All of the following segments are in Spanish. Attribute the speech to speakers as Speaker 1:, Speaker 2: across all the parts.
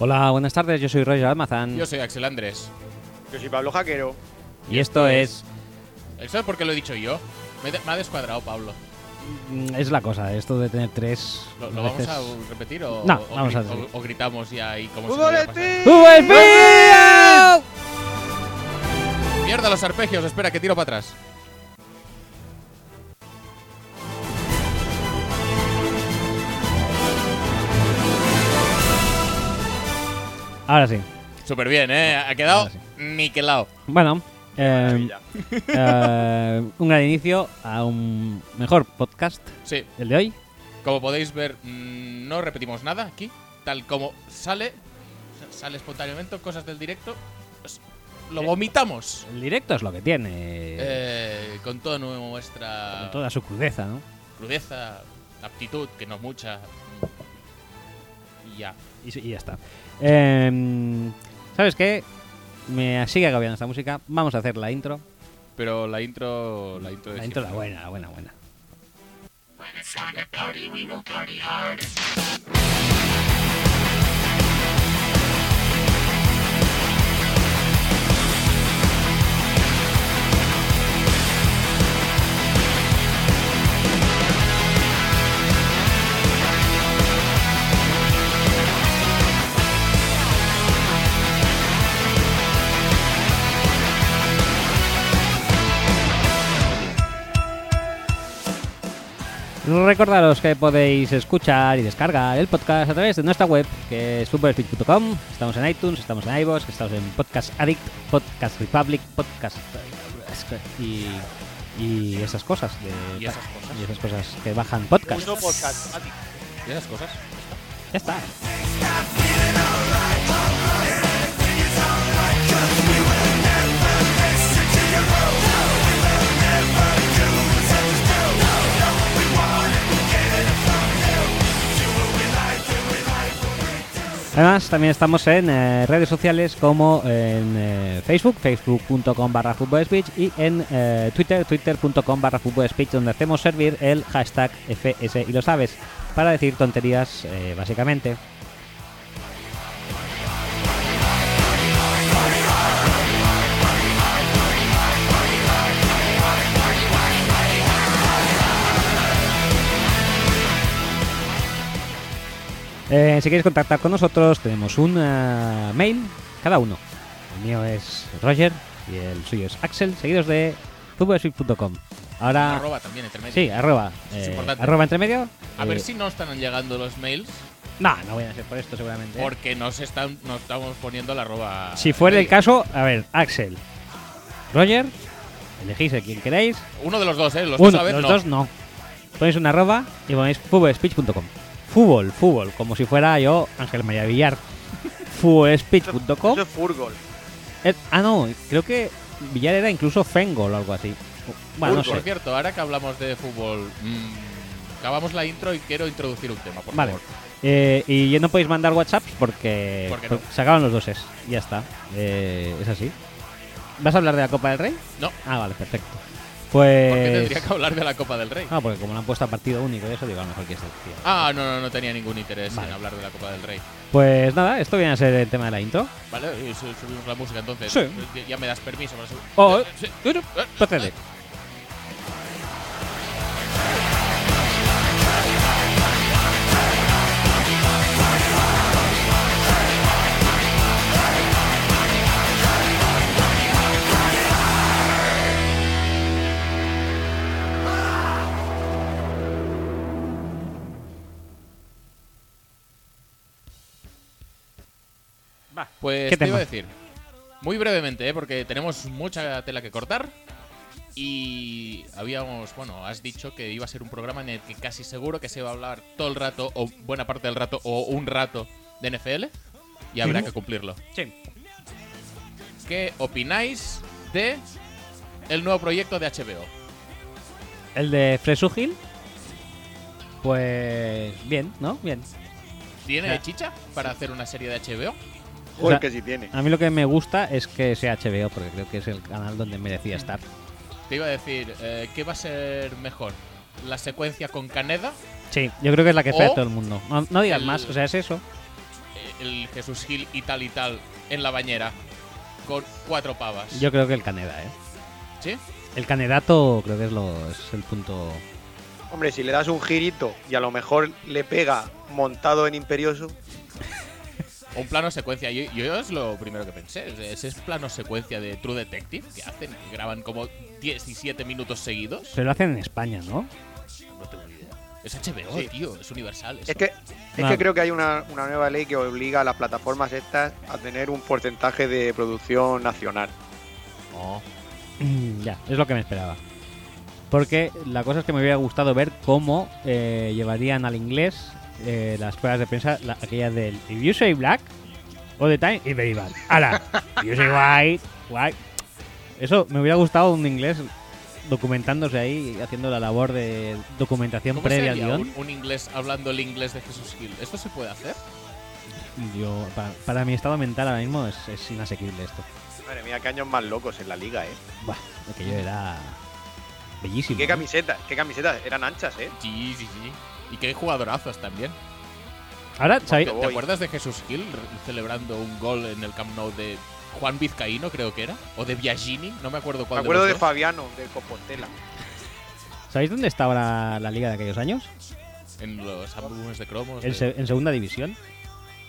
Speaker 1: Hola, buenas tardes, yo soy Roger Almazán.
Speaker 2: Yo soy Axel Andrés. este
Speaker 3: Yo soy Pablo Jaquero.
Speaker 1: y esto es...
Speaker 2: ¿Sabes por qué lo he dicho yo? Me, de- me ha descuadrado, Pablo.
Speaker 1: mm, Es la cosa, esto de tener tres...
Speaker 2: ¿Lo, lo vamos
Speaker 1: veces-
Speaker 2: a repetir o,
Speaker 1: No,
Speaker 2: o
Speaker 1: vamos a
Speaker 2: gri-
Speaker 1: hacer.
Speaker 2: o- o gritamos ya ahí como si no
Speaker 3: ¡Fútbol
Speaker 2: hubiera
Speaker 3: en
Speaker 2: pasado?
Speaker 3: ti!
Speaker 1: ¡VP!
Speaker 2: ¡Mierda los arpegios! Espera, que tiro para atrás.
Speaker 1: Ahora sí.
Speaker 2: Súper bien, ¿eh? Ha quedado
Speaker 1: Ahora
Speaker 2: niquelado.
Speaker 1: Bueno, eh,
Speaker 3: Maravilla.
Speaker 1: eh, un gran inicio a un mejor podcast,
Speaker 2: Sí,
Speaker 1: el de hoy.
Speaker 2: como podéis ver, mm, no repetimos nada aquí. Tal como sale, sale espontáneamente cosas del directo, pues, lo
Speaker 1: Eh.
Speaker 2: vomitamos.
Speaker 1: El directo es lo que tiene,
Speaker 2: Eh, con toda nuestra
Speaker 1: con toda su crudeza, ¿no?
Speaker 2: crudeza, aptitud, que no es mucha. Y ya.
Speaker 1: Y, sí- y ya está. Em, ¿Sabes qué? Me sigue agobiando esta música. Vamos a hacer la intro.
Speaker 2: Pero la intro. La intro, de
Speaker 1: La intro, la
Speaker 2: siempre.
Speaker 1: buena, la buena, buena. Recordaros que podéis escuchar y descargar el podcast a través de nuestra web, que es superspeech.com. Estamos en iTunes, estamos en iVoox, estamos en Podcast Addict, Podcast Republic, Podcast... Y, y esas cosas. de-
Speaker 2: Y esas cosas.
Speaker 1: y esas cosas que bajan podcast.
Speaker 3: Uso podcast. A ti.
Speaker 2: Y esas cosas.
Speaker 1: Ya está. Además, también estamos en eh, redes sociales como en eh, Facebook, facebook.com barra Fútbol speech y en eh, Twitter, twitter.com barra Fútbol speech, donde hacemos servir el hashtag FS y lo sabes, para decir tonterías, eh, básicamente. Eh, si quieres contactar con nosotros, tenemos un eh, mail cada uno. El mío es Roger y el suyo es Axel, seguidos de futbolsweet.com. Ahora,
Speaker 2: Arroba también, entre medio.
Speaker 1: Ah. sí, arroba.
Speaker 2: Es
Speaker 1: eh,
Speaker 2: importante.
Speaker 1: arroba entre medio.
Speaker 2: A
Speaker 1: eh,
Speaker 2: ver si no están llegando los mails,
Speaker 1: No, no voy a ser por esto seguramente. ¿eh?
Speaker 2: porque nos, están, nos estamos poniendo la arroba.
Speaker 1: Si fuera el
Speaker 2: medio.
Speaker 1: caso, a ver, Axel, Roger, elegís a quien queráis.
Speaker 2: Uno de los dos, ¿eh? Los dos
Speaker 1: Uno,
Speaker 2: a la vez
Speaker 1: los
Speaker 2: no.
Speaker 1: dos no. Ponéis una arroba y ponéis futbolspeech.com. Fútbol, fútbol, como si fuera yo Ángel María Villar. Futbolspeech.com.
Speaker 3: Eso es Furgol.
Speaker 1: Eh, Ah, no, creo que Villar era incluso Fengol o algo así. Bueno, no
Speaker 2: Por
Speaker 1: sé.
Speaker 2: cierto, ahora que hablamos de fútbol, mm, acabamos la intro y quiero introducir un tema, por
Speaker 1: Vale.
Speaker 2: favor.
Speaker 1: Eh, y ya no podéis mandar WhatsApps porque,
Speaker 2: Porque no.
Speaker 1: por- se acaban los doses. Ya está. Eh, es así. ¿Vas a hablar de la Copa del Rey?
Speaker 2: No.
Speaker 1: Ah, vale, perfecto.
Speaker 2: Porque
Speaker 1: Pues.
Speaker 2: tendría que hablar de la Copa del Rey.
Speaker 1: Ah, porque como lo han puesto a partido único y eso, digo, a lo mejor que es el tío.
Speaker 2: Ah, no, no, no tenía ningún interés
Speaker 1: Vale.
Speaker 2: en hablar de la Copa del Rey.
Speaker 1: Pues nada, esto viene a ser el tema de la intro.
Speaker 2: Vale, y su- subimos la música entonces. eh,
Speaker 1: Sí.
Speaker 2: Ya me das permiso para subir.
Speaker 1: Oh, eh,
Speaker 2: Sí.
Speaker 1: bueno, procede.
Speaker 2: Pues
Speaker 1: ¿Qué
Speaker 2: Pues te
Speaker 1: tema?
Speaker 2: iba a decir, muy brevemente, ¿eh? porque tenemos mucha tela que cortar. Y habíamos, bueno, has dicho que iba a ser un programa en el que casi seguro que se iba a hablar todo el rato, o buena parte del rato, o un rato de NFL. Y habrá que cumplirlo.
Speaker 1: Sí.
Speaker 2: ¿Qué opináis de el nuevo proyecto de HBO?
Speaker 1: El de Fresu Hill. Pues bien, ¿no? Bien.
Speaker 2: ¿Tiene
Speaker 1: Ya.
Speaker 2: chicha para hacer una serie de HBO?
Speaker 3: Joder,
Speaker 1: O sea,
Speaker 3: que sí tiene.
Speaker 1: A mí lo que me gusta es que sea HBO, porque creo que es el canal donde merecía estar.
Speaker 2: Te iba a decir, eh, ¿qué va a ser mejor? ¿La secuencia con Caneda?
Speaker 1: Sí, yo creo que es la que espera
Speaker 2: O
Speaker 1: todo el mundo. No, no digas
Speaker 2: el-
Speaker 1: más, o sea, es eso.
Speaker 2: Eh, el Jesús Gil y tal y tal en la bañera con cuatro pavas.
Speaker 1: Yo creo que el Caneda, ¿eh?
Speaker 2: ¿Sí?
Speaker 1: El Canedato creo que es, lo, es el punto...
Speaker 3: Hombre, si le das un girito y a lo mejor le pega montado en imperioso,
Speaker 2: O un plano secuencia. Yo, yo es lo primero que pensé. Ese es plano secuencia de True Detective que hacen, que graban como 17 minutos seguidos.
Speaker 1: Se lo hacen en España, ¿no?
Speaker 2: No tengo ni idea. Es HBO,
Speaker 3: Sí. Eh,
Speaker 2: tío. Es universal. eso.
Speaker 3: es que, es
Speaker 1: Vale.
Speaker 3: que creo que hay una, una nueva ley que obliga a las plataformas estas a tener un porcentaje de producción nacional.
Speaker 2: No.
Speaker 1: Mm, Ya, es lo que me esperaba. Porque la cosa es que me hubiera gustado ver cómo eh, llevarían al inglés eh, las pruebas de prensa, la- aquellas del If you say black, all the time, it's very bad. Ahora, if you say white, white. Eso me hubiera gustado un inglés documentándose ahí, haciendo la labor de documentación
Speaker 2: ¿Cómo
Speaker 1: previa al
Speaker 2: sería
Speaker 1: guión.
Speaker 2: un, un inglés hablando el inglés de Jesús Gil? ¿Esto se puede hacer?
Speaker 1: Yo, para, para mi estado mental ahora mismo es, es inasequible esto.
Speaker 3: Madre mía, qué años más locos en la liga, ¿eh?
Speaker 1: Buah, aquello era
Speaker 3: Y
Speaker 1: bellísimo.
Speaker 3: qué
Speaker 1: ¿eh?
Speaker 3: camisetas, qué camisetas, eran anchas, ¿eh?
Speaker 2: Sí, sí, sí. Y qué jugadorazos también.
Speaker 1: Ahora,
Speaker 2: ¿Te,
Speaker 1: ¿sabéis?
Speaker 2: te
Speaker 3: voy.
Speaker 2: acuerdas de Jesús Gil re- celebrando un gol en el Camp Nou de Juan Vizcaíno, creo que era? ¿O de Biagini? No me acuerdo
Speaker 3: Me
Speaker 2: cuál
Speaker 3: acuerdo
Speaker 2: los
Speaker 3: de
Speaker 2: dos.
Speaker 3: Fabiano, del Compostela.
Speaker 1: ¿Sabéis dónde estaba la- la liga de aquellos años?
Speaker 2: En los álbumes de cromos.
Speaker 1: en,
Speaker 2: de-
Speaker 1: se- en segunda división.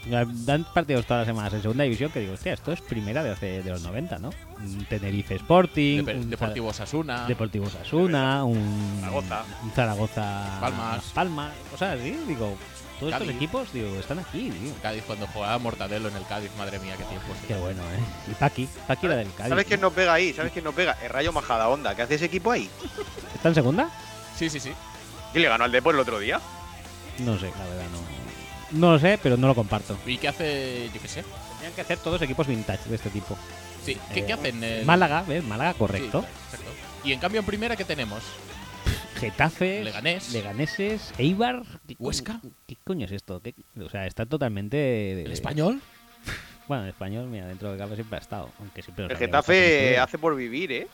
Speaker 1: Ya Dan partidos todas las semanas en segunda división que digo, hostia, esto es primera de, hace- de los 90, ¿no? Un Tenerife Sporting,
Speaker 2: Dep-
Speaker 1: un
Speaker 2: Deportivo Sasuna.
Speaker 1: Za- Deportivo Osasuna, un
Speaker 3: Zaragoza.
Speaker 1: un Zaragoza
Speaker 2: Palmas.
Speaker 1: Palmas, cosas así, digo, todos
Speaker 2: Cádiz.
Speaker 1: estos equipos digo, están aquí, digo.
Speaker 2: Cádiz cuando jugaba Mortadelo en el Cádiz, madre mía, qué tiempos.
Speaker 1: Qué bueno, ¿eh? Y Paqui, Paqui era del Cádiz.
Speaker 3: ¿Sabes quién
Speaker 1: ¿no?
Speaker 3: no pega ahí? ¿Sabes quién no pega? El Rayo Majada Onda, ¿qué hace ese equipo ahí?
Speaker 1: ¿Está en segunda?
Speaker 2: Sí, sí, sí.
Speaker 3: Y le ganó al Depor el otro día.
Speaker 1: No sé, la verdad, no. No lo sé, pero no lo comparto.
Speaker 2: ¿Y qué hace, yo qué sé?
Speaker 1: Tendrían que hacer todos equipos vintage de este tipo.
Speaker 2: Sí, ¿qué,
Speaker 1: Eh,
Speaker 2: qué hacen? en-
Speaker 1: Málaga, ¿ves? Málaga,
Speaker 2: Sí,
Speaker 1: correcto.
Speaker 2: exacto. Y en cambio en primera, ¿qué tenemos?
Speaker 1: Getafe,
Speaker 2: Leganés.
Speaker 1: Leganeses, Eibar, ¿qué co-
Speaker 2: Huesca.
Speaker 1: ¿Qué coño es esto? ¿Qué- o sea, está totalmente.
Speaker 2: ¿El español?
Speaker 1: Bueno, el español, mira, dentro de capa siempre ha estado. Aunque siempre nos
Speaker 3: El
Speaker 1: había
Speaker 3: Getafe
Speaker 1: gustado
Speaker 3: hace por vivir, ¿eh?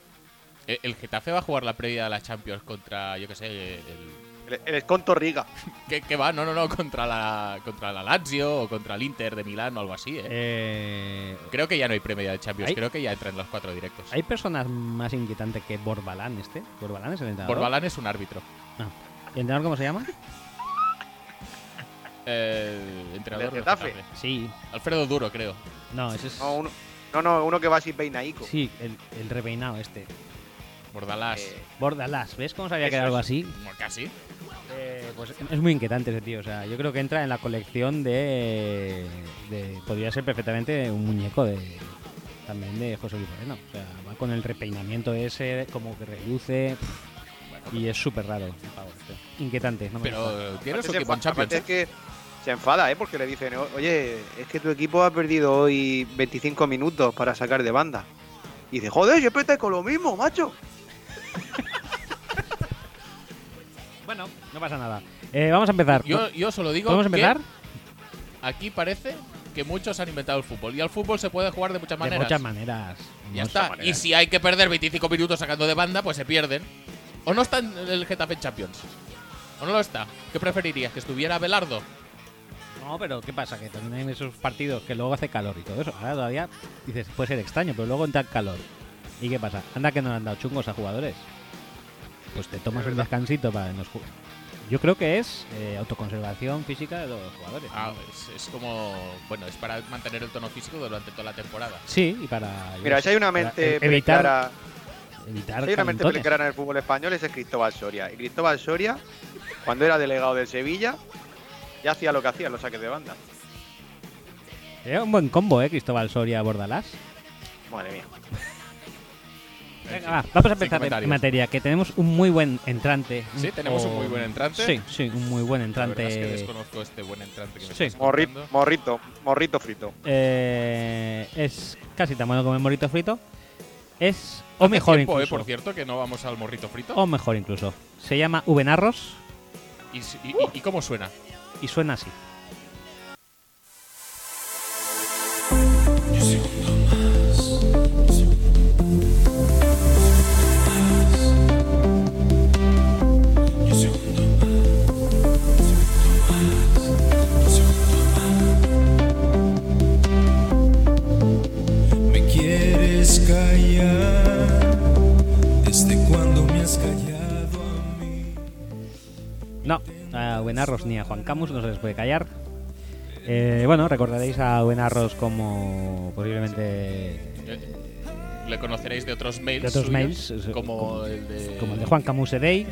Speaker 2: Eh, El Getafe va a jugar la previa de la Champions contra, yo qué sé, el...
Speaker 3: El, el Esconto Riga.
Speaker 2: ¿Qué, qué va? No, no, no, contra la, contra la Lazio o contra el Inter de Milán o algo así,
Speaker 1: que-
Speaker 2: ¿eh?
Speaker 1: Eh,
Speaker 2: Creo que ya no hay premio de Champions,
Speaker 1: ¿Hay?
Speaker 2: creo que ya entran los cuatro directos.
Speaker 1: ¿Hay personas más inquietantes que Borbalán este? ¿Borbalán es el entrenador?
Speaker 2: Borbalán es un árbitro.
Speaker 1: ¿El entrenador cómo se llama?
Speaker 2: Eh, entrenador
Speaker 3: ¿Del
Speaker 2: del
Speaker 3: Getafe?
Speaker 2: Getafe.
Speaker 1: Sí.
Speaker 2: Alfredo Duro, creo.
Speaker 1: No, ese es.
Speaker 3: No, uno, no, no, uno que va sin peinaico.
Speaker 1: Sí, el, el repeinado este.
Speaker 2: Bordalás.
Speaker 3: Eh,
Speaker 1: Bordalás, ¿ves cómo sabía que
Speaker 3: Eso
Speaker 1: era algo
Speaker 3: es.
Speaker 1: así?
Speaker 2: Bueno, Casi.
Speaker 1: Eh, pues es muy inquietante ese tío. O sea, yo creo que entra en la colección de. de- podría ser perfectamente un muñeco de. También de José Luis Moreno. O sea, va con el repeinamiento ese, como que reluce.
Speaker 2: Bueno,
Speaker 1: Y es súper raro. el pavo este. Inquietante, no me gusta.
Speaker 2: pero tiene
Speaker 3: Aparte
Speaker 2: su
Speaker 3: se
Speaker 2: equipo en
Speaker 3: enfa-
Speaker 2: Champions.
Speaker 3: aparte es que se enfada, ¿eh? Porque le dicen, "O- oye, es que tu equipo ha perdido hoy 25 minutos para sacar de banda. Y dice, joder, siempre estáis con lo mismo, macho.
Speaker 1: Bueno, no pasa nada. Eh, vamos a empezar.
Speaker 2: Yo, yo solo digo
Speaker 1: ¿Podemos
Speaker 2: que
Speaker 1: empezar?
Speaker 2: aquí parece que muchos han inventado el fútbol. Y al fútbol se puede jugar de muchas
Speaker 1: De
Speaker 2: maneras.
Speaker 1: muchas maneras.
Speaker 2: ya
Speaker 1: No ¿eh?
Speaker 2: está.
Speaker 1: sé.
Speaker 2: Y si hay que perder 25 minutos sacando de banda, pues se pierden. O no está en el Getafe en Champions. O no lo está. ¿Qué preferirías? ¿Que estuviera Belardo?
Speaker 1: No, pero ¿qué pasa? Que también hay esos partidos que luego hace calor y todo eso. Ahora todavía dices, puede ser extraño, pero luego entra el calor. ¿Y qué pasa? Anda que no le han dado chungos a jugadores. Pues te tomas
Speaker 3: Es
Speaker 1: un
Speaker 3: verdad.
Speaker 1: descansito para no jugar. Yo creo que es eh, autoconservación física de los jugadores.
Speaker 2: Ah, es, es como. Bueno, es para mantener el tono físico durante toda la temporada.
Speaker 1: Sí, y para yo
Speaker 3: Mira,
Speaker 1: qué
Speaker 3: si hay una
Speaker 1: para
Speaker 3: mente
Speaker 1: e- evitar,
Speaker 3: preclara-
Speaker 1: evitar
Speaker 3: si hay una mente
Speaker 1: calentones.
Speaker 3: preclara en el fútbol español, ese es Cristóbal Soria. Y Cristóbal Soria, cuando era delegado del Sevilla, ya hacía lo que hacía, los saques de banda.
Speaker 1: Sería un buen combo, ¿eh? Cristóbal Soria Bordalás.
Speaker 3: Madre mía.
Speaker 1: Venga, va, vamos a
Speaker 2: Sin
Speaker 1: empezar en
Speaker 2: comentarios.
Speaker 1: materia, que tenemos un muy buen entrante.
Speaker 2: Sí, tenemos un muy buen entrante.
Speaker 1: Sí, sí, un muy buen
Speaker 2: La verdad
Speaker 1: entrante.
Speaker 2: es que desconozco este buen entrante que me
Speaker 1: Sí.
Speaker 2: estás
Speaker 3: Morri-
Speaker 2: contando.
Speaker 3: morrito, morrito frito.
Speaker 1: Eh, es casi tan bueno como el morito frito. Es o mejor
Speaker 2: Tiempo, eh,
Speaker 1: incluso. Oh.
Speaker 2: por cierto, que no vamos al morrito frito.
Speaker 1: o mejor incluso. Se llama Ubenarros
Speaker 2: ¿Y, s- y- y- y cómo suena?
Speaker 1: y suena así. No, a Buenarros ni a Juan Camus no se les puede callar. Eh, bueno, recordaréis a Buenarros como posiblemente eh,
Speaker 2: Le conoceréis de otros mails.
Speaker 1: De otros
Speaker 2: suyos,
Speaker 1: mails, es-
Speaker 2: Como,
Speaker 1: como-
Speaker 2: el de.
Speaker 1: como el de Juan Camus Edey.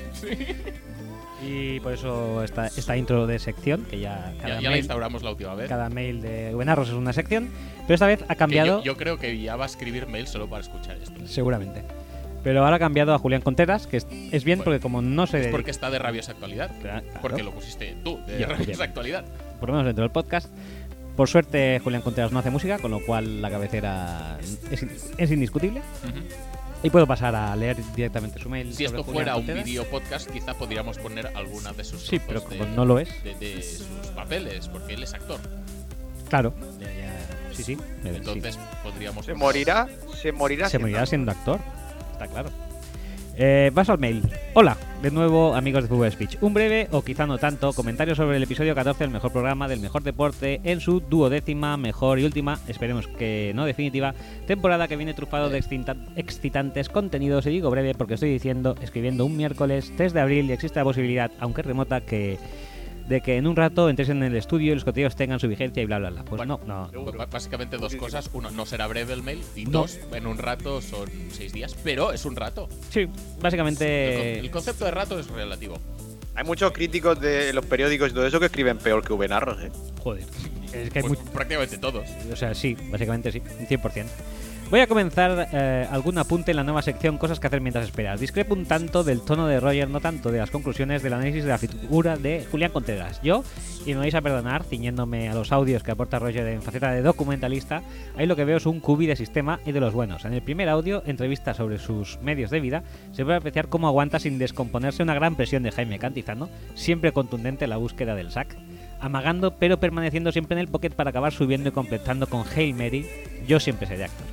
Speaker 1: Y por eso esta, esta intro de sección, que ya
Speaker 2: Ya, ya
Speaker 1: cada,
Speaker 2: la ¿eh?
Speaker 1: mail,
Speaker 2: instauramos la última vez.
Speaker 1: cada mail de Buenarros es una sección, pero esta vez ha
Speaker 2: Que yo-
Speaker 1: cambiado.
Speaker 2: Yo, creo que ya va a escribir mail solo para escuchar esto.
Speaker 1: Seguramente. Pero ahora ha cambiado a Julián Conteras, que es, es bien
Speaker 2: Bueno,
Speaker 1: porque como no se
Speaker 2: Es
Speaker 1: dedica-
Speaker 2: porque está de rabiosa actualidad.
Speaker 1: Claro, claro.
Speaker 2: Porque lo pusiste tú, de
Speaker 1: Ya,
Speaker 2: rabiosa
Speaker 1: bien.
Speaker 2: actualidad.
Speaker 1: por lo menos dentro del podcast. Por suerte, Julián Contreras no hace música, con lo cual la cabecera es, es indiscutible.
Speaker 2: Ujú.
Speaker 1: Y puedo pasar a leer directamente su mail.
Speaker 2: Si
Speaker 1: sobre
Speaker 2: esto
Speaker 1: Julián
Speaker 2: fuera un
Speaker 1: Contreras.
Speaker 2: video podcast, quizá podríamos poner alguna de sus
Speaker 1: Sí, pero
Speaker 2: trozos
Speaker 1: como
Speaker 2: de,
Speaker 1: no lo es.
Speaker 2: de- de sus papeles, porque él es actor.
Speaker 1: Claro. Ya, ya, Sí, sí. me ven, sí.
Speaker 2: Entonces podríamos.
Speaker 3: Se morirá, se morirá.
Speaker 1: Se morirá siendo
Speaker 3: siendo-
Speaker 1: actor. Está claro. Eh, vas al mail. Hola, de nuevo amigos de Fútbol Speech. Un breve, o quizá no tanto, comentario sobre el episodio 14, el mejor programa del mejor deporte, en su duodécima, mejor y última, esperemos que no definitiva, temporada que viene trufado de extinta- excitantes contenidos. Y digo breve porque estoy diciendo, escribiendo un miércoles 3 de abril y existe la posibilidad, aunque remota, que de que en un rato entres en el estudio y los contenidos tengan su vigencia y bla bla bla. Pues
Speaker 2: Bueno,
Speaker 1: no, no,
Speaker 2: b- b- Básicamente dos
Speaker 3: Muchísimo.
Speaker 2: cosas. Uno, no será breve el mail. Y
Speaker 1: No.
Speaker 2: dos, en un rato son seis días. Pero es un rato.
Speaker 1: Sí,
Speaker 2: El con-
Speaker 1: básicamente.
Speaker 2: el concepto de rato es relativo.
Speaker 3: Hay muchos críticos de los periódicos y todo eso que escriben peor que Ubenarros, ¿eh?
Speaker 1: Joder. Es que hay
Speaker 2: Pues
Speaker 1: mucho.
Speaker 2: prácticamente todos.
Speaker 1: O sea, sí, básicamente sí, un 100%. Voy a comenzar eh, algún apunte en la nueva sección Cosas que hacer mientras esperas. Discrepo un tanto del tono de Roger, no tanto de las conclusiones del análisis de la figura de Julián Contreras. Yo, y me vais a perdonar, ciñéndome a los audios que aporta Roger en faceta de documentalista, ahí lo que veo es un cubi de sistema y de los buenos. En el primer audio, entrevista sobre sus medios de vida, se puede apreciar cómo aguanta sin descomponerse una gran presión de Jaime Cantizano, siempre contundente en la búsqueda del sac amagando pero permaneciendo siempre en el pocket para acabar subiendo y completando con Hail Mary, yo siempre seré actor.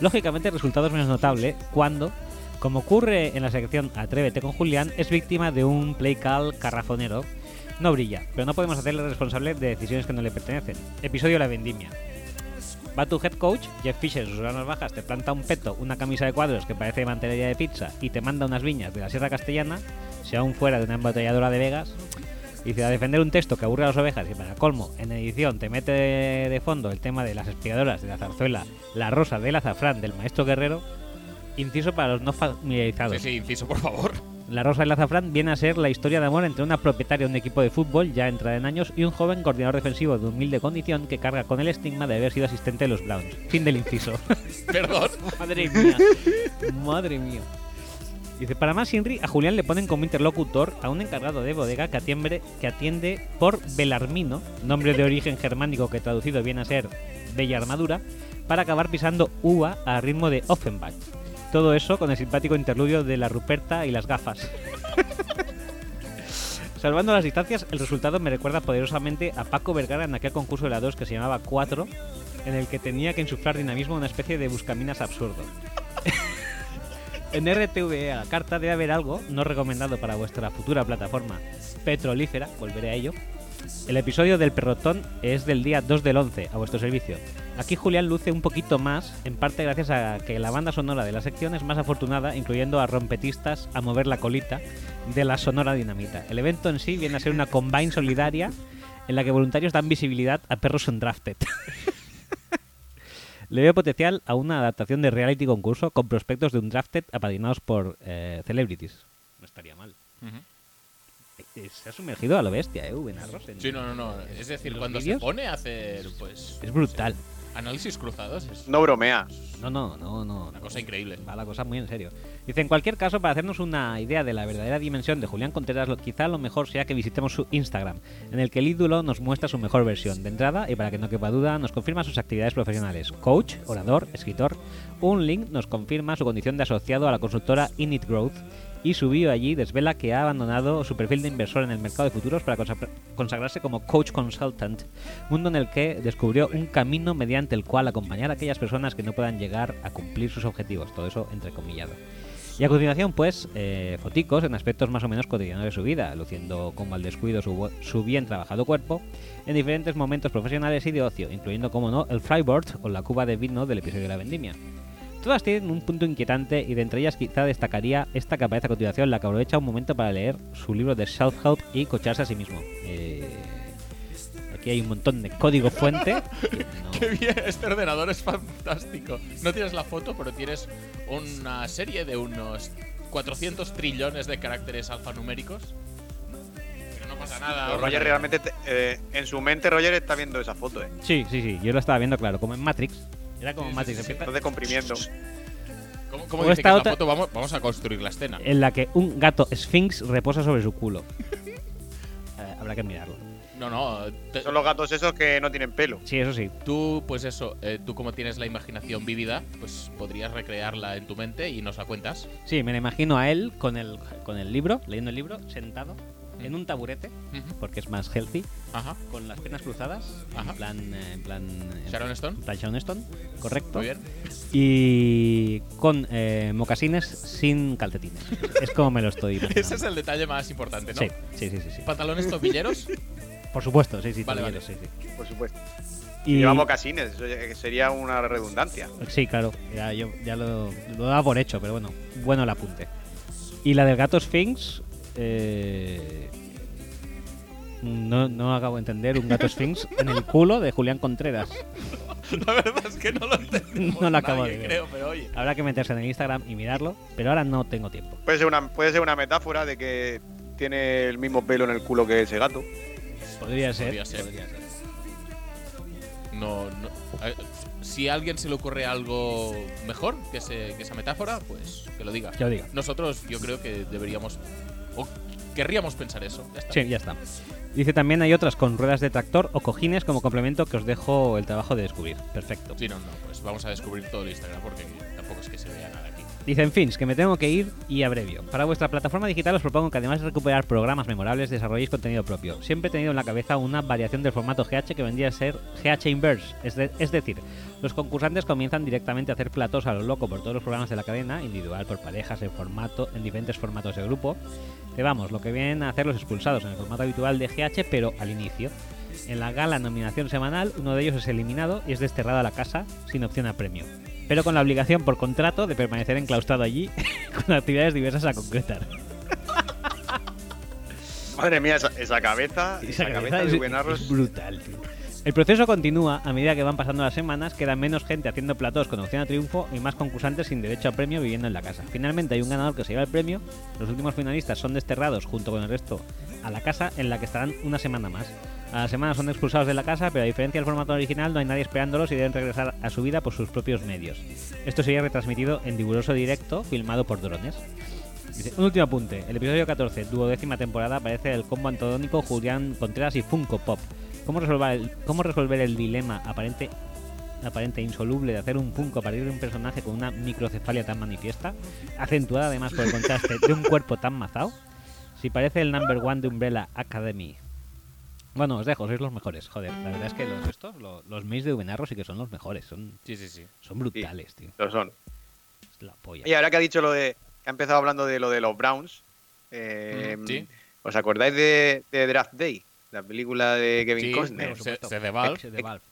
Speaker 1: Lógicamente el resultado es menos notable cuando, como ocurre en la sección Atrévete con Julián, es víctima de un play call carrafonero. No brilla, pero no podemos hacerle responsable de decisiones que no le pertenecen. Episodio La Vendimia. Va tu head coach, Jeff Fisher, en sus ganas bajas, te planta un peto, una camisa de cuadros que parece mantelería de pizza y te manda unas viñas de la Sierra Castellana, si aún fuera de una embotelladora de Vegas, Dice, a defender un texto que aburre a las ovejas y para colmo, en edición te mete de, de fondo el tema de las espigadoras de la zarzuela, la rosa del azafrán del maestro guerrero, inciso para los no familiarizados.
Speaker 2: Sí, sí, inciso, por favor.
Speaker 1: La Rosa del Azafrán viene a ser la historia de amor entre una propietaria de un equipo de fútbol ya entrada en años y un joven coordinador defensivo de humilde condición que carga con el estigma de haber sido asistente de los Browns. Fin del inciso.
Speaker 2: Perdón.
Speaker 1: Madre mía. Madre mía. Dice, para más Inri, a Julián le ponen como interlocutor a un encargado de bodega que atiende, que atiende por Belarmino, nombre de origen germánico que traducido viene a ser Bella Armadura, para acabar pisando uva a ritmo de Offenbach. Todo eso con el simpático interludio de la Ruperta y las gafas. Salvando las distancias, el resultado me recuerda poderosamente a Paco Vergara en aquel concurso de la 2 que se llamaba 4, en el que tenía que insuflar dinamismo a una especie de buscaminas absurdo. en RTV a la carta debe haber algo no recomendado para vuestra futura plataforma petrolífera, volveré a ello. El episodio del perrotón es del día 2 del 11, a vuestro servicio. Aquí Julián luce un poquito más, en parte gracias a que la banda sonora de la sección es más afortunada, incluyendo a rompetistas a mover la colita de la sonora dinamita. El evento en sí viene a ser una combine solidaria en la que voluntarios dan visibilidad a perros undrafted. Le veo potencial a una adaptación de reality concurso con prospectos de un drafted apadrinados por eh, celebrities. No estaría mal. Eh, Se ha sumergido a lo bestia, ¿eh? Ubenarros en-
Speaker 2: Sí, no, no, no. Es decir,
Speaker 1: ¿Los
Speaker 2: cuando
Speaker 1: vídeos?
Speaker 2: se pone a hacer, pues.
Speaker 1: Es brutal.
Speaker 2: Análisis cruzados es
Speaker 3: No bromea.
Speaker 1: No, no, no, no.
Speaker 2: una cosa increíble.
Speaker 1: Va la cosa muy en serio. Dice, en cualquier caso, para hacernos una idea de la verdadera dimensión de Julián Contreras, lo- quizá lo mejor sea que visitemos su Instagram, en el que el ídolo nos muestra su mejor versión. De entrada, y para que no quepa duda, nos confirma sus actividades profesionales. Coach, orador, escritor. Un link nos confirma su condición de asociado a la consultora Init Growth. Y su bio allí desvela que ha abandonado su perfil de inversor en el mercado de futuros para consa- consagrarse como coach consultant, mundo en el que descubrió un camino mediante el cual acompañar a aquellas personas que no puedan llegar a cumplir sus objetivos, todo eso entrecomillado. Y a continuación, pues, eh, foticos en aspectos más o menos cotidianos de su vida, luciendo como al descuido su, bu- su bien trabajado cuerpo en diferentes momentos profesionales y de ocio, incluyendo, como no, el fryboard o la cuba de vino del episodio de la vendimia. Todas tienen un punto inquietante y de entre ellas quizá destacaría esta que aparece a continuación, la que aprovecha un momento para leer su libro de Southhout y cocharse a sí mismo. Eh, aquí hay un montón de código fuente. que no-
Speaker 2: Qué bien, este ordenador es fantástico. No tienes la foto, pero tienes una serie de unos 400 trillones de caracteres alfanuméricos. Pero no pasa nada.
Speaker 3: Pero
Speaker 2: ahora.
Speaker 3: Roger realmente, te- eh, en su mente, Roger está viendo esa foto, ¿eh?
Speaker 1: Sí, sí, sí, yo lo estaba viendo claro, como en Matrix. Era como
Speaker 2: Sí, sí,
Speaker 1: Matrix.
Speaker 2: sí, sí.
Speaker 1: empieza-
Speaker 3: Está descomprimiendo.
Speaker 2: ¿Cómo, cómo
Speaker 1: O
Speaker 2: dice
Speaker 1: esta
Speaker 2: que es
Speaker 1: otra-
Speaker 2: la foto? Vamos, vamos a construir la escena.
Speaker 1: en la que un gato Sphinx reposa sobre su culo. Eh, habrá que mirarlo.
Speaker 2: No, no. te-
Speaker 3: Son los gatos esos que no tienen pelo.
Speaker 1: Sí, eso sí.
Speaker 2: Tú, pues eso, eh, tú como tienes la imaginación vívida, pues podrías recrearla en tu mente y nos la cuentas.
Speaker 1: Sí, me lo imagino a él con el, con el libro, leyendo el libro, sentado
Speaker 2: Mm.
Speaker 1: en un taburete,
Speaker 2: Ujú.
Speaker 1: porque es más healthy,
Speaker 2: Ajá,
Speaker 1: con las piernas cruzadas,
Speaker 2: Ajá.
Speaker 1: en plan, eh, en plan, eh,
Speaker 2: Sharon Stone.
Speaker 1: en plan Sharon Stone, correcto,
Speaker 2: Muy bien.
Speaker 1: y con eh, mocasines sin calcetines. es como me lo estoy imaginando.
Speaker 2: Ese es el detalle más importante, ¿no?
Speaker 1: sí, sí, sí, sí, sí.
Speaker 2: ¿Pantalones topilleros?
Speaker 1: Por supuesto, sí, sí,
Speaker 2: Vale,
Speaker 1: tablilleros, sí,
Speaker 3: Por supuesto.
Speaker 1: sí.
Speaker 3: Y...
Speaker 1: Y-
Speaker 3: Llevamos casines, eso ya- sería una redundancia.
Speaker 1: Sí, claro, ya, yo, ya lo, lo daba por hecho, pero bueno, bueno el apunte. Y la del gato Sphinx, eh, no, no acabo de entender, un gato Sphinx en el culo de Julián Contreras.
Speaker 2: La verdad es que no lo entendemos.
Speaker 1: No lo acabo
Speaker 2: nadie,
Speaker 1: de ver.
Speaker 2: creo, pero oye.
Speaker 1: Habrá que meterse en el Instagram y mirarlo, pero ahora no tengo tiempo.
Speaker 3: Puede ser, una, puede ser una metáfora de que tiene el mismo pelo en el culo que ese gato.
Speaker 1: Podría ser.
Speaker 2: Podría ser. No, no. eh, Si a alguien se le ocurre algo mejor que, ese- que esa metáfora, pues que lo diga.
Speaker 1: Que lo diga.
Speaker 2: Nosotros, yo creo que deberíamos. O querríamos pensar eso. Ya está.
Speaker 1: Sí, ya está. Dice también hay otras con ruedas de tractor o cojines como complemento que os dejo el trabajo de descubrir. Perfecto.
Speaker 2: Sí, no, no, pues vamos a descubrir todo el Instagram porque tampoco es que se vea nada aquí.
Speaker 1: Dicen Fins, que me tengo que ir y abrevio. Para vuestra plataforma digital os propongo que además de recuperar programas memorables, desarrolléis contenido propio. Siempre he tenido en la cabeza una variación del formato GH que vendría a ser GH Inverse. Es, de- es decir, los concursantes comienzan directamente a hacer platos a lo loco por todos los programas de la cadena, individual, por parejas, en formato, en diferentes formatos de grupo. Que vamos, lo que vienen a hacer los expulsados en el formato habitual de GH, pero al inicio. En la gala nominación semanal, uno de ellos es eliminado y es desterrado a la casa sin opción a premio, pero con la obligación por contrato de permanecer enclaustrado allí con actividades diversas a concretar.
Speaker 3: Madre mía, esa, esa cabeza, esa, cabeza, de Rubén Arros.
Speaker 1: es brutal, tío. El proceso continúa a medida que van pasando las semanas, queda menos gente haciendo platos con opción a triunfo y más concursantes sin derecho a premio viviendo en la casa. Finalmente hay un ganador que se lleva el premio, los últimos finalistas son desterrados junto con el resto a la casa en la que estarán una semana más. A la semana son expulsados de la casa, pero a diferencia del formato original no hay nadie esperándolos y deben regresar a su vida por sus propios medios. Esto sería retransmitido en riguroso directo filmado por drones. Dice, un último apunte. El episodio 14, duodécima temporada, aparece el combo antodónico Julián Contreras y Funko Pop. ¿Cómo resolver el, cómo resolver el dilema aparente, aparente e insoluble de hacer un Funko a partir de un personaje con una microcefalia tan manifiesta, acentuada además por el contraste de un cuerpo tan mazao? Si parece el number one de Umbrella Academy. Bueno, os dejo, sois los mejores. Joder, la verdad es que los estos, lo- los mails de Ubenarro sí que son los mejores. Son,
Speaker 2: Sí, sí, sí.
Speaker 1: son brutales, tío.
Speaker 3: Lo son.
Speaker 1: Es la polla.
Speaker 3: Y ahora que ha dicho lo de. que ha empezado hablando de lo de los Browns. eh,
Speaker 2: Mm, sí.
Speaker 3: ¿Os acordáis de, de Draft Day? La película de Kevin
Speaker 2: Sí,
Speaker 3: Costner.
Speaker 2: pero- se- eh, se de Valve.
Speaker 1: Ex de Valve.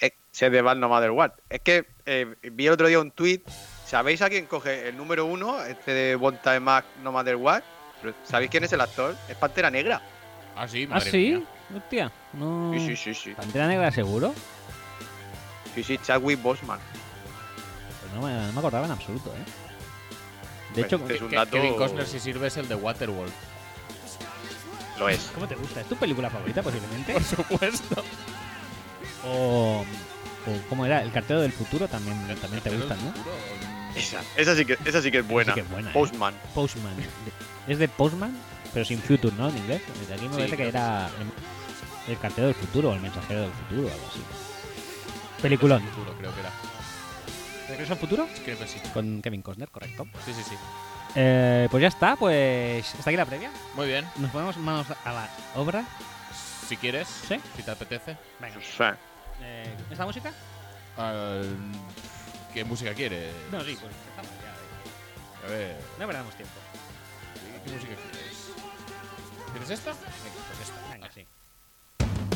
Speaker 3: Es, se de Bad No Matter What. Es que eh, vi el otro día un tweet. ¿Sabéis a quién coge el número uno? Este de One Time Mac No Matter What. Pero ¿Sabéis quién es el actor? Es Pantera Negra.
Speaker 2: Ah, sí,
Speaker 1: ¿Ah,
Speaker 2: madre
Speaker 1: sí?
Speaker 2: mía.
Speaker 1: Hostia, no.
Speaker 3: Sí, sí, sí, sí.
Speaker 1: ¿Pantera negra seguro?
Speaker 3: Sí, sí, Chadwick Boseman.
Speaker 1: Pues no, me, no me acordaba en absoluto, ¿eh? De
Speaker 3: Pues
Speaker 1: hecho,
Speaker 3: es un
Speaker 2: Ke-
Speaker 3: dato-
Speaker 2: Kevin Costner, si sirve, es el de Waterworld.
Speaker 3: Lo es.
Speaker 1: ¿cómo te gusta? ¿Es tu película favorita posiblemente?
Speaker 2: Por supuesto.
Speaker 1: O, o ¿cómo era? El cartero del futuro también, también te gustan, ¿no?
Speaker 3: Esa, esa sí que, esa sí que es buena.
Speaker 1: Sí que es buena. ¿eh?
Speaker 3: Postman.
Speaker 1: Postman. De- Es de Postman, pero sin Future, ¿no? En inglés. Desde aquí me
Speaker 2: Sí,
Speaker 1: parece que
Speaker 2: creo que
Speaker 1: era el, el cartero del futuro o el mensajero del futuro, algo así. Peliculón.
Speaker 2: Futuro, creo que era.
Speaker 1: ¿Regreso al futuro?
Speaker 2: Creo que pues sí.
Speaker 1: Con Kevin Costner, correcto.
Speaker 2: Sí, sí, sí.
Speaker 1: Eh, pues ya está, pues hasta aquí la previa.
Speaker 2: Muy bien.
Speaker 1: Nos ponemos manos a la obra.
Speaker 2: Si quieres,
Speaker 1: Sí.
Speaker 2: si te apetece.
Speaker 1: Venga.
Speaker 3: O sea,
Speaker 1: Eh, ¿Esta música?
Speaker 2: Ah, ¿Qué música quieres?
Speaker 1: No, sí, pues estamos ya. eh.
Speaker 2: A ver,
Speaker 1: No perdamos tiempo.
Speaker 2: ¿qué música quieres? ¿Quieres esta? Venga, pues esta.
Speaker 1: Venga, sí.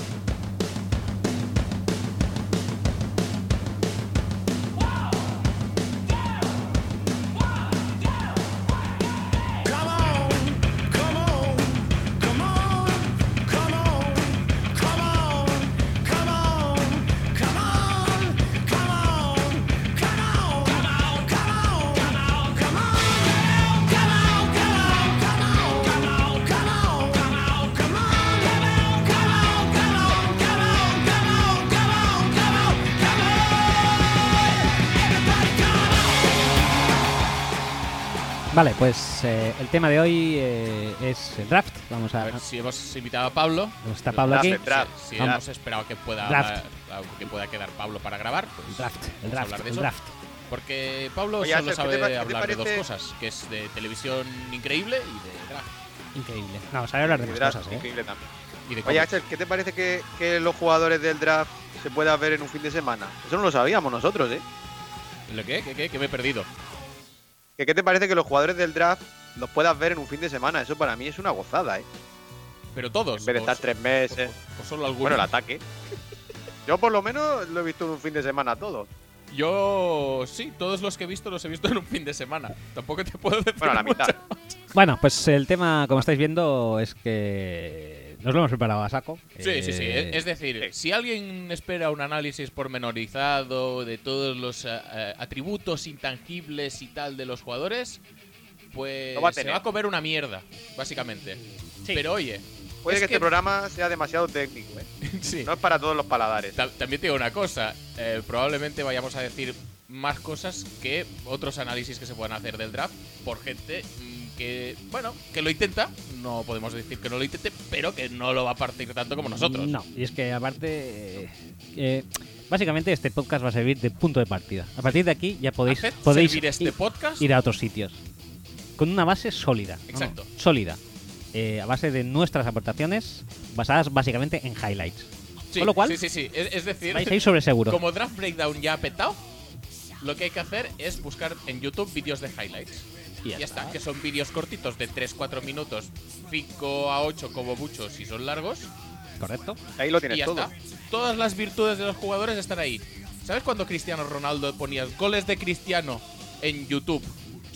Speaker 1: Vale, pues eh, el tema de hoy eh, es el draft. Vamos a.
Speaker 2: A ver si hemos invitado a Pablo.
Speaker 1: Está Pablo
Speaker 3: Draft,
Speaker 1: aquí.
Speaker 3: el draft.
Speaker 2: Si, si
Speaker 1: Vamos.
Speaker 2: hemos esperado que pueda,
Speaker 1: Draft.
Speaker 2: que pueda quedar Pablo para grabar,
Speaker 1: El
Speaker 2: pues
Speaker 1: draft,
Speaker 2: vamos a
Speaker 1: el draft,
Speaker 2: hablar de
Speaker 1: el
Speaker 2: eso.
Speaker 1: draft.
Speaker 2: Porque Pablo
Speaker 3: Oye,
Speaker 2: solo
Speaker 3: Ángel, ¿qué
Speaker 2: sabe
Speaker 3: te pa- qué te
Speaker 2: hablar de dos
Speaker 3: parece?
Speaker 2: cosas, que es de televisión increíble y de draft.
Speaker 1: Increíble. No, sabe hablar de
Speaker 3: Y
Speaker 1: más
Speaker 3: draft,
Speaker 1: cosas, ¿eh?
Speaker 3: increíble también.
Speaker 2: Y de
Speaker 3: Oye,
Speaker 2: cómics.
Speaker 3: Axel, ¿qué te parece que, que los jugadores del draft se puedan ver en un fin de semana? Eso no lo sabíamos nosotros, ¿eh?
Speaker 2: ¿Lo qué? ¿Qué, qué? ¿Qué me he perdido?
Speaker 3: ¿Que ¿Qué te parece que los jugadores del draft los puedas ver en un fin de semana? Eso para mí es una gozada, ¿eh?
Speaker 2: Pero todos.
Speaker 3: En vez de
Speaker 2: o-
Speaker 3: estar tres
Speaker 2: o-
Speaker 3: meses.
Speaker 2: o- o solo algunos.
Speaker 3: Bueno, el ataque. Yo por lo menos lo he visto en un fin de semana todo.
Speaker 2: Yo sí, todos los que he visto los he visto en un fin de semana. Tampoco te puedo decir.
Speaker 3: Bueno, la
Speaker 2: mucho.
Speaker 3: mitad.
Speaker 1: Bueno, pues el tema, como estáis viendo, es que nos lo hemos preparado a saco.
Speaker 2: Sí, sí, sí.
Speaker 1: Eh,
Speaker 2: Es es decir, si alguien espera un análisis pormenorizado de todos los eh, eh, atributos intangibles y tal de los jugadores, pues
Speaker 3: Lo va a
Speaker 2: se
Speaker 3: tener.
Speaker 2: va a comer una mierda, básicamente.
Speaker 1: Sí.
Speaker 2: Pero oye,
Speaker 3: Puede
Speaker 2: Es
Speaker 3: que,
Speaker 2: que-
Speaker 3: este programa sea demasiado técnico, ¿eh?
Speaker 2: sí.
Speaker 3: No es para todos los paladares.
Speaker 2: Ta- También te digo una cosa, eh, probablemente vayamos a decir más cosas que otros análisis que se puedan hacer del draft por gente mm, que, bueno, que lo intenta, no podemos decir que no lo intente, pero que no lo va a partir tanto como nosotros.
Speaker 1: No, y es que aparte. eh, eh, básicamente este podcast va a servir de punto de partida. A partir de aquí ya podéis,
Speaker 2: Haced
Speaker 1: podéis
Speaker 2: servir este
Speaker 1: ir,
Speaker 2: podcast
Speaker 1: ir a otros sitios. Con una base sólida. ¿no?
Speaker 2: Exacto.
Speaker 1: Sólida. Eh, a base de nuestras aportaciones, basadas básicamente en highlights.
Speaker 2: Sí,
Speaker 1: Con lo cual-
Speaker 2: sí, sí, sí. Es, es decir,
Speaker 1: Vais a ir sobre seguro.
Speaker 2: como Draft Breakdown ya ha petado, lo que hay que hacer es buscar en YouTube vídeos de highlights.
Speaker 1: Y
Speaker 2: Y
Speaker 1: ya
Speaker 2: ya,
Speaker 1: está.
Speaker 2: está, que son vídeos cortitos de 3-4 minutos, 5 a 8 como mucho si son largos.
Speaker 1: ¿eh? ¿Correcto?
Speaker 3: Ahí lo
Speaker 2: y
Speaker 3: tienes
Speaker 2: ya
Speaker 3: todo.
Speaker 2: está. Todas las virtudes de los jugadores están ahí. ¿Sabes cuando Cristiano Ronaldo ponía goles de Cristiano en YouTube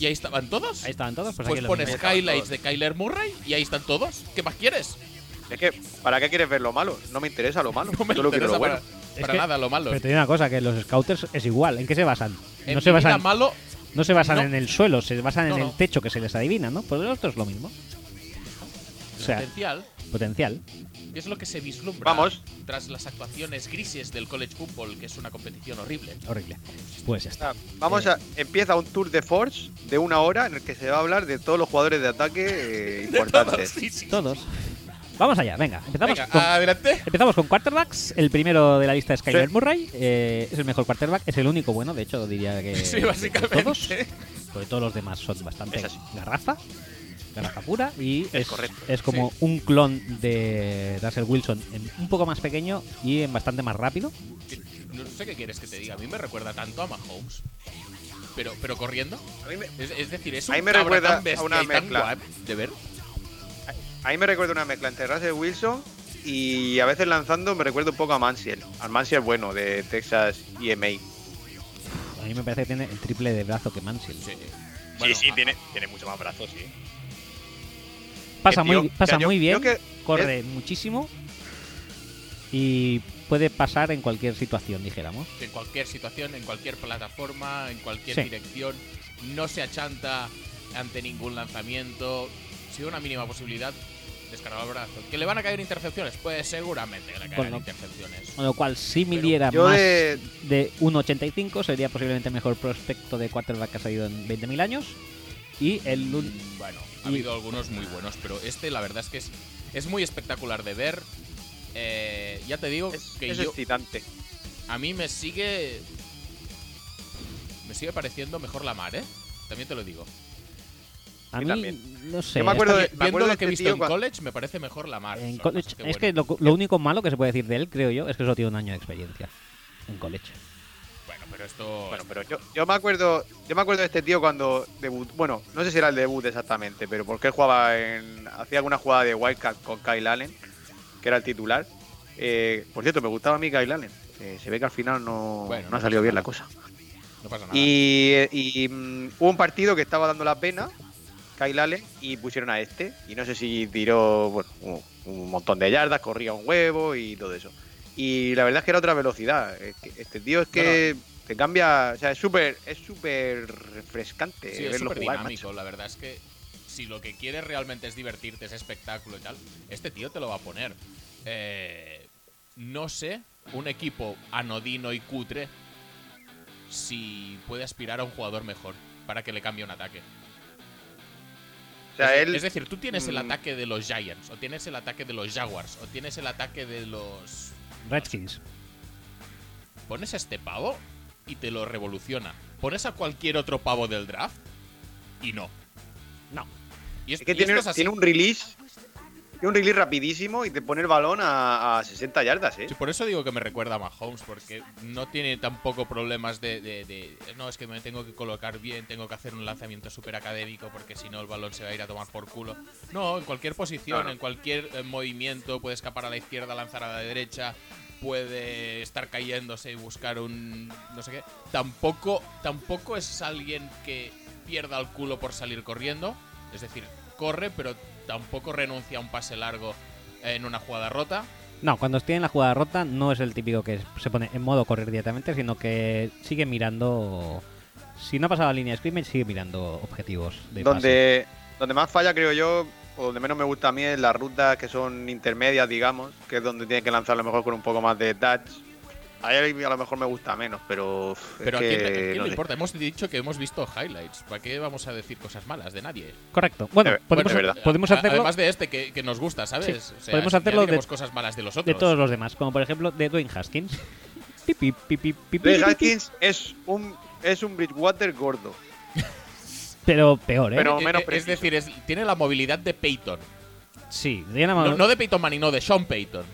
Speaker 2: y ahí estaban todos?
Speaker 1: Ahí estaban todos. Pues,
Speaker 2: pues
Speaker 1: aquí lo
Speaker 2: pones
Speaker 1: mismo.
Speaker 3: mismo. Ahí estaban
Speaker 2: highlights de Kyler Murray y ahí están todos. ¿Qué más quieres?
Speaker 3: Es que, ¿para qué quieres ver lo malo? No me interesa lo malo.
Speaker 2: No me
Speaker 3: Solo quiero
Speaker 2: interesa
Speaker 3: lo bueno.
Speaker 2: para, para
Speaker 1: que-
Speaker 2: nada lo malo.
Speaker 1: Pero te digo una cosa, que los scouters es igual. ¿En qué se basan?
Speaker 2: En
Speaker 1: no, se
Speaker 2: mi vida
Speaker 1: basan
Speaker 2: malo
Speaker 1: no se basan
Speaker 2: no.
Speaker 1: en el suelo, se basan
Speaker 2: No,
Speaker 1: en
Speaker 2: no.
Speaker 1: el techo que se les adivina, ¿no? Pues esto es lo mismo. O sea,
Speaker 2: potencial
Speaker 1: potencial.
Speaker 2: es lo que se vislumbra
Speaker 3: Vamos.
Speaker 2: tras las actuaciones grises del college football, que es una competición horrible.
Speaker 1: Horrible. Pues ya está.
Speaker 3: Ah, Vamos a. Empieza un tour de Force de una hora en el que se va a hablar de todos los jugadores de ataque eh, importantes.
Speaker 2: Sí, sí.
Speaker 1: Todos. Vamos allá, venga. Empezamos
Speaker 2: Venga, ah.
Speaker 1: con...
Speaker 2: adelante.
Speaker 1: Empezamos con quarterbacks. El primero de la lista es Kyler
Speaker 3: Sí.
Speaker 1: Murray. eh, es el mejor quarterback. Es el único bueno, de hecho, diría que.
Speaker 2: Sí,
Speaker 1: de
Speaker 2: básicamente.
Speaker 1: Eh, Todos, porque todos los demás son bastante
Speaker 3: Es así.
Speaker 1: garrafa. Garrafa pura. Y es,
Speaker 3: correcto.
Speaker 1: es como un clon de Russell Wilson. en un poco más pequeño y en bastante más rápido.
Speaker 2: No sé qué quieres que te diga. A mí me recuerda tanto a Mahomes. Pero, pero corriendo.
Speaker 3: A mí, me,
Speaker 2: Es, es decir, es
Speaker 3: A
Speaker 2: un
Speaker 3: mí me
Speaker 2: cabra
Speaker 3: recuerda
Speaker 2: tan bestia
Speaker 3: a una
Speaker 2: y tan
Speaker 3: mezcla.
Speaker 2: guap de ver.
Speaker 3: a mí me recuerda una mezcla entre Russell Wilson y a veces lanzando me recuerda un poco a Mansiel. Al Mansiel bueno de Texas E EMA.
Speaker 1: A mí me parece que tiene el triple de brazo que Mansell.
Speaker 2: Sí,
Speaker 4: Sí,
Speaker 2: Bueno,
Speaker 4: sí,
Speaker 2: a-
Speaker 4: tiene, tiene mucho más brazos, sí.
Speaker 1: Pasa
Speaker 3: Que, tío,
Speaker 1: muy,
Speaker 3: o
Speaker 1: pasa
Speaker 3: sea, yo
Speaker 1: muy bien.
Speaker 3: creo que
Speaker 1: corre muchísimo. Y puede pasar en cualquier situación, dijéramos.
Speaker 2: En cualquier situación, en cualquier plataforma, en cualquier
Speaker 1: Sí.
Speaker 2: dirección. No se achanta ante ningún lanzamiento. Si hay una mínima posibilidad, descarga el brazo. ¿Que le van a caer intercepciones? Pues seguramente que le
Speaker 1: Con
Speaker 2: caerán
Speaker 1: lo-
Speaker 2: intercepciones.
Speaker 1: Con lo cual, si midiera
Speaker 3: yo
Speaker 1: más de,
Speaker 3: de-
Speaker 1: 1.85, sería posiblemente el mejor prospecto de quarterback que ha salido en 20.000 años. Y
Speaker 3: Mm,
Speaker 1: el. un-
Speaker 2: Bueno,
Speaker 1: Y-
Speaker 2: ha habido algunos muy buenos, pero este la verdad es que es, es muy espectacular de ver. Eh, ya te digo
Speaker 3: es,
Speaker 2: que
Speaker 3: es
Speaker 2: yo,
Speaker 3: excitante.
Speaker 2: A mí me sigue. Me sigue pareciendo mejor la mar, ¿eh? También te lo digo.
Speaker 1: A mí,
Speaker 3: Yo también.
Speaker 1: no sé.
Speaker 3: Yo me acuerdo
Speaker 2: Vi-
Speaker 3: de- me
Speaker 2: Viendo
Speaker 3: acuerdo
Speaker 2: lo
Speaker 3: de
Speaker 2: que he
Speaker 3: este
Speaker 2: visto
Speaker 3: tío
Speaker 2: en
Speaker 3: cuando-
Speaker 2: college, me parece mejor la mar.
Speaker 1: en
Speaker 2: Son
Speaker 1: college-
Speaker 2: cosas que,
Speaker 1: es que
Speaker 2: bueno,
Speaker 1: lo, lo único malo que se puede decir de él, creo yo, es que solo tiene un año de experiencia en college.
Speaker 2: Bueno, pero esto.
Speaker 3: Bueno, pero yo, yo me acuerdo, yo me acuerdo de este tío cuando debut, bueno, no sé si era el debut exactamente, pero porque él jugaba en, hacía alguna jugada de Wildcat con Kyle Allen, que era el titular. Eh, por cierto, me gustaba a mí Kyle Allen. Eh, se ve que al final no,
Speaker 2: Bueno,
Speaker 3: no
Speaker 2: no
Speaker 3: ha salido bien la cosa.
Speaker 2: no pasa nada.
Speaker 3: Y, y, mm, hubo un partido que estaba dando la pena, Kyle Allen, y pusieron a este. Y no sé si tiró bueno, un, un montón de yardas, corría un huevo y todo eso. Y la verdad es que era otra velocidad. Es que este tío es que te cambia. O sea, es súper es súper refrescante
Speaker 2: Sí, es
Speaker 3: verlo
Speaker 2: súper
Speaker 3: jugar.
Speaker 2: dinámico.
Speaker 3: macho.
Speaker 2: La verdad es que si lo que quieres realmente es divertirte, es espectáculo y tal, este tío te lo va a poner. Eh, no sé, un equipo anodino y cutre, si puede aspirar a un jugador mejor para que le cambie un ataque.
Speaker 3: O sea,
Speaker 2: es,
Speaker 3: él.
Speaker 2: es decir, tú tienes el
Speaker 3: Mm.
Speaker 2: ataque de los Giants, o tienes el ataque de los Jaguars, o tienes el ataque de los.
Speaker 1: Redskins.
Speaker 2: Pones a este pavo y te lo revoluciona. Pones a cualquier otro pavo del draft y no.
Speaker 1: No.
Speaker 2: Y, es,
Speaker 3: Es que
Speaker 2: y
Speaker 3: tiene,
Speaker 2: esto es así.
Speaker 3: tiene un release. Tiene un release rapidísimo y te pone el balón a, a 60 yardas, ¿eh?
Speaker 2: Sí, por eso digo que me recuerda a Mahomes, porque no tiene tampoco problemas de, de- de- No, es que me tengo que colocar bien, tengo que hacer un lanzamiento súper académico, porque si no el balón se va a ir a tomar por culo. No, en cualquier posición,
Speaker 3: No, no.
Speaker 2: en cualquier eh, movimiento, puede escapar a la izquierda, lanzar a la derecha, puede estar cayéndose y buscar un. no sé qué. Tampoco, tampoco es alguien que pierda el culo por salir corriendo. Es decir, corre, pero tampoco renuncia a un pase largo en una jugada rota.
Speaker 1: No, cuando tiene la jugada rota no es el típico que se pone en modo correr directamente, sino que sigue mirando. Si no ha pasado la línea de scrimmage, sigue mirando objetivos. De pase.
Speaker 3: Donde, donde más falla, creo yo, o donde menos me gusta a mí, es las rutas que son intermedias, digamos, que es donde tienen que lanzar a lo mejor con un poco más de touch. Ahí a lo mejor me gusta menos, pero. uf, es
Speaker 2: Pero a
Speaker 3: que,
Speaker 2: quién, le- a quién
Speaker 3: no
Speaker 2: le
Speaker 3: sé.
Speaker 2: importa, hemos dicho que hemos visto highlights. ¿Para qué vamos a decir cosas malas de nadie?
Speaker 1: Correcto. Bueno,
Speaker 3: Eh, bueno,
Speaker 1: podemos,
Speaker 3: es verdad.
Speaker 1: podemos
Speaker 2: A-
Speaker 1: hacerlo
Speaker 2: Además de este que, que nos gusta, ¿sabes?
Speaker 1: Sí, podemos
Speaker 2: ya
Speaker 1: hacerlo de-
Speaker 2: diremos cosas malas de los otros.
Speaker 1: de todos los demás, como por ejemplo de Dwayne Haskins. Pi, pi, pi, pi, pi, pi, pi,
Speaker 3: Dwayne
Speaker 1: pi.
Speaker 3: Haskins es un, es un Bridgewater gordo.
Speaker 1: Pero peor, ¿eh?
Speaker 3: Pero
Speaker 2: Eh, eh,
Speaker 3: menos
Speaker 2: es
Speaker 3: preciso.
Speaker 2: decir, es- tiene la movilidad de Peyton.
Speaker 1: sí, tiene la
Speaker 2: No,
Speaker 1: mano-
Speaker 2: no de Peyton Manning, no de Sean Peyton.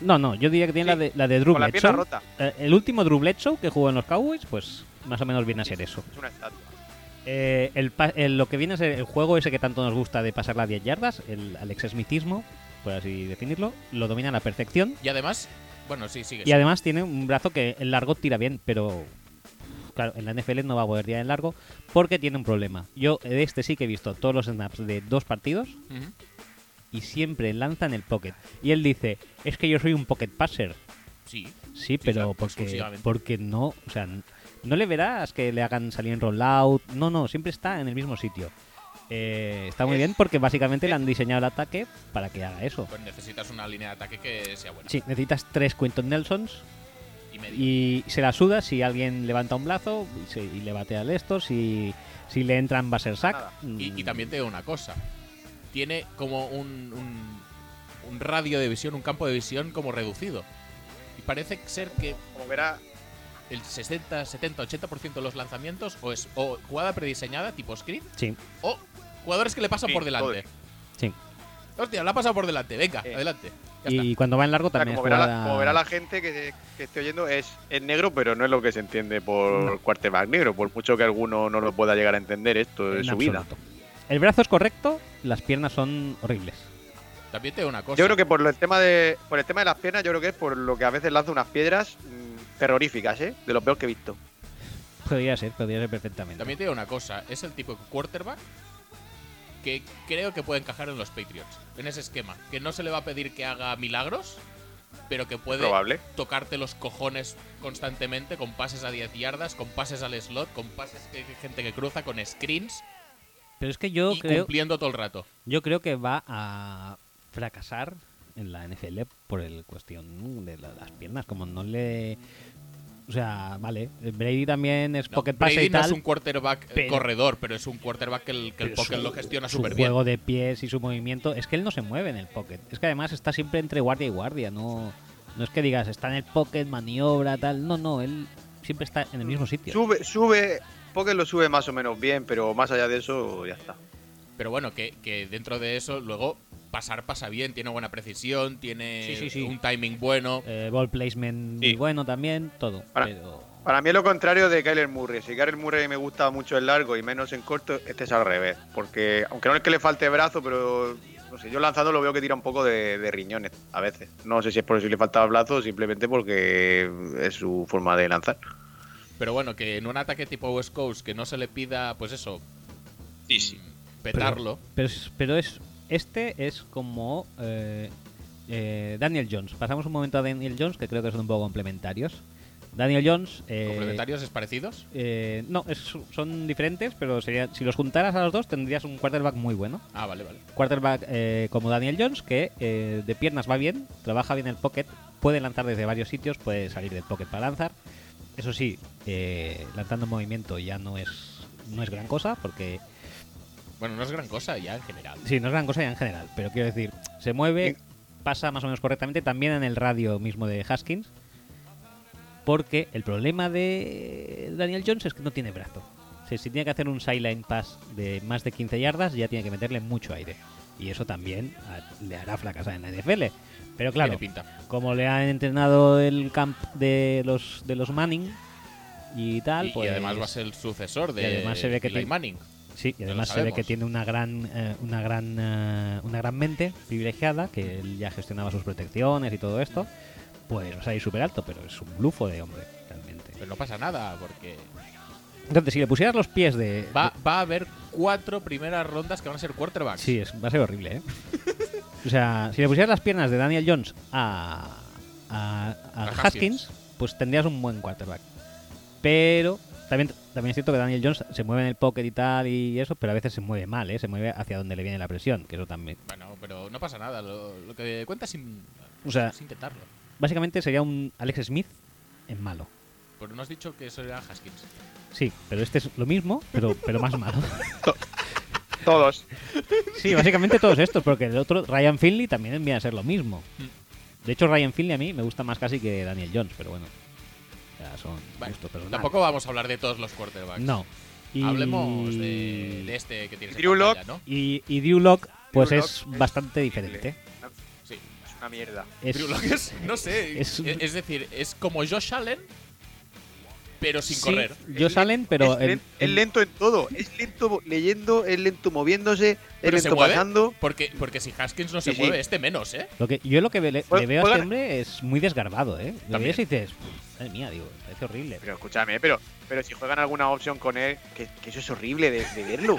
Speaker 1: No, no, yo diría que tiene
Speaker 3: Sí,
Speaker 1: la de, la de Drew
Speaker 3: Con la pierna
Speaker 1: Bledsoe.
Speaker 3: rota.
Speaker 1: Eh, el último Drew Bledsoe que jugó en los Cowboys, pues más o menos viene a ser eso.
Speaker 3: Es una estatua.
Speaker 1: Eh, el pa- el- lo que viene a ser el juego ese que tanto nos gusta de pasar las 10 yardas, el Alex Smithismo, por así definirlo, lo domina a la perfección.
Speaker 2: Y además, bueno, sí, sigue.
Speaker 1: Y además tiene un brazo que el largo tira bien, pero claro, en la NFL no va a poder tirar en largo porque tiene un problema. Yo de este sí que he visto todos los snaps de dos partidos
Speaker 2: Ujú.
Speaker 1: y siempre lanza en el pocket. Y él dice, es que yo soy un pocket passer.
Speaker 2: Sí.
Speaker 1: Sí, pero
Speaker 2: claro,
Speaker 1: porque,
Speaker 2: exclusivamente.
Speaker 1: porque no, o sea, n- no le verás que le hagan salir en rollout. No, no, siempre está en el mismo sitio. Eh, está muy
Speaker 3: Es-
Speaker 1: bien porque básicamente le han diseñado el ataque para que haga eso.
Speaker 2: Pues necesitas una línea de ataque que sea buena.
Speaker 1: Sí, necesitas tres Quentin Nelsons
Speaker 2: Y medio.
Speaker 1: y se la suda si alguien levanta un brazo y, se- y le batea al esto, si, si le entran va a ser sack.
Speaker 3: Nada.
Speaker 2: Y, y
Speaker 1: Mm,
Speaker 2: también te digo una cosa. Tiene como un, un- un radio de visión, un campo de visión como reducido. Y parece ser que
Speaker 3: Como verá,
Speaker 2: el 60, 70, 80% de los lanzamientos o es o jugada prediseñada tipo script
Speaker 1: Sí,
Speaker 2: o jugadores que le pasan
Speaker 3: Sí,
Speaker 2: por delante.
Speaker 3: joder.
Speaker 1: sí.
Speaker 2: Hostia, la ha pasado por delante, venga,
Speaker 3: Eh.
Speaker 2: adelante. Ya
Speaker 1: Y cuando va en largo
Speaker 3: o sea,
Speaker 1: también
Speaker 3: como,
Speaker 1: es
Speaker 3: verá la,
Speaker 1: jugada-
Speaker 3: como verá la gente que, que esté oyendo, es, es negro, pero no es lo que se entiende por quarterback negro, por mucho que alguno no lo pueda llegar a entender esto de
Speaker 1: en
Speaker 3: su vida.
Speaker 1: absoluto. El brazo es correcto, las piernas son horribles.
Speaker 2: está. También te digo una cosa.
Speaker 3: Yo creo que por lo- el tema de por el tema de las piernas, yo creo que es por lo que a veces lanza unas piedras mm, terroríficas, ¿eh? De lo peor que he visto.
Speaker 1: Podría ser, podría ser perfectamente.
Speaker 2: También te digo una cosa, es el tipo de quarterback que creo que puede encajar en los Patriots, en ese esquema, que no se le va a pedir que haga milagros, pero que puede
Speaker 3: Probable.
Speaker 2: tocarte los cojones constantemente con pases a 10 yardas, con pases al slot, con pases que que gente que cruza, con screens
Speaker 1: Pero es que yo
Speaker 2: y
Speaker 1: creo,
Speaker 2: cumpliendo todo el rato.
Speaker 1: yo creo que va a fracasar en la NFL por el cuestión de la- las piernas, como no le o sea, vale, Brady también es
Speaker 2: No,
Speaker 1: pocket
Speaker 2: Brady
Speaker 1: pase y
Speaker 2: no
Speaker 1: tal.
Speaker 2: es un quarterback eh,
Speaker 1: pero-
Speaker 2: corredor, pero es un quarterback que el, que el
Speaker 1: pero
Speaker 2: pocket
Speaker 1: su-
Speaker 2: lo gestiona
Speaker 1: su
Speaker 2: súper bien.
Speaker 1: juego de pies y su movimiento, es que él no se mueve en el pocket. Es que además está siempre entre guardia y guardia, no no es que digas está en el pocket, maniobra, tal. No, no, él siempre está en el mismo sitio.
Speaker 3: Sube, sube, Pocket lo sube más o menos bien, pero más allá de eso, ya está.
Speaker 2: Pero bueno, que, que dentro de eso, luego pasar pasa bien, tiene buena precisión, tiene
Speaker 1: Sí, sí, sí.
Speaker 2: un timing bueno.
Speaker 1: Eh, ball placement
Speaker 3: Sí.
Speaker 1: muy bueno también, todo,
Speaker 3: Para-
Speaker 1: pero
Speaker 3: Para mí es lo contrario de Kyler Murray. Si Kyler Murray me gusta mucho en largo y menos en corto, este es al revés. Porque, aunque no es que le falte brazo, pero no sé, yo lanzando lo veo que tira un poco de, de riñones a veces. No sé si es por si le faltaba brazo o simplemente porque es su forma de lanzar.
Speaker 2: Pero bueno, que en un ataque tipo West Coast que no se le pida, pues eso,
Speaker 3: Sí,
Speaker 2: mm, petarlo.
Speaker 1: Pero, es- pero es este es como eh, eh, Daniel Jones. Pasamos un momento a Daniel Jones, que creo que son un poco complementarios. Daniel Jones. eh,
Speaker 2: ¿Complementarios es parecidos?
Speaker 1: eh, no, es- son diferentes, pero sería, si los juntaras a los dos tendrías un quarterback muy bueno.
Speaker 2: Ah, vale, vale.
Speaker 1: Quarterback eh, como Daniel Jones, que eh, de piernas va bien, trabaja bien el pocket, puede lanzar desde varios sitios, puede salir del pocket para lanzar. Eso sí, eh, lanzando en movimiento ya no es, no es gran cosa, porque
Speaker 2: Bueno, no es gran cosa ya en general.
Speaker 1: Sí, no es gran cosa ya en general, pero quiero decir, se mueve, pasa más o menos correctamente, también en el radio mismo de Haskins, porque el problema de Daniel Jones es que no tiene brazo. O sea, si tiene que hacer un sideline pass de más de 15 yardas, ya tiene que meterle mucho aire. Y eso también a- le hará fracasar en la NFL. Pero claro,
Speaker 2: Tiene pinta.
Speaker 1: como le han entrenado el camp de los, de los Manning y tal,
Speaker 2: Y- y,
Speaker 1: pues...
Speaker 2: además va a ser el sucesor de
Speaker 1: y además se ve que
Speaker 2: Eli
Speaker 1: ti-
Speaker 2: Manning.
Speaker 1: Sí, y
Speaker 2: lo
Speaker 1: además se ve que
Speaker 2: sabemos.
Speaker 1: tiene una gran, eh, una gran, eh, una gran mente privilegiada, que él ya gestionaba sus protecciones y todo esto. Pues va a salir súper alto, pero es un blufo de hombre, realmente.
Speaker 2: Pero no pasa nada, porque
Speaker 1: Entonces, si le pusieras los pies de...
Speaker 2: va, va a haber cuatro primeras rondas que van a ser quarterbacks.
Speaker 1: Sí, es- va a ser horrible, ¿eh? o sea, si le pusieras las piernas de Daniel Jones a, a, a
Speaker 2: A
Speaker 1: Haskins,
Speaker 2: Haskins.
Speaker 1: pues tendrías un buen quarterback. Pero también, también es cierto que Daniel Jones se mueve en el pocket y tal y eso, pero a veces se mueve mal, ¿eh? Se mueve hacia donde le viene la presión, que eso también...
Speaker 2: Bueno, pero no pasa nada. Lo, lo que cuenta es, in-
Speaker 1: O sea-
Speaker 2: es intentarlo.
Speaker 1: Básicamente sería un Alex Smith en malo.
Speaker 2: Pero no has dicho que eso era Haskins.
Speaker 1: Pues Sí, pero este es lo mismo, pero, pero más malo.
Speaker 3: Todos.
Speaker 1: Sí, básicamente todos estos, porque el otro, Ryan Finley, también viene a ser lo mismo.
Speaker 2: Mm.
Speaker 1: De hecho, Ryan Finley a mí me gusta más casi que Daniel Jones, pero bueno. Ya son
Speaker 2: Bueno,
Speaker 1: gustos personales.
Speaker 2: Tampoco vamos a hablar de todos los quarterbacks.
Speaker 1: No. Y-
Speaker 2: Hablemos de, de este que tienes en
Speaker 3: Drew
Speaker 2: pantalla,
Speaker 3: Lock.
Speaker 2: ¿no?
Speaker 1: Y, y Drew Lock, pues
Speaker 3: Drew
Speaker 1: es
Speaker 3: Lock es
Speaker 1: bastante
Speaker 3: horrible.
Speaker 1: diferente.
Speaker 2: Sí.
Speaker 3: Es una mierda.
Speaker 1: Es-
Speaker 2: Drew Lock es, no sé,
Speaker 1: es-
Speaker 2: es, es decir, es como Josh Allen, pero sin
Speaker 1: sí,
Speaker 2: correr.
Speaker 1: Yo salen, pero.
Speaker 3: es,
Speaker 1: en-
Speaker 3: len- es
Speaker 1: en-
Speaker 3: lento en todo. Es lento leyendo, es lento moviéndose, es
Speaker 2: Pero se
Speaker 3: lento
Speaker 2: mueve.
Speaker 3: pasando.
Speaker 2: Porque, porque si Haskins no se
Speaker 3: Sí, sí.
Speaker 2: mueve, este menos, ¿eh?
Speaker 1: Lo que, yo lo que ve- le,
Speaker 3: Juega-
Speaker 1: le veo a este
Speaker 3: juega-
Speaker 1: hombre es muy desgarbado, ¿eh? Lo
Speaker 2: También.
Speaker 1: ves y dices, "Pff, madre mía, digo, parece horrible.
Speaker 3: Pero escúchame, pero, pero si juegan alguna opción con él, que, que eso es horrible de, de verlo.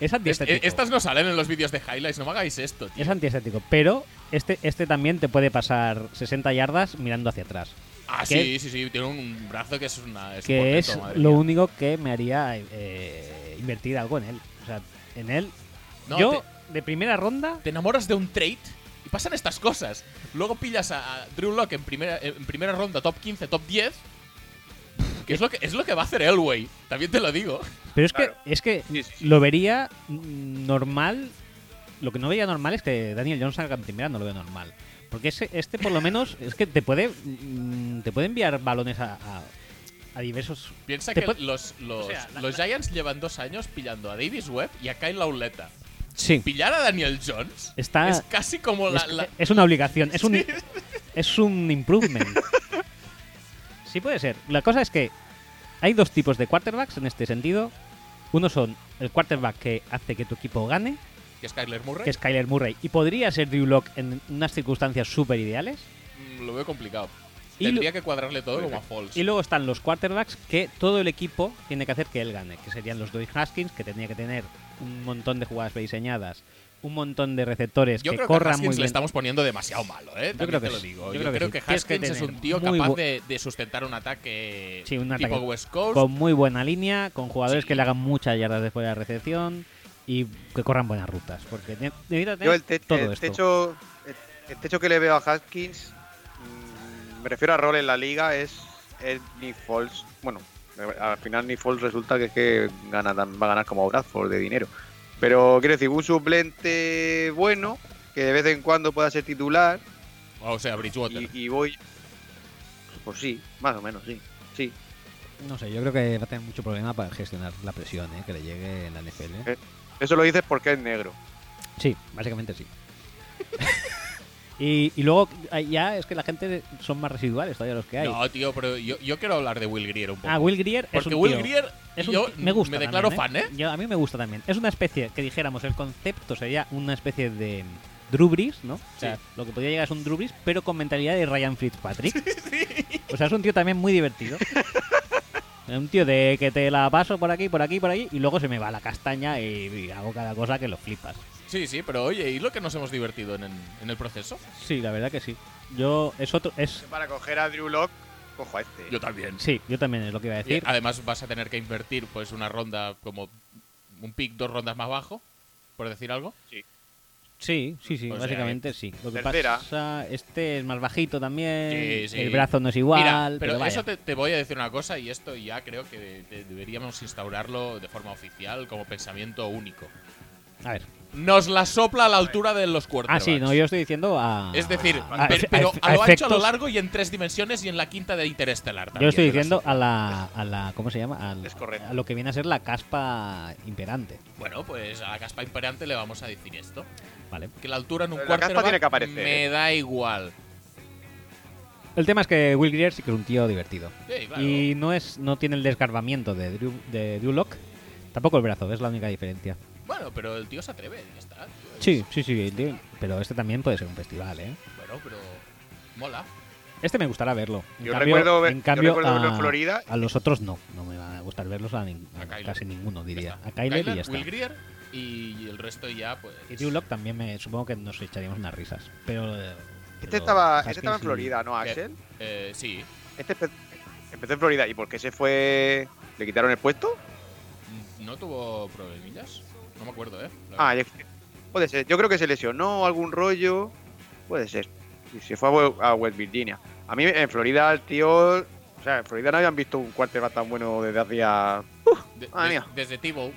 Speaker 1: Es
Speaker 2: Es-
Speaker 1: antiestético.
Speaker 2: e- estas no salen en los vídeos de highlights, no me hagáis esto, tío.
Speaker 1: Es antiestético, pero este, este también te puede pasar 60 yardas mirando hacia atrás.
Speaker 2: Ah, sí,
Speaker 1: que-
Speaker 2: sí, sí, tiene un brazo que es una. Es un
Speaker 1: que
Speaker 2: portento,
Speaker 1: es
Speaker 2: madre
Speaker 1: lo
Speaker 2: mía.
Speaker 1: único que me haría eh, invertir algo en él. O sea, en él.
Speaker 2: No,
Speaker 1: yo, de primera ronda,
Speaker 2: Te enamoras de un trade y pasan estas cosas. Luego pillas a, a Drew Lock en primera, en primera ronda, top 15, top 10. Que es lo que, es lo que va a hacer Elway, también te lo digo.
Speaker 1: Pero es
Speaker 3: Claro.
Speaker 1: que, es que
Speaker 3: Sí, sí, sí.
Speaker 1: lo vería mm, normal. Lo que no veía normal es que Daniel Jones salga en primera, no lo veo normal. Porque ese- este, por lo menos, es que te puede, mm, te puede enviar balones a, a- a diversos.
Speaker 2: Piensa
Speaker 1: Te
Speaker 2: que
Speaker 1: pon-
Speaker 2: los, los,
Speaker 1: o sea, la-
Speaker 2: los Giants llevan dos años pillando a Davis Webb y a Kyle Lauleta.
Speaker 1: Sí.
Speaker 2: Pillar a Daniel Jones
Speaker 1: Está-
Speaker 2: es casi como la.
Speaker 1: Es,
Speaker 2: la-
Speaker 1: es una obligación, es un,
Speaker 2: Sí.
Speaker 1: es un improvement. Sí puede ser. La cosa es que hay dos tipos de quarterbacks en este sentido. Uno son el quarterback que hace que tu equipo gane,
Speaker 2: que es Kyler Murray.
Speaker 1: que es Kyler Murray, y podría ser Drew Lock en unas circunstancias súper ideales.
Speaker 2: Mm, Lo veo complicado.
Speaker 1: Y
Speaker 2: Tendría que cuadrarle todo como a Falls.
Speaker 1: Y luego están los quarterbacks que todo el equipo tiene que hacer que él gane, que serían los Dwayne Haskins, que tenía que tener un montón de jugadas prediseñadas, un montón de receptores
Speaker 2: Yo
Speaker 1: que
Speaker 2: creo que a
Speaker 1: corran
Speaker 2: Haskins
Speaker 1: muy
Speaker 2: le
Speaker 1: bien.
Speaker 2: estamos poniendo demasiado malo, ¿eh? También
Speaker 1: creo que
Speaker 2: te lo
Speaker 1: sí.
Speaker 2: digo. Yo, creo que,
Speaker 1: sí. Tienes que
Speaker 2: Haskins es un
Speaker 1: tener
Speaker 2: tío
Speaker 1: muy
Speaker 2: capaz
Speaker 1: bu-
Speaker 2: de, de sustentar un ataque
Speaker 1: Sí, un
Speaker 2: tipo
Speaker 1: ataque
Speaker 2: West Coast.
Speaker 1: Con muy buena línea, con jugadores
Speaker 2: Sí.
Speaker 1: que le hagan muchas yardas después de la recepción y que corran buenas rutas. Porque ne- necesita tener
Speaker 3: Yo el, te-
Speaker 1: todo
Speaker 3: el
Speaker 1: esto.
Speaker 3: techo el, el techo que le veo a Haskins, mm, me refiero a rol en la liga, es, es ni Falls. Bueno, eh, al final ni Falls resulta que, es que gana, tan- va a ganar como Bradford de dinero. Pero quiero decir, un suplente bueno, que de vez en cuando pueda ser titular,
Speaker 2: O sea, Bridgewater.
Speaker 3: y, y voy. Pues sí, más o menos, sí. Sí,
Speaker 1: No sé, yo creo que va a tener mucho problema para gestionar la presión ¿eh? que le llegue en la NFL.
Speaker 3: Eh. Eso lo dices porque es negro.
Speaker 1: Sí, básicamente sí. y, y luego ah, ya es que la gente son más residuales todavía los que hay.
Speaker 2: No, tío, pero yo, yo quiero hablar de Will Greer un poco.
Speaker 1: ah, Will Greer es
Speaker 2: Porque
Speaker 1: un
Speaker 2: Will
Speaker 1: tío-
Speaker 2: Greer,
Speaker 1: es un
Speaker 2: yo
Speaker 1: tío- me gusta.
Speaker 2: me declaro
Speaker 1: también,
Speaker 2: fan, ¿eh?
Speaker 1: Yo- a mí me gusta también. Es una especie que dijéramos, el concepto sería una especie de Drew Brees, ¿no? O sea,
Speaker 2: Sí.
Speaker 1: lo que podría llegar es un Drew Brees, pero con mentalidad de Ryan Fitzpatrick. O sea, es un tío también muy divertido. Un tío de que te la paso por aquí, por aquí, por aquí, y luego se me va la castaña y, y hago cada cosa que lo flipas.
Speaker 2: ¿eh? Sí, sí, pero oye, ¿y lo que nos hemos divertido en, en- en el proceso?
Speaker 1: Sí, la verdad que sí. Yo, es otro, es...
Speaker 3: Para coger a Drew Lock, cojo a este.
Speaker 2: Yo también.
Speaker 1: Sí, yo también es lo que iba a
Speaker 2: Y
Speaker 1: decir.
Speaker 2: además vas a tener que invertir pues una ronda como un pick dos rondas más bajo, por decir algo.
Speaker 3: Sí.
Speaker 1: Sí, sí, sí,
Speaker 2: O sea,
Speaker 1: básicamente sí. Lo que
Speaker 3: tercera.
Speaker 1: pasa, este es más bajito también,
Speaker 2: Sí, sí.
Speaker 1: el brazo no es igual,
Speaker 2: Mira, pero,
Speaker 1: pero, vaya.
Speaker 2: eso te, te voy a decir una cosa y esto ya creo que de- de- deberíamos instaurarlo de forma oficial como pensamiento único.
Speaker 1: A ver.
Speaker 2: Nos la sopla a la altura de los cuartos.
Speaker 1: Ah, sí, no, yo estoy diciendo a...
Speaker 2: Es decir,
Speaker 1: a-
Speaker 2: per-
Speaker 1: Ah, a-
Speaker 2: pero a, lo ancho, a lo
Speaker 1: efectos-
Speaker 2: largo y en tres dimensiones y en la quinta de Interestelar.
Speaker 1: Yo
Speaker 2: también,
Speaker 1: estoy
Speaker 2: te la
Speaker 1: diciendo
Speaker 2: sopla.
Speaker 1: a la, a la. ¿Cómo se llama? Al-
Speaker 3: Es correcto.
Speaker 1: A lo que viene a ser la caspa imperante.
Speaker 2: Bueno, pues a la caspa imperante le vamos a decir esto.
Speaker 1: Vale.
Speaker 2: Que la altura en un
Speaker 3: La
Speaker 2: cuarto
Speaker 3: caspa tiene que aparecer,
Speaker 2: me
Speaker 3: ¿eh?
Speaker 2: da igual.
Speaker 1: El tema es que Will Greer sí que es un tío divertido.
Speaker 2: Sí, claro.
Speaker 1: Y no es no tiene el desgarbamiento de Drew, de Drew Locke. Tampoco el brazo, es la única diferencia.
Speaker 2: Bueno, pero el tío se atreve, ya está. tío, es-
Speaker 1: Sí, sí, sí. el tío- Pero este también puede ser un festival, ¿eh?
Speaker 2: Bueno, pero mola.
Speaker 1: Este me gustará verlo. En
Speaker 3: Yo
Speaker 1: cambio-
Speaker 3: recuerdo ver-
Speaker 1: en
Speaker 3: yo
Speaker 1: cambio ah,
Speaker 3: recuerdo verlo en
Speaker 1: a-
Speaker 3: Florida. Este
Speaker 1: A los otros no. No me va a gustar verlos a, nin-
Speaker 2: A
Speaker 1: a
Speaker 2: Kyler.
Speaker 1: casi ninguno,
Speaker 2: Ya
Speaker 1: diría.
Speaker 2: está.
Speaker 1: A Kyler y ya está.
Speaker 2: Will Greer y el resto ya, pues.
Speaker 1: Y Drew Locke también me supongo que nos echaríamos unas risas. Pero. eh,
Speaker 3: Este
Speaker 1: pero
Speaker 3: estaba,
Speaker 1: Haskins
Speaker 3: este estaba en
Speaker 1: y-
Speaker 3: Florida, ¿no, Axel?
Speaker 2: Eh, sí.
Speaker 3: Este empe- empezó en Florida. ¿Y por qué se fue? ¿Le quitaron el puesto?
Speaker 2: ¿No tuvo problemillas? No me acuerdo, ¿eh? La
Speaker 3: Ah, ya- puede ser. Yo creo que se lesionó algún rollo. Puede ser. Y se fue a We- a West Virginia. A mí en Florida el tío... O sea, en Florida no habían visto un quarterback tan bueno desde hacía...
Speaker 2: De-
Speaker 3: madre
Speaker 2: des-
Speaker 3: mía.
Speaker 2: desde Tebow,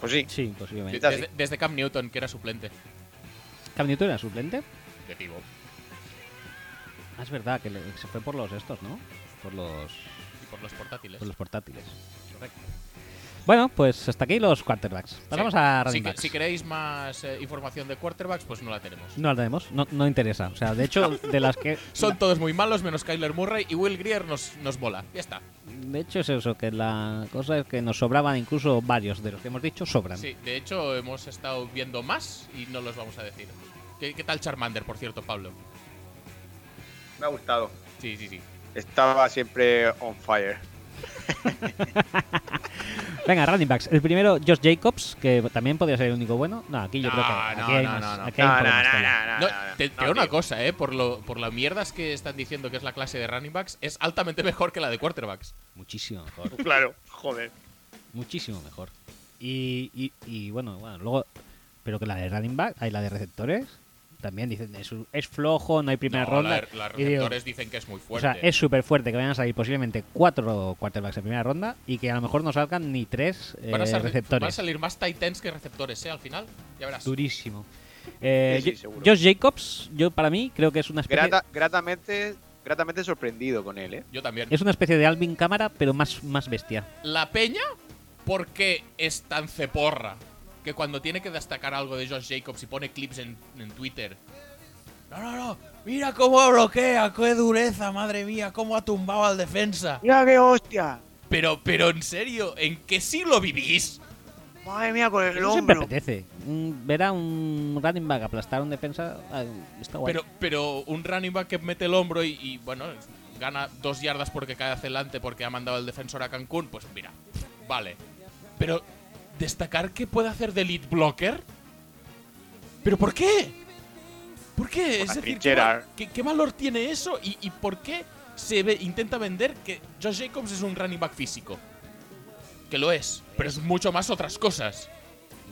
Speaker 3: Pues sí.
Speaker 1: Sí,
Speaker 2: de-
Speaker 1: posiblemente.
Speaker 3: Quizás
Speaker 2: desde, desde Cam Newton, que era suplente
Speaker 1: Cam Newton era suplente.
Speaker 2: de Tebow.
Speaker 1: Ah, es verdad que le- se fue por los estos, ¿no? Por los,
Speaker 2: Y por los portátiles.
Speaker 1: por los portátiles.
Speaker 2: Correcto.
Speaker 1: Bueno, pues hasta aquí los quarterbacks. Pasamos
Speaker 2: Sí.
Speaker 1: a
Speaker 2: Si,
Speaker 1: running
Speaker 2: que-
Speaker 1: backs.
Speaker 2: si queréis más eh, información de quarterbacks, pues no la tenemos.
Speaker 1: No la tenemos, no, no interesa. O sea, de hecho, de las que.
Speaker 2: Son todos muy malos, menos Kyler Murray y Will Greer nos, nos mola. Ya está.
Speaker 1: De hecho, es eso, que la cosa es que nos sobraban incluso varios de los que hemos dicho, sobran.
Speaker 2: Sí, de hecho, hemos estado viendo más y no los vamos a decir. ¿Qué, qué tal Charmander, por cierto, Pablo?
Speaker 3: Me ha gustado.
Speaker 2: Sí, sí, sí.
Speaker 3: Estaba siempre on fire.
Speaker 1: Venga, running backs. El primero, Josh Jacobs, que también podría ser el único bueno. No, aquí yo
Speaker 2: No,
Speaker 1: creo que aquí
Speaker 2: no,
Speaker 1: hay
Speaker 2: no,
Speaker 1: más.
Speaker 2: no, no.
Speaker 1: aquí hay
Speaker 3: No, no,
Speaker 1: problemas
Speaker 3: no,
Speaker 1: todavía.
Speaker 3: no,
Speaker 2: No,
Speaker 3: no, no,
Speaker 2: te,
Speaker 3: no,
Speaker 2: te digo una
Speaker 3: tío.
Speaker 2: cosa, ¿eh? Por, lo, por las mierdas que están diciendo que es la clase de running backs, es altamente mejor que la de quarterbacks.
Speaker 1: Muchísimo mejor.
Speaker 3: Claro, joder.
Speaker 1: muchísimo mejor. Y, y, y, bueno, bueno, luego. Pero que la de running back, hay la de receptores. También dicen, es, un- es flojo, no hay primera
Speaker 2: No,
Speaker 1: ronda.
Speaker 2: la- las
Speaker 1: Y digo,
Speaker 2: receptores dicen que es muy fuerte.
Speaker 1: O sea, es súper fuerte que vayan a salir posiblemente cuatro quarterbacks en primera ronda y que a lo mejor no salgan ni tres eh,
Speaker 2: van, a salir, van a
Speaker 1: receptores.
Speaker 2: salir más tight ends que receptores, ¿eh? Al final, ya verás.
Speaker 1: Durísimo. Eh,
Speaker 3: Sí, sí,
Speaker 1: yo-
Speaker 3: seguro.
Speaker 1: Josh Jacobs, yo para mí creo que es una especie,
Speaker 3: Grata- gratamente, gratamente sorprendido con él, ¿eh?
Speaker 2: Yo también.
Speaker 1: es una especie de Alvin Cámara, pero más, más bestia.
Speaker 2: La Peña, ¿por qué es tan ceporra? Que cuando tiene que destacar algo de Josh Jacobs y pone clips en, en Twitter. No, no, no. Mira cómo bloquea, qué dureza, madre mía, cómo ha tumbado al defensa.
Speaker 3: ¡Mira qué hostia!
Speaker 2: Pero, pero en serio, ¿en qué siglo vivís?
Speaker 3: Madre mía, con el
Speaker 1: Eso siempre apetece. Mm, Ver a un running back aplastar a un defensa ah, está guay.
Speaker 2: Pero, pero un running back que mete el hombro y, y, bueno, gana dos yardas porque cae hacia adelante porque ha mandado el defensor a Cancún, pues mira, vale. Pero destacar que puede hacer de lead blocker. ¿Pero por qué? ¿Por qué?
Speaker 3: la
Speaker 2: es decir, ¿qué,
Speaker 3: trinchera.
Speaker 2: va- qué- qué valor tiene eso? ¿Y, y por qué se ve- intenta vender que Josh Jacobs es un running back físico? Que lo es, pero es mucho más otras cosas.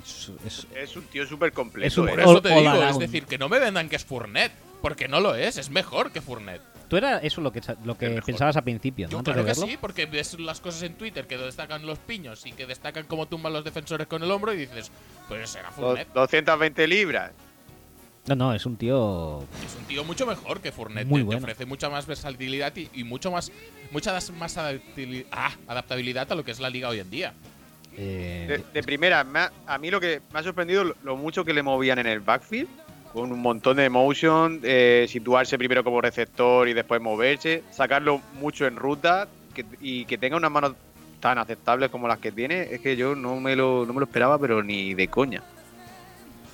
Speaker 1: Es- es-
Speaker 3: Es un tío ¿eh? súper completo.
Speaker 1: Es un-
Speaker 2: Por
Speaker 1: All-
Speaker 2: eso te
Speaker 1: all
Speaker 2: digo, es
Speaker 1: around.
Speaker 2: decir, que no me vendan que es Fournette, porque no lo es, es mejor que Fournette.
Speaker 1: Tú era eso lo que, sa- lo
Speaker 3: El
Speaker 1: que
Speaker 3: mejor.
Speaker 1: pensabas al principio, ¿no?
Speaker 2: Yo
Speaker 1: Antes
Speaker 2: claro
Speaker 1: de
Speaker 2: que
Speaker 1: verlo.
Speaker 2: sí, porque ves las cosas en Twitter que destacan los piños y que destacan cómo tumban los defensores con el hombro y dices, pues será Fournette.
Speaker 3: Do- 220 libras.
Speaker 1: No, no, es un tío.
Speaker 2: Es un tío mucho mejor que Fournette,
Speaker 1: Muy
Speaker 2: te- te,
Speaker 1: bueno.
Speaker 2: ofrece mucha más versatilidad y, y mucho más mucha das- más adaptili- ah, adaptabilidad a lo que es la liga hoy en día.
Speaker 1: eh,
Speaker 3: De, de primera, me ha- a mí lo que me ha sorprendido lo, lo mucho que le movían en el backfield. Con un montón de motion, eh, situarse primero como receptor y después moverse, sacarlo mucho en ruta que- y que tenga unas manos tan aceptables como las que tiene, es que yo no me lo, no me lo esperaba, pero ni de coña.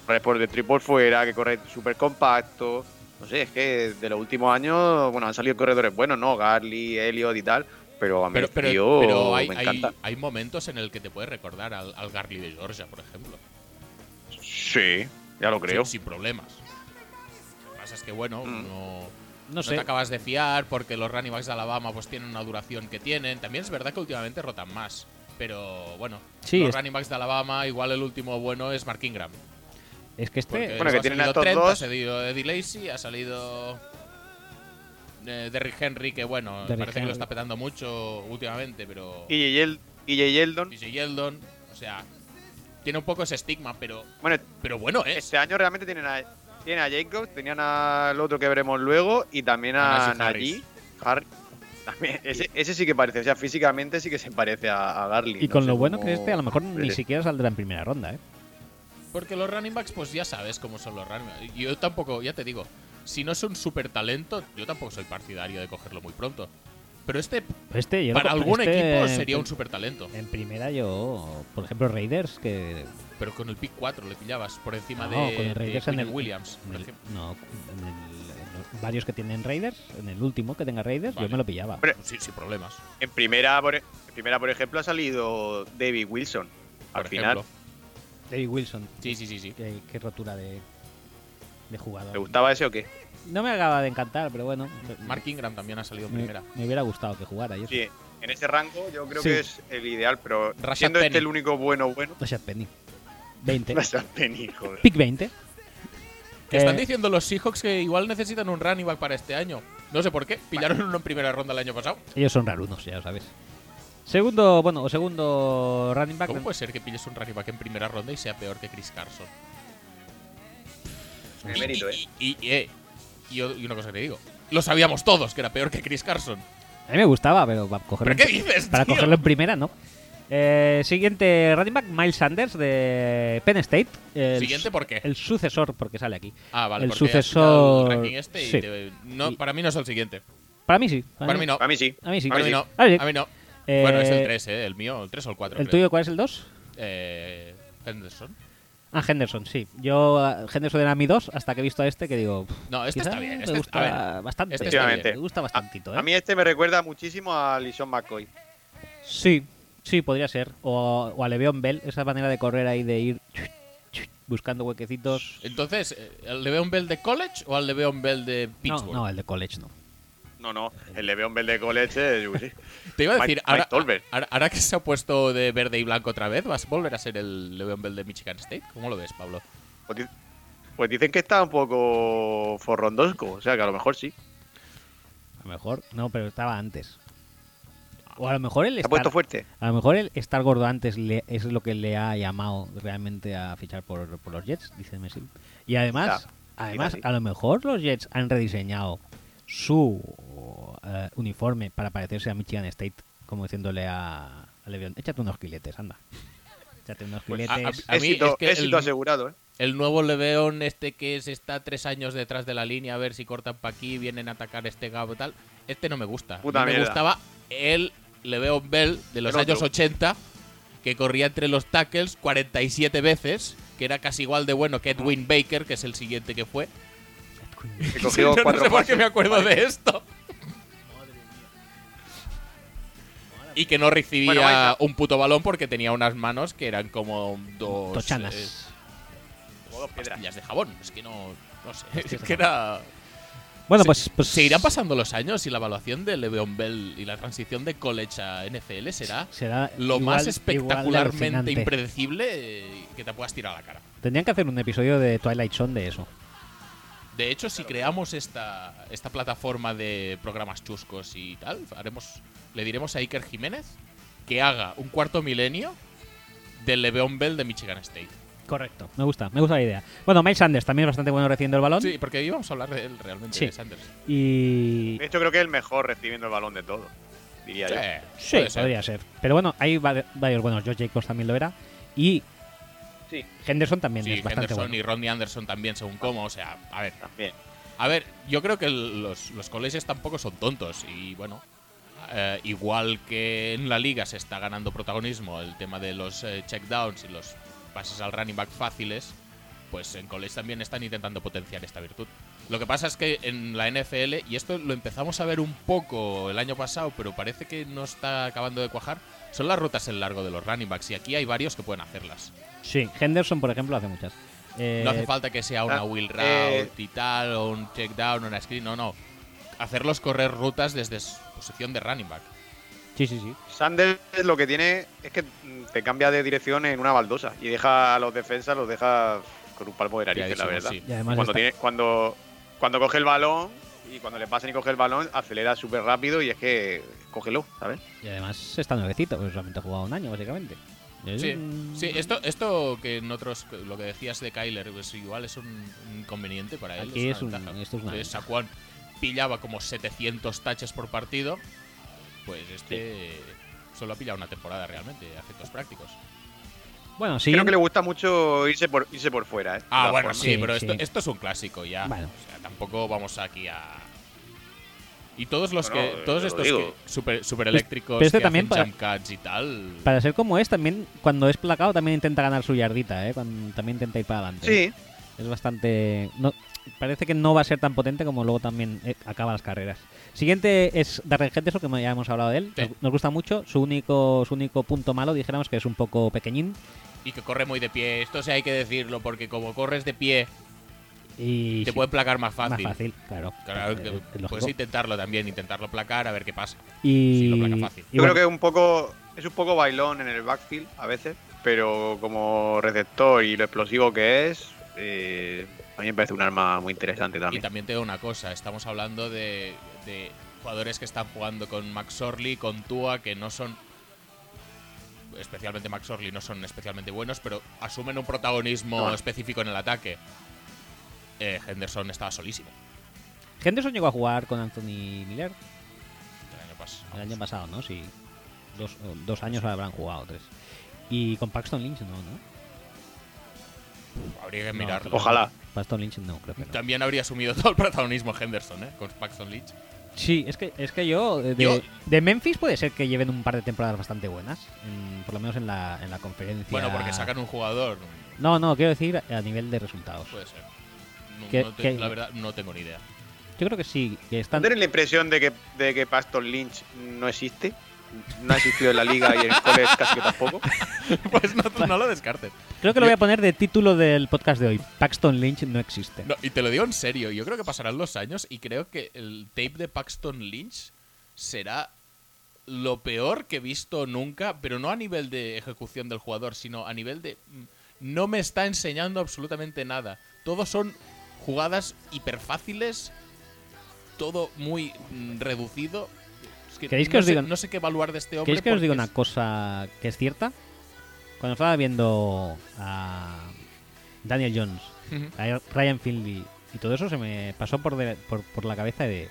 Speaker 3: Corre Por de triple fuera, que corre súper compacto. No sé, es que de los últimos años, bueno, han salido corredores buenos, ¿no? Garly, Elliot y tal, pero a mí
Speaker 2: Pero,
Speaker 3: el
Speaker 2: pero,
Speaker 3: tío
Speaker 2: pero hay,
Speaker 3: me
Speaker 2: hay-
Speaker 3: encanta.
Speaker 2: hay momentos en el que te puedes recordar al, al Garly de Georgia, por ejemplo.
Speaker 3: Sí, ya lo creo.
Speaker 2: Sin, sin problemas. Lo que pasa es que, bueno,
Speaker 3: Mm.
Speaker 2: no,
Speaker 1: no
Speaker 2: no
Speaker 1: sé.
Speaker 2: te acabas de fiar porque los running backs de Alabama pues tienen una duración que tienen. También es verdad que últimamente rotan más. Pero bueno,
Speaker 1: Sí,
Speaker 2: los
Speaker 1: es-
Speaker 2: running backs de Alabama, igual el último bueno es Mark Ingram.
Speaker 1: Es que
Speaker 2: Porque
Speaker 1: este.
Speaker 3: Bueno, que
Speaker 2: ha
Speaker 3: tienen
Speaker 2: salido
Speaker 3: a estos
Speaker 2: Trent, Ha
Speaker 3: dos.
Speaker 2: salido Eddie Lacey, ha salido. eh, Derrick Henry, que bueno,
Speaker 1: Derrick
Speaker 2: parece que
Speaker 1: Henry.
Speaker 2: lo está petando mucho últimamente, pero.
Speaker 3: Guille Yel- Guille Yeldon.
Speaker 2: DJ Yeldon, o sea, tiene un poco ese estigma, pero,
Speaker 3: Bueno,
Speaker 2: pero bueno, ¿eh?
Speaker 3: este año realmente tienen a, tienen a Jacobs, tenían al otro que veremos luego y también
Speaker 2: A Najee
Speaker 3: a Najee. Har- también- ese, ese sí que parece, o sea, físicamente sí que se parece a, a Garly.
Speaker 1: Y
Speaker 3: no
Speaker 1: con
Speaker 3: sé
Speaker 1: lo bueno
Speaker 3: cómo-
Speaker 1: que este a lo mejor ni
Speaker 3: Pero-
Speaker 1: siquiera saldrá en primera ronda, ¿eh?
Speaker 2: Porque los running backs, pues ya sabes cómo son los running backs. Yo tampoco, ya te digo, si no es un super talento, yo tampoco soy partidario de cogerlo muy pronto. Pero este,
Speaker 1: Este, yo lo
Speaker 2: para
Speaker 1: comp-
Speaker 2: algún
Speaker 1: este, eh,
Speaker 2: equipo,
Speaker 1: en-
Speaker 2: sería un super talento.
Speaker 1: En primera yo, por ejemplo, Raiders, que...
Speaker 2: Pero con el pick 4 le pillabas por encima
Speaker 1: No,
Speaker 2: de,
Speaker 1: con
Speaker 2: de
Speaker 1: el Raiders en
Speaker 2: Quinnen
Speaker 1: el-
Speaker 2: Williams. por
Speaker 1: en el-
Speaker 2: ejemplo.
Speaker 1: no, en el- en los- varios que tienen Raiders, en el último que tenga Raiders,
Speaker 2: Vale.
Speaker 1: yo me lo pillaba.
Speaker 3: Pero-
Speaker 2: Sí, sin problemas.
Speaker 3: En primera, por, e, en primera, por ejemplo, ha salido David Wilson.
Speaker 2: Por
Speaker 3: Al final,
Speaker 2: ejemplo.
Speaker 1: David Wilson,
Speaker 2: Sí, sí, sí, sí.
Speaker 1: qué, qué rotura de, de
Speaker 3: ¿te
Speaker 1: jugador.
Speaker 3: gustaba ese o qué?
Speaker 1: No me acaba de encantar, pero bueno.
Speaker 2: Mark Ingram también ha salido en
Speaker 1: me,
Speaker 2: primera.
Speaker 1: me hubiera gustado que jugara. Yo
Speaker 3: Sí, en ese rango yo creo
Speaker 1: Sí.
Speaker 3: que es el ideal, pero
Speaker 2: Rashad
Speaker 3: siendo
Speaker 2: Penny.
Speaker 3: este el único bueno bueno,
Speaker 1: No seas penny. 20.
Speaker 3: Rashad Penny, joder.
Speaker 1: Pick 20.
Speaker 2: Que Están
Speaker 1: Eh,
Speaker 2: diciendo los Seahawks que igual necesitan un running back para este año. No sé por qué. Pillaron uno en primera ronda el año pasado.
Speaker 1: Ellos son rarunos, ya lo sabes. Segundo, bueno, o segundo running back.
Speaker 2: ¿Cómo puede ser que pilles un running back en primera ronda y sea peor que Chris Carson?
Speaker 3: Tiene mérito, ¿eh?
Speaker 2: Y, y- eh, y o- y una cosa que te digo. Lo sabíamos todos que era peor que Chris Carson.
Speaker 1: A mí me gustaba, pero para cogerlo,
Speaker 2: ¿Pero qué
Speaker 1: en-
Speaker 2: dices,
Speaker 1: para
Speaker 2: tío?
Speaker 1: cogerlo en primera, no. Eh, siguiente running back, Miles Sanders de Penn State. El,
Speaker 2: Siguiente, ¿por qué?
Speaker 1: el sucesor, porque sale aquí.
Speaker 2: ah, vale,
Speaker 1: el
Speaker 2: porque has
Speaker 1: sucesor-
Speaker 2: pillado el ranking este y
Speaker 1: sí.
Speaker 2: te- no,
Speaker 1: Y-
Speaker 2: para mí no es el siguiente.
Speaker 1: Para mí sí.
Speaker 2: Para, mí no.
Speaker 3: A mí sí.
Speaker 1: A mí sí.
Speaker 2: Para mí no.
Speaker 1: A mí sí.
Speaker 2: A mí no.
Speaker 1: Eh,
Speaker 2: bueno, es el 3, ¿eh? El mío, el 3 o el 4.
Speaker 1: ¿El tuyo cuál es el 2?
Speaker 2: Eh, Henderson.
Speaker 1: Ah, Henderson, sí. Yo, ah, Henderson era mi 2 hasta que he visto a este que digo. pff,
Speaker 2: No, este
Speaker 1: quizá
Speaker 2: está bien.
Speaker 1: Me
Speaker 2: Este, a
Speaker 1: gusta
Speaker 2: ver,
Speaker 1: bastante.
Speaker 2: este está
Speaker 3: Efectivamente.
Speaker 1: Me gusta bastantito, ¿eh?
Speaker 3: A mí este me recuerda muchísimo a Lison McCoy.
Speaker 1: Sí, sí, podría ser. O, o a Le'Veon Bell, esa manera de correr ahí, de ir buscando huequecitos.
Speaker 2: Entonces, eh, ¿al Le'Veon Bell de college o al Le'Veon Bell de
Speaker 1: No,
Speaker 2: Pittsburgh?
Speaker 1: no, el de college no.
Speaker 3: No, no, el Leveon Bell de College, eh, yo qué sé.
Speaker 2: Te iba a
Speaker 3: Mike-
Speaker 2: decir,
Speaker 3: Mike
Speaker 2: ahora,
Speaker 3: Tolbert.
Speaker 2: ahora- ahora que se ha puesto de verde y blanco otra vez, ¿vas a volver a ser el Le'Veon Bell de Michigan State? ¿Cómo lo ves, Pablo?
Speaker 3: Pues, di- pues dicen que está un poco forrondosco, o sea que a lo mejor sí.
Speaker 1: A lo mejor, no, pero estaba antes. O a lo mejor el
Speaker 3: Se ha
Speaker 1: estar,
Speaker 3: puesto fuerte.
Speaker 1: a lo mejor el estar gordo antes le- es lo que le ha llamado realmente a fichar por, por los Jets, dice Messi. Y además,
Speaker 3: Quizá,
Speaker 1: además,
Speaker 3: sí.
Speaker 1: a lo mejor los Jets han rediseñado su eh, uniforme para parecerse a Michigan State, como diciéndole a, a Le'Veon, échate unos quiletes, anda. Échate unos
Speaker 2: Pues,
Speaker 1: quiletes.
Speaker 2: a- a- a mí
Speaker 3: éxito
Speaker 2: es que
Speaker 3: éxito
Speaker 2: el-
Speaker 3: asegurado, ¿eh?
Speaker 2: El nuevo Le'Veon este que se está tres años detrás de la línea a ver si cortan para aquí, vienen a atacar este gap y tal. Este no me gusta.
Speaker 3: Puta
Speaker 2: A mí me
Speaker 3: mierda.
Speaker 2: gustaba el Le'Veon Bell de los
Speaker 3: El otro.
Speaker 2: años 80 que corría entre los tackles 47 veces, que era casi igual de bueno que Edwin Baker, que es el siguiente que fue.
Speaker 3: Que cogió
Speaker 2: Yo no
Speaker 3: cuatro
Speaker 2: sé por qué
Speaker 3: pases.
Speaker 2: me acuerdo de esto. Y que no recibía
Speaker 3: Bueno, Maika.
Speaker 2: un puto balón porque tenía unas manos que eran como dos
Speaker 1: Tochanas.
Speaker 2: eh,
Speaker 3: Como dos piedras.
Speaker 2: pastillas de jabón. Es que no, no sé.
Speaker 1: Pastillas
Speaker 2: Es
Speaker 1: de
Speaker 2: que era.
Speaker 1: bueno,
Speaker 2: se-
Speaker 1: pues, pues
Speaker 2: Se irán pasando los años y la evaluación de Le'Veon Bell y la transición de college a NFL será
Speaker 1: será
Speaker 2: lo
Speaker 1: igual-
Speaker 2: más
Speaker 1: igual de
Speaker 2: espectacularmente
Speaker 1: alucinante.
Speaker 2: impredecible eh, que te puedas tirar a la cara.
Speaker 1: Tendrían que hacer un episodio de Twilight Zone de eso.
Speaker 2: De hecho, si creamos esta, esta plataforma de programas chuscos y tal, haremos, le diremos a Iker Jiménez que haga un cuarto milenio del Le'Veon Bell de Michigan State.
Speaker 1: Correcto. Me gusta, me gusta la idea. Bueno, Miles Sanders también es bastante bueno recibiendo el balón.
Speaker 2: Sí, porque íbamos a hablar de él realmente,
Speaker 1: Sí.
Speaker 2: de Sanders.
Speaker 1: Y.
Speaker 3: De
Speaker 2: Eh,
Speaker 3: hecho, creo que es el mejor recibiendo el balón de todo, diría yo.
Speaker 1: Sí,
Speaker 2: puede ser.
Speaker 1: podría ser. Pero bueno, hay va- varios buenos. George Jacobs también lo era. Y.
Speaker 3: Sí.
Speaker 1: Henderson también
Speaker 2: Sí,
Speaker 1: es bastante
Speaker 2: Henderson
Speaker 1: bueno.
Speaker 2: y Ronnie Anderson también, según cómo. O sea, a ver,
Speaker 3: También.
Speaker 2: a ver, yo creo que el- los, los colegios tampoco son tontos. Y bueno, eh, igual que en la liga se está ganando protagonismo el tema de los eh, checkdowns y los pases al running back fáciles, pues en college también están intentando potenciar esta virtud. Lo que pasa es que en la NFL, y esto lo empezamos a ver un poco el año pasado, pero parece que no está acabando de cuajar, son las rutas en largo de los running backs. Y aquí hay varios que pueden hacerlas.
Speaker 1: Sí, Henderson, por ejemplo, hace muchas. Eh,
Speaker 2: No hace falta que sea una
Speaker 3: ah,
Speaker 2: wheel route
Speaker 3: eh,
Speaker 2: y tal, o un check down, una screen, no, no. Hacerlos correr rutas desde su posición de running back.
Speaker 1: Sí, sí, sí.
Speaker 3: Sanders lo que tiene es que mm, te cambia de dirección en una baldosa y deja a los defensas, los deja con un palmo de narices, la
Speaker 2: Liadísimo,
Speaker 3: verdad.
Speaker 2: sí.
Speaker 1: Y además
Speaker 3: cuando,
Speaker 1: está-
Speaker 3: tiene, cuando, cuando coge el balón y cuando le pasan y coge el balón, acelera súper rápido y es que cógelo, ¿sabes?
Speaker 1: Y además está nuevecito, pues solamente ha jugado un año, básicamente. Es
Speaker 2: Sí,
Speaker 1: un-
Speaker 2: sí, esto, esto que en otros, lo que decías de Kyler, pues igual es un inconveniente para él.
Speaker 1: Aquí es
Speaker 2: una
Speaker 1: un-
Speaker 2: ventaja.
Speaker 1: esto es una
Speaker 2: Entonces, Saquon pillaba como 700 taches por partido, pues este solo ha pillado una temporada realmente, a efectos prácticos.
Speaker 1: Bueno,
Speaker 3: Creo que
Speaker 1: siguiente-
Speaker 3: le gusta mucho irse por, irse por fuera, ¿eh?
Speaker 2: Ah,
Speaker 3: La
Speaker 2: bueno,
Speaker 3: forma.
Speaker 2: sí,
Speaker 1: Sí,
Speaker 2: pero esto,
Speaker 1: sí.
Speaker 2: esto es un clásico ya.
Speaker 1: Bueno.
Speaker 2: O sea, tampoco vamos aquí a. Y todos los
Speaker 3: No,
Speaker 2: que.
Speaker 3: no,
Speaker 2: todos
Speaker 3: lo
Speaker 2: estos
Speaker 3: digo.
Speaker 2: que super, eléctricos
Speaker 1: pero este
Speaker 2: que
Speaker 1: también para-
Speaker 2: hacen jump cuts y tal.
Speaker 1: para ser como es, también cuando es placado también intenta ganar su yardita, ¿eh? Cuando- también intenta ir para adelante.
Speaker 3: Sí,
Speaker 1: Es bastante... No, parece que no va a ser tan potente como luego también eh, acaba las carreras. Siguiente es Darren Henderson, que ya hemos hablado de él.
Speaker 2: Sí.
Speaker 1: Nos, nos gusta mucho. Su único, su único punto malo, dijéramos, que es un poco pequeñín.
Speaker 2: Y que corre muy de pie. Esto sí hay que decirlo, porque como corres de pie,
Speaker 1: Y
Speaker 2: te
Speaker 1: sí,
Speaker 2: pueden placar más
Speaker 1: más
Speaker 2: fácil.
Speaker 1: fácil, claro.
Speaker 2: Claro,
Speaker 1: Eh,
Speaker 2: que
Speaker 1: es lógico.
Speaker 2: puedes intentarlo también, intentarlo placar, a ver qué pasa.
Speaker 1: y...
Speaker 2: sí, lo placa fácil.
Speaker 1: y
Speaker 3: yo
Speaker 1: bueno,
Speaker 3: creo que es un poco es un poco bailón en el backfield a veces, pero como receptor y lo explosivo que es, eh, a mí me parece un arma muy interesante
Speaker 2: Y
Speaker 3: también.
Speaker 2: también te digo una cosa, estamos hablando de, de jugadores que están jugando con Max Orley, con Tua, que no son, especialmente Max Orley, no son especialmente buenos, pero asumen un protagonismo
Speaker 3: No.
Speaker 2: específico en el ataque. Eh, Henderson estaba solísimo
Speaker 1: Henderson llegó a jugar con Anthony Miller
Speaker 2: el año pasado.
Speaker 1: el año pasado, ¿no? Sí. Dos, o dos años habrán jugado, tres. Y con Paxton Lynch no, ¿no?
Speaker 2: Habría que
Speaker 1: No,
Speaker 2: mirarlo.
Speaker 1: tampoco.
Speaker 3: Ojalá.
Speaker 1: Paxton Lynch no, creo que no.
Speaker 2: También habría asumido todo el protagonismo Henderson, ¿eh? Con Paxton Leach.
Speaker 1: Sí, es que, es que yo, eh, de,
Speaker 2: Yo-
Speaker 1: de Memphis puede ser que lleven un par de temporadas bastante buenas, en- por lo menos en la, en la conferencia.
Speaker 2: Bueno, porque sacan un jugador,
Speaker 1: No, no, quiero decir a nivel de resultados.
Speaker 2: puede ser. No-
Speaker 1: ¿Qué-
Speaker 2: no te-
Speaker 1: qué-
Speaker 2: la verdad, no tengo ni idea.
Speaker 1: Yo creo que sí, que
Speaker 3: ¿No
Speaker 1: están...
Speaker 3: tenéis la impresión de que, de que Paston Lynch no existe? No ha existido en la liga y en el college casi que tampoco.
Speaker 2: pues no, no lo descartes.
Speaker 1: Creo que lo voy a poner de título del podcast de hoy. Paxton Lynch no existe.
Speaker 2: No, y te lo digo en serio, yo creo que pasarán los años y creo que el tape de Paxton Lynch será lo peor que he visto nunca, pero no a nivel de ejecución del jugador, sino a nivel de... mm, No me está enseñando absolutamente nada. Todos son jugadas hiperfáciles, todo muy mm, reducido. Es que
Speaker 1: ¿Queréis que
Speaker 2: no
Speaker 1: os
Speaker 2: sé,
Speaker 1: diga-
Speaker 2: No sé qué evaluar de este hombre.
Speaker 1: ¿Queréis que os
Speaker 2: porque
Speaker 1: diga una
Speaker 2: es-
Speaker 1: cosa que es cierta? Cuando estaba viendo a Daniel Jones,
Speaker 2: Ujú.
Speaker 1: a Ryan Finley y todo eso, se me pasó por, de- por, por la cabeza de...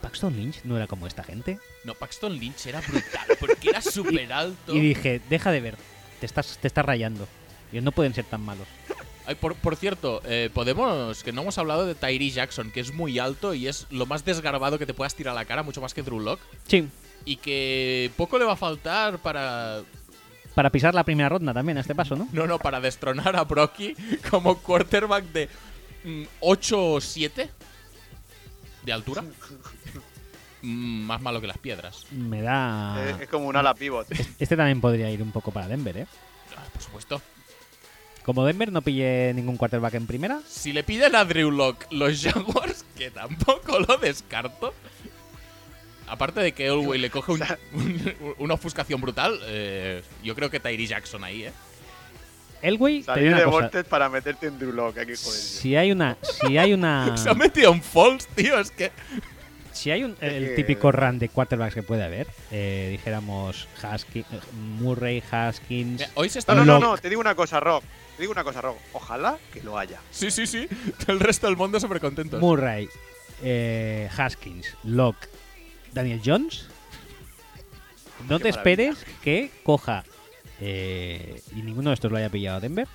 Speaker 1: ¿Paxton Lynch no era como esta gente?
Speaker 2: No, Paxton Lynch era brutal, porque era súper alto.
Speaker 1: Y dije, deja de ver, te estás, te estás rayando. Ellos no pueden ser tan malos.
Speaker 2: Ay, por, por cierto, eh, podemos, que no hemos hablado de Tyree Jackson, que es muy alto y es lo más desgarbado que te puedas tirar a la cara, mucho más que Drew Lock.
Speaker 1: Sí.
Speaker 2: Y que poco le va a faltar para.
Speaker 1: Para pisar la primera ronda también a este paso, ¿no?
Speaker 2: No, no, para destronar a Brocky como quarterback de mm, 8 o 7 de altura. Mm, más malo que las piedras.
Speaker 1: Me
Speaker 2: Ah.
Speaker 1: da...
Speaker 3: Es, es como un ala pivot.
Speaker 1: Este también podría ir un poco para Denver, ¿eh?
Speaker 2: Ah, por supuesto.
Speaker 1: Como Denver no pille ningún quarterback en primera,
Speaker 2: Si le piden a Drew Lock los Jaguars, que tampoco lo descarto. Aparte de que Elway le coge un- un- una ofuscación brutal, eh, yo creo que Tyree Jackson ahí, ¿eh?
Speaker 1: Elway... te diré
Speaker 3: Salir
Speaker 1: una
Speaker 3: de
Speaker 1: cosa.
Speaker 3: Vortex para meterte en Drew Lock, hay que joder.
Speaker 1: Si hay una... Si hay una...
Speaker 2: Se ha metido en false, tío, es que.
Speaker 1: Si hay un, el
Speaker 3: que-
Speaker 1: típico run de quarterbacks que puede haber, eh, dijéramos Haskin- eh, Murray, Haskins.
Speaker 2: Mira, Hoy se está.
Speaker 3: No, no, no,
Speaker 1: Lock.
Speaker 3: no, te digo una cosa, Rock. Te digo una cosa, Rock. Ojalá que lo haya.
Speaker 2: Sí, sí, sí. El resto del mundo súper contento.
Speaker 1: Murray, eh, Haskins, Locke, Daniel Jones. No
Speaker 3: Qué
Speaker 1: te
Speaker 3: maravilla.
Speaker 1: esperes que coja eh, y ninguno de estos lo haya pillado Denver.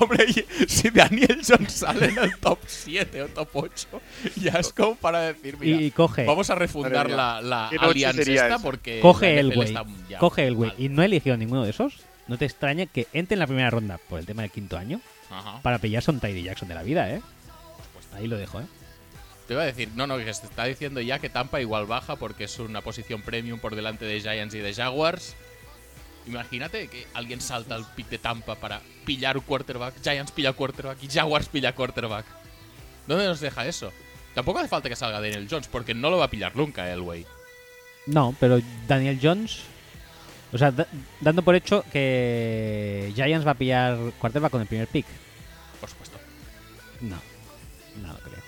Speaker 2: Hombre, y- si Daniel Jones sale en el top 7 o top 8, ya es como para decir, mira,
Speaker 1: y coge,
Speaker 2: vamos a refundar
Speaker 3: Madre mía.
Speaker 2: la, la
Speaker 3: ¿Qué noche
Speaker 2: Alliance
Speaker 3: sería
Speaker 2: esta
Speaker 3: esa?
Speaker 2: porque.
Speaker 1: coge
Speaker 2: la
Speaker 1: el
Speaker 2: NFL
Speaker 1: güey.
Speaker 2: está ya
Speaker 1: Coge el güey.
Speaker 2: mal.
Speaker 1: Y no ha elegido ninguno de esos. No te extraña que entre en la primera ronda por el tema del quinto año
Speaker 2: Ajá.
Speaker 1: para pillarse a un Tyree Jackson de la vida, ¿eh? Ahí lo dejo, ¿eh?
Speaker 2: Te iba a decir, no, no, que se está diciendo ya que Tampa igual baja porque es una posición premium por delante de Giants y de Jaguars. Imagínate que alguien salta al pick de Tampa para pillar un quarterback, Giants pilla quarterback y Jaguars pilla quarterback. ¿Dónde nos deja eso? Tampoco hace falta que salga eh, Daniel Jones porque no lo va a pillar nunca el güey.
Speaker 1: No, pero Daniel Jones O sea, da- dando por hecho que Giants va a pillar quarterback con el primer pick.
Speaker 2: Por supuesto.
Speaker 1: No, no lo creo.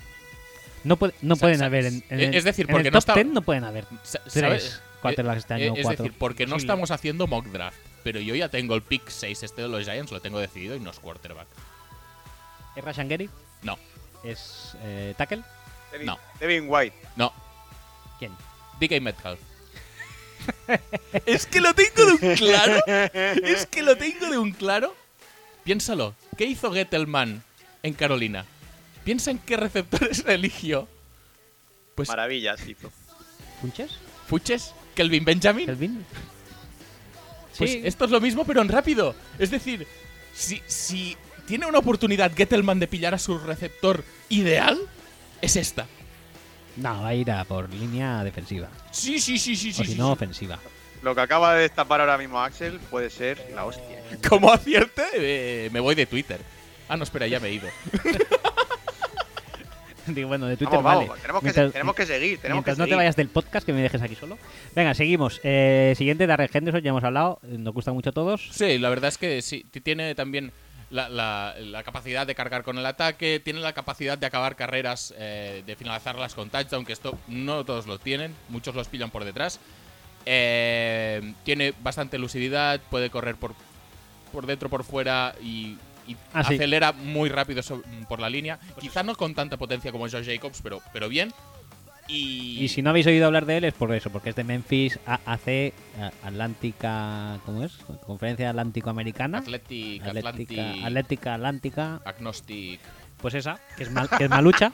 Speaker 1: No, puede- no
Speaker 2: Sa-
Speaker 1: pueden
Speaker 2: sa-
Speaker 1: haber en, en
Speaker 2: es-
Speaker 1: el,
Speaker 2: es decir,
Speaker 1: en el
Speaker 2: porque no
Speaker 1: top
Speaker 2: está-
Speaker 1: 10 no pueden haber
Speaker 2: Sa-
Speaker 1: tres quarterbacks este
Speaker 2: Eh,
Speaker 1: año o
Speaker 2: es
Speaker 1: cuatro.
Speaker 2: decir, porque no
Speaker 1: Imposible.
Speaker 2: estamos haciendo mock draft, pero yo ya tengo el pick 6 este de los Giants, lo tengo decidido y no es quarterback.
Speaker 1: ¿Es Rashan Gary?
Speaker 2: No,
Speaker 1: ¿Es eh, Tackle?
Speaker 3: Devin,
Speaker 2: No.
Speaker 3: Devin White.
Speaker 2: no,
Speaker 1: ¿Quién?
Speaker 2: DK Metcalf. es que lo tengo de un claro. Es que lo tengo de un claro. Piénsalo. ¿Qué hizo Gettelman en Carolina? Piensa en qué receptores eligió. Pues
Speaker 3: Maravillas hizo.
Speaker 1: ¿Funches?
Speaker 2: Fuches, Kelvin Benjamin.
Speaker 1: ¿Kelvin?
Speaker 2: Pues
Speaker 1: sí,
Speaker 2: esto es lo mismo, pero en rápido. Es decir, si, si tiene una oportunidad Gettelman de pillar a su receptor ideal, es esta.
Speaker 1: No, va a ir a por línea defensiva.
Speaker 2: Sí, sí, sí, sí, sí.
Speaker 1: o si
Speaker 2: sí,
Speaker 1: no,
Speaker 2: sí.
Speaker 1: ofensiva.
Speaker 3: Lo que acaba de destapar ahora mismo Axel puede ser la hostia.
Speaker 2: Como acierte, eh, me voy de Twitter. Ah, no, espera, ya me he ido.
Speaker 1: Digo, bueno, de Twitter
Speaker 3: Vamos, vamos,
Speaker 1: vale.
Speaker 3: tenemos, que,
Speaker 1: Mientras-
Speaker 3: se- tenemos que seguir, tenemos que
Speaker 1: Mientras no
Speaker 3: seguir.
Speaker 1: te vayas del podcast, que me dejes aquí solo. Venga, seguimos. Eh, siguiente, Darrell Henderson, ya hemos hablado. eh, Nos gusta mucho a todos.
Speaker 2: Sí, la verdad es que sí, t- tiene también la, la- la capacidad de cargar con el ataque, tiene la capacidad de acabar carreras, eh, de finalizarlas con touchdown, que esto no todos lo tienen, muchos los pillan por detrás. Eh, tiene bastante lucididad, puede correr por, por dentro, por fuera y, y
Speaker 1: Ah, sí.
Speaker 2: acelera muy rápido so- por la línea. Quizá no con tanta potencia como Josh Jacobs, pero, pero bien. Y,
Speaker 1: Y si no habéis oído hablar de él es por eso, porque es de Memphis AAC, a- Atlántica, ¿cómo es? Conferencia Atlántico-Americana.
Speaker 2: Athletic,
Speaker 1: Atlética,
Speaker 2: Atlantic,
Speaker 1: Atlética, Atlántica,
Speaker 2: Agnostic.
Speaker 1: pues esa, que es, mal- que es malucha.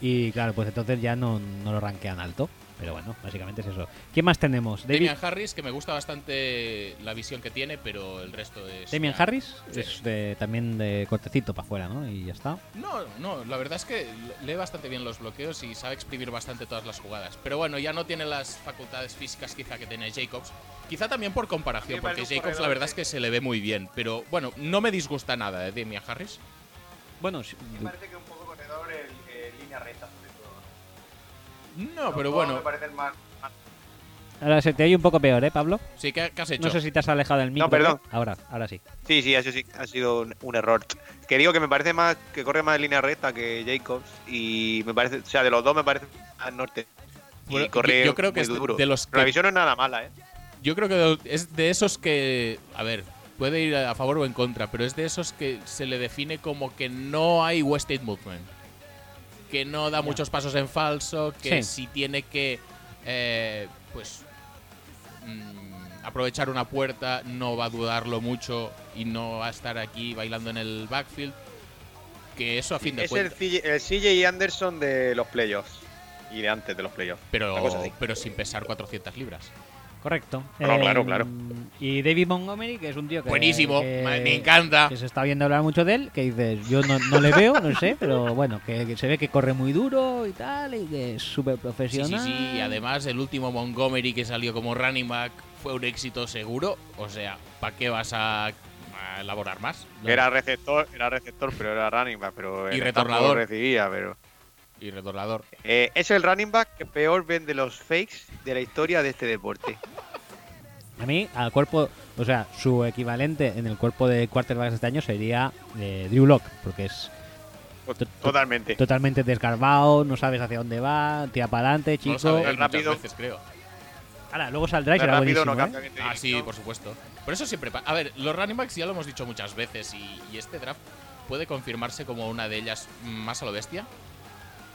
Speaker 1: Y claro, pues entonces ya no, no lo rankean alto. Pero bueno, básicamente es eso. ¿Quién más tenemos? David,
Speaker 2: Damian Harris, que me gusta bastante la visión que tiene, pero el resto es.
Speaker 1: Damian
Speaker 2: ya-
Speaker 1: Harris
Speaker 2: Sí.
Speaker 1: es de- también de cortecito para afuera, ¿no? Y ya está.
Speaker 2: No, no, la verdad es que lee bastante bien los bloqueos y sabe exprimir bastante todas las jugadas. Pero bueno, ya no tiene las facultades físicas quizá que tiene Jacobs. Quizá también por comparación,
Speaker 3: Sí, vale,
Speaker 2: porque
Speaker 3: un
Speaker 2: Jacobs
Speaker 3: corredor,
Speaker 2: la verdad
Speaker 3: sí.
Speaker 2: es que se le ve muy bien. Pero bueno, no me disgusta nada de Damian Harris.
Speaker 1: Bueno, si-
Speaker 3: parece que un poco corredor en línea recta, sobre todo.
Speaker 2: No, pero bueno,
Speaker 1: ahora se te oye un poco peor, ¿eh, Pablo?
Speaker 2: sí, ¿qué, qué has hecho?
Speaker 1: No sé si te has alejado del micro. ¿eh?
Speaker 3: perdón.
Speaker 1: Ahora, ahora sí.
Speaker 3: Sí, sí, eso sí, ha sido un, un error. Que digo que me parece más que corre más en línea recta que Jacobs y me parece, o sea, de los dos me parece al norte. Y
Speaker 2: Bueno,
Speaker 3: corre
Speaker 2: yo- yo creo que
Speaker 3: muy
Speaker 2: es de-
Speaker 3: duro.
Speaker 2: de los
Speaker 3: Pero La
Speaker 2: que-
Speaker 3: visión no es nada mala, ¿eh?
Speaker 2: Yo creo que es de esos que, a ver, puede ir a favor o en contra, pero es de esos que se le define como que no hay West State Movement. Que no da muchos pasos en falso, que
Speaker 1: Sí.
Speaker 2: si tiene que, eh, pues, mm, aprovechar una puerta, no va a dudarlo mucho y no va a estar aquí bailando en el backfield. Que eso a fin de
Speaker 3: Es el
Speaker 2: cuentas.
Speaker 3: CJ, el CJ Anderson de los playoffs y de antes de los playoffs.
Speaker 2: Pero,
Speaker 3: una cosa así.
Speaker 2: pero sin pesar 400 libras.
Speaker 1: Correcto.
Speaker 2: Ah,
Speaker 1: Em,
Speaker 3: No, claro, claro.
Speaker 1: Y David Montgomery, que es un tío que.
Speaker 2: Buenísimo,
Speaker 1: que-
Speaker 2: ma- me encanta.
Speaker 1: que se está viendo hablar mucho de él, que dices, yo no, no le veo, no sé, pero bueno, que, que se ve que corre muy duro y tal, y que es súper
Speaker 2: Sí, sí,
Speaker 1: profesional.
Speaker 2: sí. Y además, el último Montgomery que salió como running back fue un éxito seguro. O sea, ¿para qué vas a, a elaborar más?
Speaker 3: Era receptor, era receptor, pero era running back, pero
Speaker 2: Y
Speaker 3: el
Speaker 2: retornador.
Speaker 3: campo recibía, pero
Speaker 2: Y retornador.
Speaker 3: Eh, es el running back que peor vende los fakes de la historia de este deporte.
Speaker 1: A mí, al cuerpo, o sea, su equivalente en el cuerpo de quarterbacks este año sería eh, Drew Lock, porque es to- to-
Speaker 3: Totalmente.
Speaker 1: totalmente desgarbado, no sabes hacia dónde va, tira para adelante,
Speaker 2: No lo
Speaker 1: chico.
Speaker 2: sabéis
Speaker 3: el
Speaker 2: muchas
Speaker 3: rápido.
Speaker 2: veces, creo.
Speaker 1: Ahora, luego saldrá y será
Speaker 3: Rápido
Speaker 1: buenísimo.
Speaker 3: no
Speaker 1: ¿eh?
Speaker 3: cambia bien de
Speaker 2: Ah, sí,
Speaker 3: dirección.
Speaker 2: por supuesto. Por eso siempre. pa- A ver, los running backs ya lo hemos dicho muchas veces y, y este draft puede confirmarse como una de ellas más a lo bestia.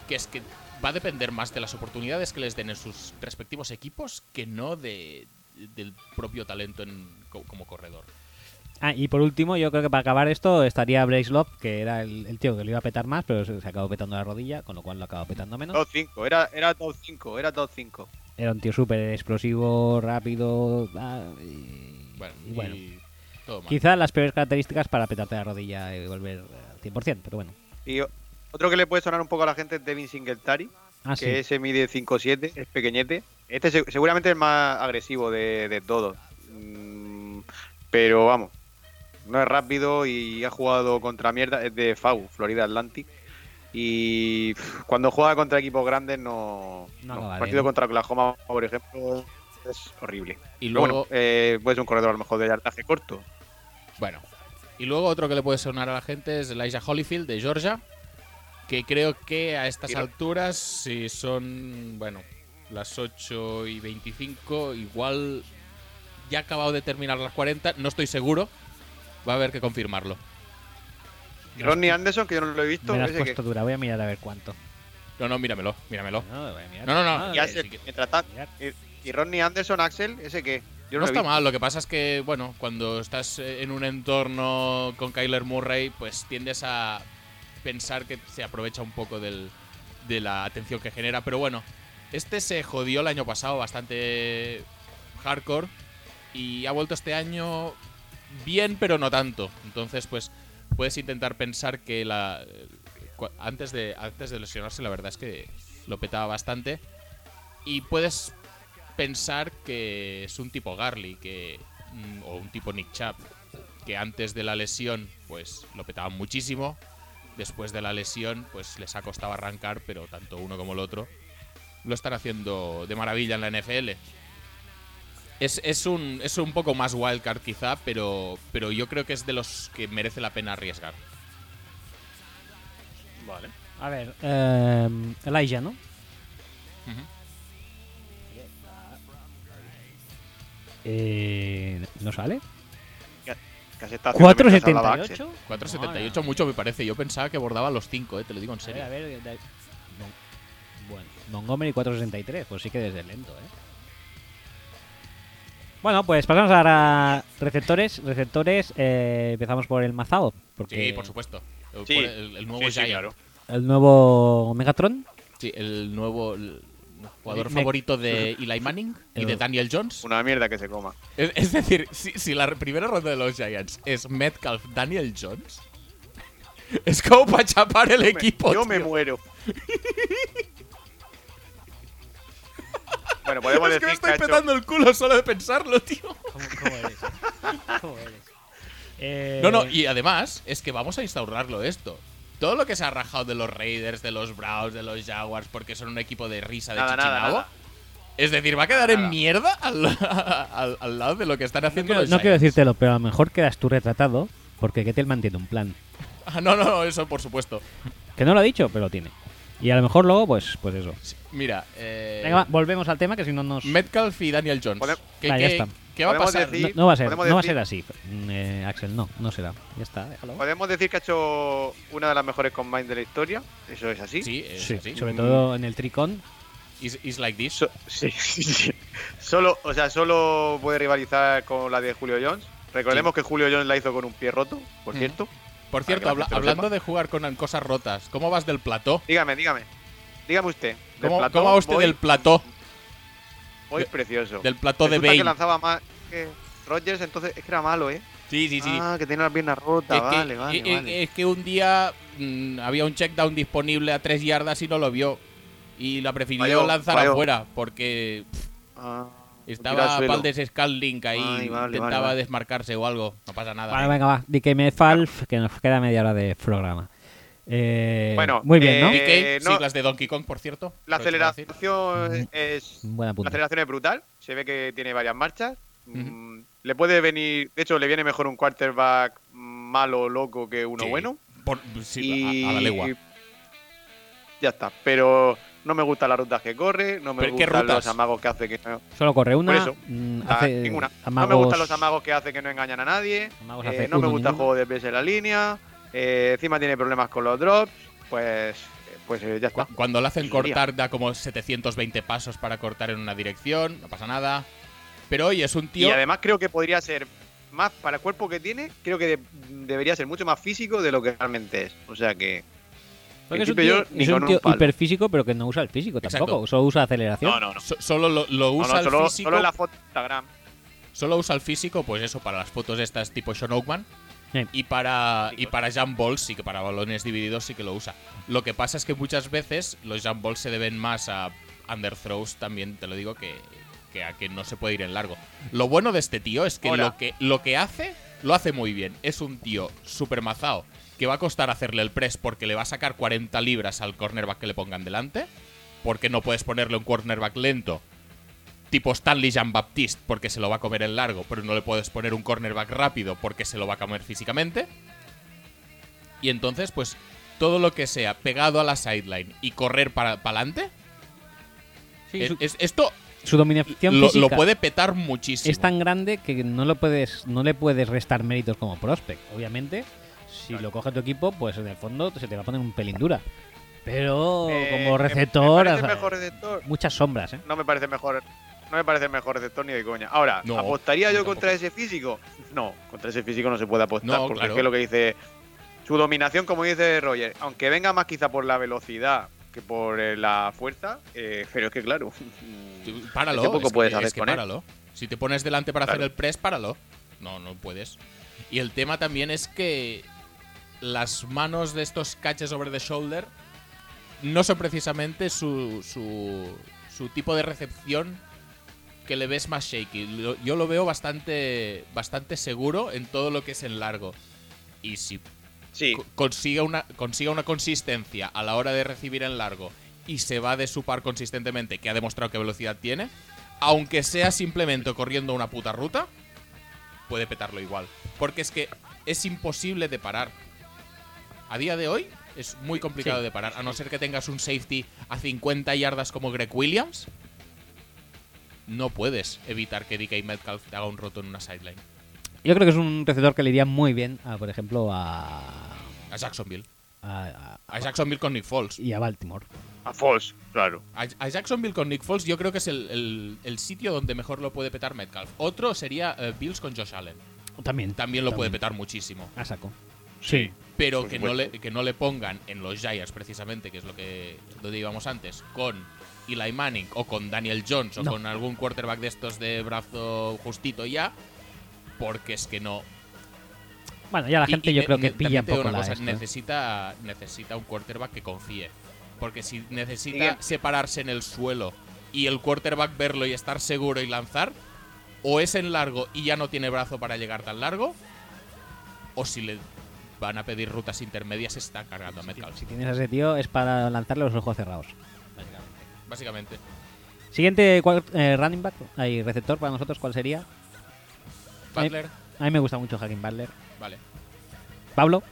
Speaker 2: Que es que va a depender más de las oportunidades que les den en sus respectivos equipos que no de, del propio talento en- co- como corredor.
Speaker 1: Ah, y por último, yo creo que para acabar esto estaría Brace Love, que era el, el tío que lo iba a petar más, pero se, se acabó petando la rodilla, con lo cual lo acabó petando
Speaker 2: Oh.
Speaker 1: menos.
Speaker 3: Top 5, era, era top 5, era top 5.
Speaker 1: Era un tío súper explosivo, rápido. ah, y
Speaker 2: Bueno,
Speaker 1: y bueno.
Speaker 2: y todo mal.
Speaker 1: Quizá las peores características para petarte la rodilla y volver al 100%, pero bueno.
Speaker 3: Y otro que le puede sonar un poco a la gente es Devin Singletary,
Speaker 1: Ah,
Speaker 3: que
Speaker 1: sí.
Speaker 3: ese mide 5'7, es pequeñete. Este se- seguramente es el más agresivo de, de todos. Mm, pero vamos, no es rápido y ha jugado contra mierda, es de FAU, Florida Atlantic. Y pff, cuando juega contra equipos grandes no...
Speaker 1: No
Speaker 3: no.
Speaker 1: acaba
Speaker 3: partido
Speaker 1: bien.
Speaker 3: contra Oklahoma, por ejemplo, es horrible.
Speaker 2: Y
Speaker 3: Pero
Speaker 2: luego,
Speaker 3: bueno, eh, puede ser un corredor a lo mejor de yardaje corto.
Speaker 2: Bueno. Y luego otro que le puede sonar a la gente es Elijah Holyfield de Georgia, que creo que a estas
Speaker 3: Mira.
Speaker 2: alturas, si son, bueno, las 8 y 25, igual ya ha acabado de terminar las 40, no estoy seguro, va a haber que confirmarlo.
Speaker 3: Y Ronnie Anderson, que yo no lo he visto,
Speaker 1: Me la has
Speaker 3: ese que-
Speaker 1: puesto dura, voy a mirar a ver cuánto.
Speaker 2: No, no, míramelo, míramelo.
Speaker 1: No, voy a mirar.
Speaker 2: Oh. No, no, no,
Speaker 1: Ah,
Speaker 3: y,
Speaker 2: ya
Speaker 1: voy
Speaker 3: Axel,
Speaker 2: sí que-
Speaker 3: mientras tanto-
Speaker 1: a mirar.
Speaker 3: y, y Ronnie Anderson, Axel, ese que
Speaker 2: no
Speaker 3: yo no, lo he
Speaker 2: está
Speaker 3: visto.
Speaker 2: mal, lo que pasa es que, bueno, cuando estás eh, en un entorno con Kyler Murray, pues tiendes a pensar que se aprovecha un poco del- de la atención que genera. Pero bueno, este se jodió el año pasado bastante hardcore y ha vuelto este año bien, pero no tanto. Entonces, pues puedes intentar pensar que la eh, cu- antes de antes de lesionarse, la verdad es que lo petaba bastante y puedes pensar que es un tipo Garly que mm, o un tipo Nick Chubb que antes de la lesión pues lo petaban muchísimo después de la lesión pues les ha costado arrancar pero tanto uno como el otro lo están haciendo de maravilla en la NFL es, es un es un poco más wildcard quizá pero pero yo creo que es de los que merece la pena arriesgar
Speaker 3: Vale.
Speaker 1: A ver, eh, Elijah, ¿no?
Speaker 2: Ujú.
Speaker 1: Eh, ¿No sale?
Speaker 3: Casi está haciendo mientras hablaba Axel.
Speaker 1: ¿478?
Speaker 2: 478 mucho me parece yo pensaba que abordaba los 5 te lo digo en
Speaker 1: A
Speaker 2: serio
Speaker 1: ver, a ver. da- Mon- Bueno, Montgomery 463, pues sí que desde lento, ¿eh? Bueno, pues pasamos ahora a receptores. Receptores, eh, empezamos por el mazado. Porque
Speaker 2: sí por supuesto Eh,
Speaker 3: Sí.
Speaker 2: Por el, el nuevo
Speaker 3: Sí, sí,
Speaker 2: Giant.
Speaker 3: claro.
Speaker 1: El nuevo Megatron.
Speaker 2: Sí, el nuevo el jugador
Speaker 1: Me-
Speaker 2: favorito de Eli Manning y
Speaker 1: El-
Speaker 2: de Daniel Jones.
Speaker 3: Una mierda que se coma.
Speaker 2: Es, es decir, si, si la primera ronda de los Giants es Metcalf, Daniel Jones, es como para chapar el
Speaker 3: me-
Speaker 2: equipo.
Speaker 3: Yo me
Speaker 2: tío.
Speaker 3: muero. bueno, podemos
Speaker 2: es que me
Speaker 3: decir que
Speaker 2: estoy
Speaker 3: ha hecho-
Speaker 2: petando el culo solo de pensarlo, tío.
Speaker 1: ¿Cómo, eres? eh? ¿Cómo eres?
Speaker 2: No, no,
Speaker 1: Eh,
Speaker 2: y además es que vamos a instaurarlo esto. Todo lo que se ha rajado de los Raiders, de los Browns, de los Jaguars, porque son un equipo de risa de
Speaker 3: Nada, nada,
Speaker 2: chichinabo.
Speaker 3: nada.
Speaker 2: Es decir, va a quedar en
Speaker 3: Nada.
Speaker 2: mierda al, al- al lado de lo que están
Speaker 1: No
Speaker 2: haciendo
Speaker 1: quiero,
Speaker 2: los
Speaker 1: no quiero
Speaker 2: Giants.
Speaker 1: decírtelo, pero a lo mejor quedas tú retratado porque Gettelman tiene un plan.
Speaker 2: Ah, no, no, no, eso por supuesto.
Speaker 1: Que no lo ha dicho, pero lo tiene. Y a lo mejor luego, pues, pues eso.
Speaker 2: Mira, eh,
Speaker 1: Venga, va, volvemos al tema que si no nos.
Speaker 2: Metcalf y Daniel Jones.
Speaker 3: Podem-
Speaker 2: ¿Qué,
Speaker 1: Vale, ya
Speaker 2: qué-
Speaker 1: está.
Speaker 2: qué va a
Speaker 3: Podemos
Speaker 2: pasar?
Speaker 1: No,
Speaker 3: decir-
Speaker 1: no va a ser,
Speaker 3: podemos
Speaker 1: no va a
Speaker 3: decir- Pues,
Speaker 1: ser así. Mm, eh, Axel, no, no será. Ya está, déjalo.
Speaker 3: Podemos decir que ha hecho una de las mejores combines de la historia. Eso es así.
Speaker 2: Sí, es
Speaker 1: Sí,
Speaker 2: así.
Speaker 1: sobre todo en el tricón.
Speaker 2: Is, is like this.
Speaker 3: So- sí, sí. Solo, o sea, solo puede rivalizar con la de Julio Jones. Recordemos que Julio Jones la hizo con un pie roto, por
Speaker 2: Ujú.
Speaker 3: cierto.
Speaker 2: Por
Speaker 3: para que
Speaker 2: cierto,
Speaker 3: la
Speaker 2: habla-
Speaker 3: gente lo
Speaker 2: hablando
Speaker 3: sepa.
Speaker 2: de jugar con cosas rotas, ¿cómo vas del plató?
Speaker 3: Dígame, dígame. Dígame usted. del
Speaker 2: ¿Cómo,
Speaker 3: plató,
Speaker 2: cómo va usted
Speaker 3: voy-
Speaker 2: del plató?
Speaker 3: voy
Speaker 2: de-
Speaker 3: precioso.
Speaker 2: Del plató de
Speaker 3: Resulta que
Speaker 2: Bane.
Speaker 3: lanzaba más que Rodgers, entonces es que era malo, ¿eh?
Speaker 2: Sí, sí, sí.
Speaker 3: Ah, que tenía la pierna rota.
Speaker 2: Es que-
Speaker 3: vale, vale,
Speaker 2: eh, eh,
Speaker 3: vale.
Speaker 2: es que un día mm, había un check down disponible a tres yardas y no lo vio. Y la prefirió
Speaker 3: Falló,
Speaker 2: lanzar
Speaker 3: falló.
Speaker 2: afuera porque pff,
Speaker 3: Ah, tira al
Speaker 2: estaba
Speaker 3: suelo.
Speaker 2: Valdes Scalding ahí.
Speaker 3: Ay, vale, vale,
Speaker 2: intentaba
Speaker 3: vale.
Speaker 2: desmarcarse o algo. No pasa nada.
Speaker 1: Vale, venga, va. Di que me falf, que nos queda media hora de programa. Eh,
Speaker 3: Bueno,
Speaker 1: muy bien, ¿no?
Speaker 3: eh,
Speaker 2: DK,
Speaker 3: no-
Speaker 2: siglas de Donkey Kong, por cierto.
Speaker 3: La
Speaker 2: Aprovecho para decir.
Speaker 3: aceleración es
Speaker 1: Buena
Speaker 3: la
Speaker 1: punta.
Speaker 3: aceleración es brutal. Se ve que tiene varias marchas.
Speaker 2: Ujú.
Speaker 3: Mm, Le puede venir, de hecho, le viene mejor un quarterback malo loco que uno
Speaker 2: Sí,
Speaker 3: bueno.
Speaker 2: Por- sí,
Speaker 3: y
Speaker 2: a, a la legua.
Speaker 3: Ya está. Pero no me gustan las rutas que corre, no me
Speaker 2: ¿Pero qué
Speaker 3: gustan
Speaker 2: rutas?
Speaker 3: los amagos que hace que no.
Speaker 1: Solo corre una.
Speaker 3: por eso.
Speaker 1: mm,
Speaker 3: o sea,
Speaker 1: hace
Speaker 3: ninguna.
Speaker 1: amagos-
Speaker 3: No me gustan los amagos que hace que no engañan a nadie.
Speaker 1: amagos
Speaker 3: Eh,
Speaker 1: hace
Speaker 3: no me
Speaker 1: uno,
Speaker 3: gusta el
Speaker 1: ninguno.
Speaker 3: juego de pies en la línea. eh, encima tiene problemas con los drops. Pues, pues eh, ya está.
Speaker 2: Cu- Cuando lo hacen
Speaker 3: Sería.
Speaker 2: cortar, da como 720 pasos para cortar en una dirección, no pasa nada. Pero hoy es un tío.
Speaker 3: Y además creo que podría ser más para el cuerpo que tiene, creo que de- debería ser mucho más físico de lo que realmente es. O sea que.
Speaker 1: Porque es un
Speaker 3: principio
Speaker 1: tío,
Speaker 3: yo ni
Speaker 1: es un
Speaker 3: con un
Speaker 1: tío
Speaker 3: palo.
Speaker 1: hiperfísico, pero que no usa el físico
Speaker 2: Exacto.
Speaker 1: tampoco. Solo usa aceleración.
Speaker 3: No, no, no.
Speaker 2: so- solo lo, lo
Speaker 3: No, no,
Speaker 2: usa el
Speaker 3: solo,
Speaker 2: físico.
Speaker 3: solo en la foto de Instagram.
Speaker 2: solo usa el físico, pues eso, para las fotos estas tipo Sean Oakman.
Speaker 1: Sí.
Speaker 2: Y para, y para jump balls, sí que para balones divididos sí que lo usa. Lo que pasa es que muchas veces los jump balls se deben más a underthrows, también te lo digo, que, que a que no se puede ir en largo. Lo bueno de este tío es que
Speaker 3: Hola.
Speaker 2: lo, que lo que hace, lo hace muy bien. Es un tío super mazao que va a costar hacerle el press porque le va a sacar 40 libras al cornerback que le pongan delante. Porque no puedes ponerle un cornerback lento tipo Stanley Jean-Baptiste porque se lo va a comer en largo, pero no le puedes poner un cornerback rápido porque se lo va a comer físicamente. Y entonces, pues, todo lo que sea pegado a la sideline y correr para adelante,
Speaker 1: Sí, su,
Speaker 3: Eh,
Speaker 2: esto
Speaker 1: su dominación
Speaker 2: lo, lo
Speaker 1: física
Speaker 2: puede petar muchísimo.
Speaker 1: es tan grande que no, lo puedes, no le puedes restar méritos como prospect. Obviamente, si lo coge tu equipo, pues en el fondo se te va a poner un pelín dura. Pero
Speaker 3: Eh,
Speaker 1: como
Speaker 3: me-
Speaker 1: receptor, o
Speaker 3: Me, parece
Speaker 1: sea,
Speaker 3: mejor receptor.
Speaker 1: muchas sombras, ¿eh?
Speaker 3: No me parece mejor. No me parece mejor receptor ni de coña. Ahora,
Speaker 2: No,
Speaker 3: ¿apostaría yo
Speaker 2: yo
Speaker 3: contra ese físico? No, contra ese físico no se puede apostar.
Speaker 2: No,
Speaker 3: porque
Speaker 2: claro.
Speaker 3: es que lo que dice. Su dominación, como dice Roger, aunque venga más quizá por la velocidad que por eh, la fuerza, eh, pero es que claro.
Speaker 2: Tú, Páralo.
Speaker 3: Es que poco
Speaker 2: es que-
Speaker 3: puedes
Speaker 2: es
Speaker 3: hacer
Speaker 2: que
Speaker 3: con él.
Speaker 2: páralo. Si te pones delante para
Speaker 3: Claro.
Speaker 2: hacer el press, páralo. No, no puedes. Y el tema también es que las manos de estos catches over the shoulder no son precisamente su, su, su tipo de recepción que le ves más shaky. Lo- Yo lo veo bastante, bastante seguro en todo lo que es en largo. Y si
Speaker 3: Sí,
Speaker 2: co- consiga una, consiga una consistencia a la hora de recibir en largo y se va de su par consistentemente, que ha demostrado que velocidad tiene, aunque sea simplemente corriendo una puta ruta, puede petarlo igual. Porque es que es imposible de parar. A día de hoy es muy complicado
Speaker 1: Sí.
Speaker 2: de parar, a no ser que tengas un safety a 50 yardas como Greg Williams. No puedes evitar que DK Metcalf te haga un roto en una sideline.
Speaker 1: Yo creo que es un receptor que le iría muy bien, a, por ejemplo, a,
Speaker 2: A Jacksonville.
Speaker 1: a- a-
Speaker 2: A Jacksonville con Nick Foles.
Speaker 1: y a Baltimore.
Speaker 3: a false, claro.
Speaker 2: A a Jacksonville con Nick Foles yo creo que es el, el- el sitio donde mejor lo puede petar Metcalf. Otro sería eh, Bills con Josh Allen.
Speaker 1: También.
Speaker 2: También lo puede
Speaker 1: También.
Speaker 2: petar muchísimo.
Speaker 1: A saco. Sí.
Speaker 2: Pero
Speaker 3: Por
Speaker 2: que no, le,
Speaker 3: supuesto.
Speaker 2: que no le pongan en los Giants precisamente, que es lo que donde íbamos antes, con Eli Manning o con Daniel Jones o
Speaker 1: No.
Speaker 2: con algún quarterback de estos de brazo justito ya, porque es que no.
Speaker 1: Bueno, ya la
Speaker 2: Y-
Speaker 1: gente
Speaker 2: y
Speaker 1: yo
Speaker 2: ne-
Speaker 1: creo
Speaker 2: ne-
Speaker 1: que
Speaker 2: también
Speaker 1: pilla un
Speaker 2: te digo
Speaker 1: poco
Speaker 2: una
Speaker 1: la
Speaker 2: cosa,
Speaker 1: esto, ¿eh?
Speaker 2: necesita, necesita un quarterback que confíe. Porque si necesita
Speaker 3: Miguel.
Speaker 2: separarse en el suelo y el quarterback verlo y estar seguro y lanzar, o es en largo y ya no tiene brazo para llegar tan largo, o si le van a pedir rutas intermedias, se está cargando a Metcalf.
Speaker 1: Si tienes a ese tío es para lanzarle los ojos cerrados.
Speaker 2: Básicamente.
Speaker 1: Siguiente cual- eh, running back, hay receptor para nosotros, ¿cuál sería?
Speaker 2: Butler,
Speaker 1: A mí me gusta mucho Hacking Butler.
Speaker 2: vale.
Speaker 1: Pablo.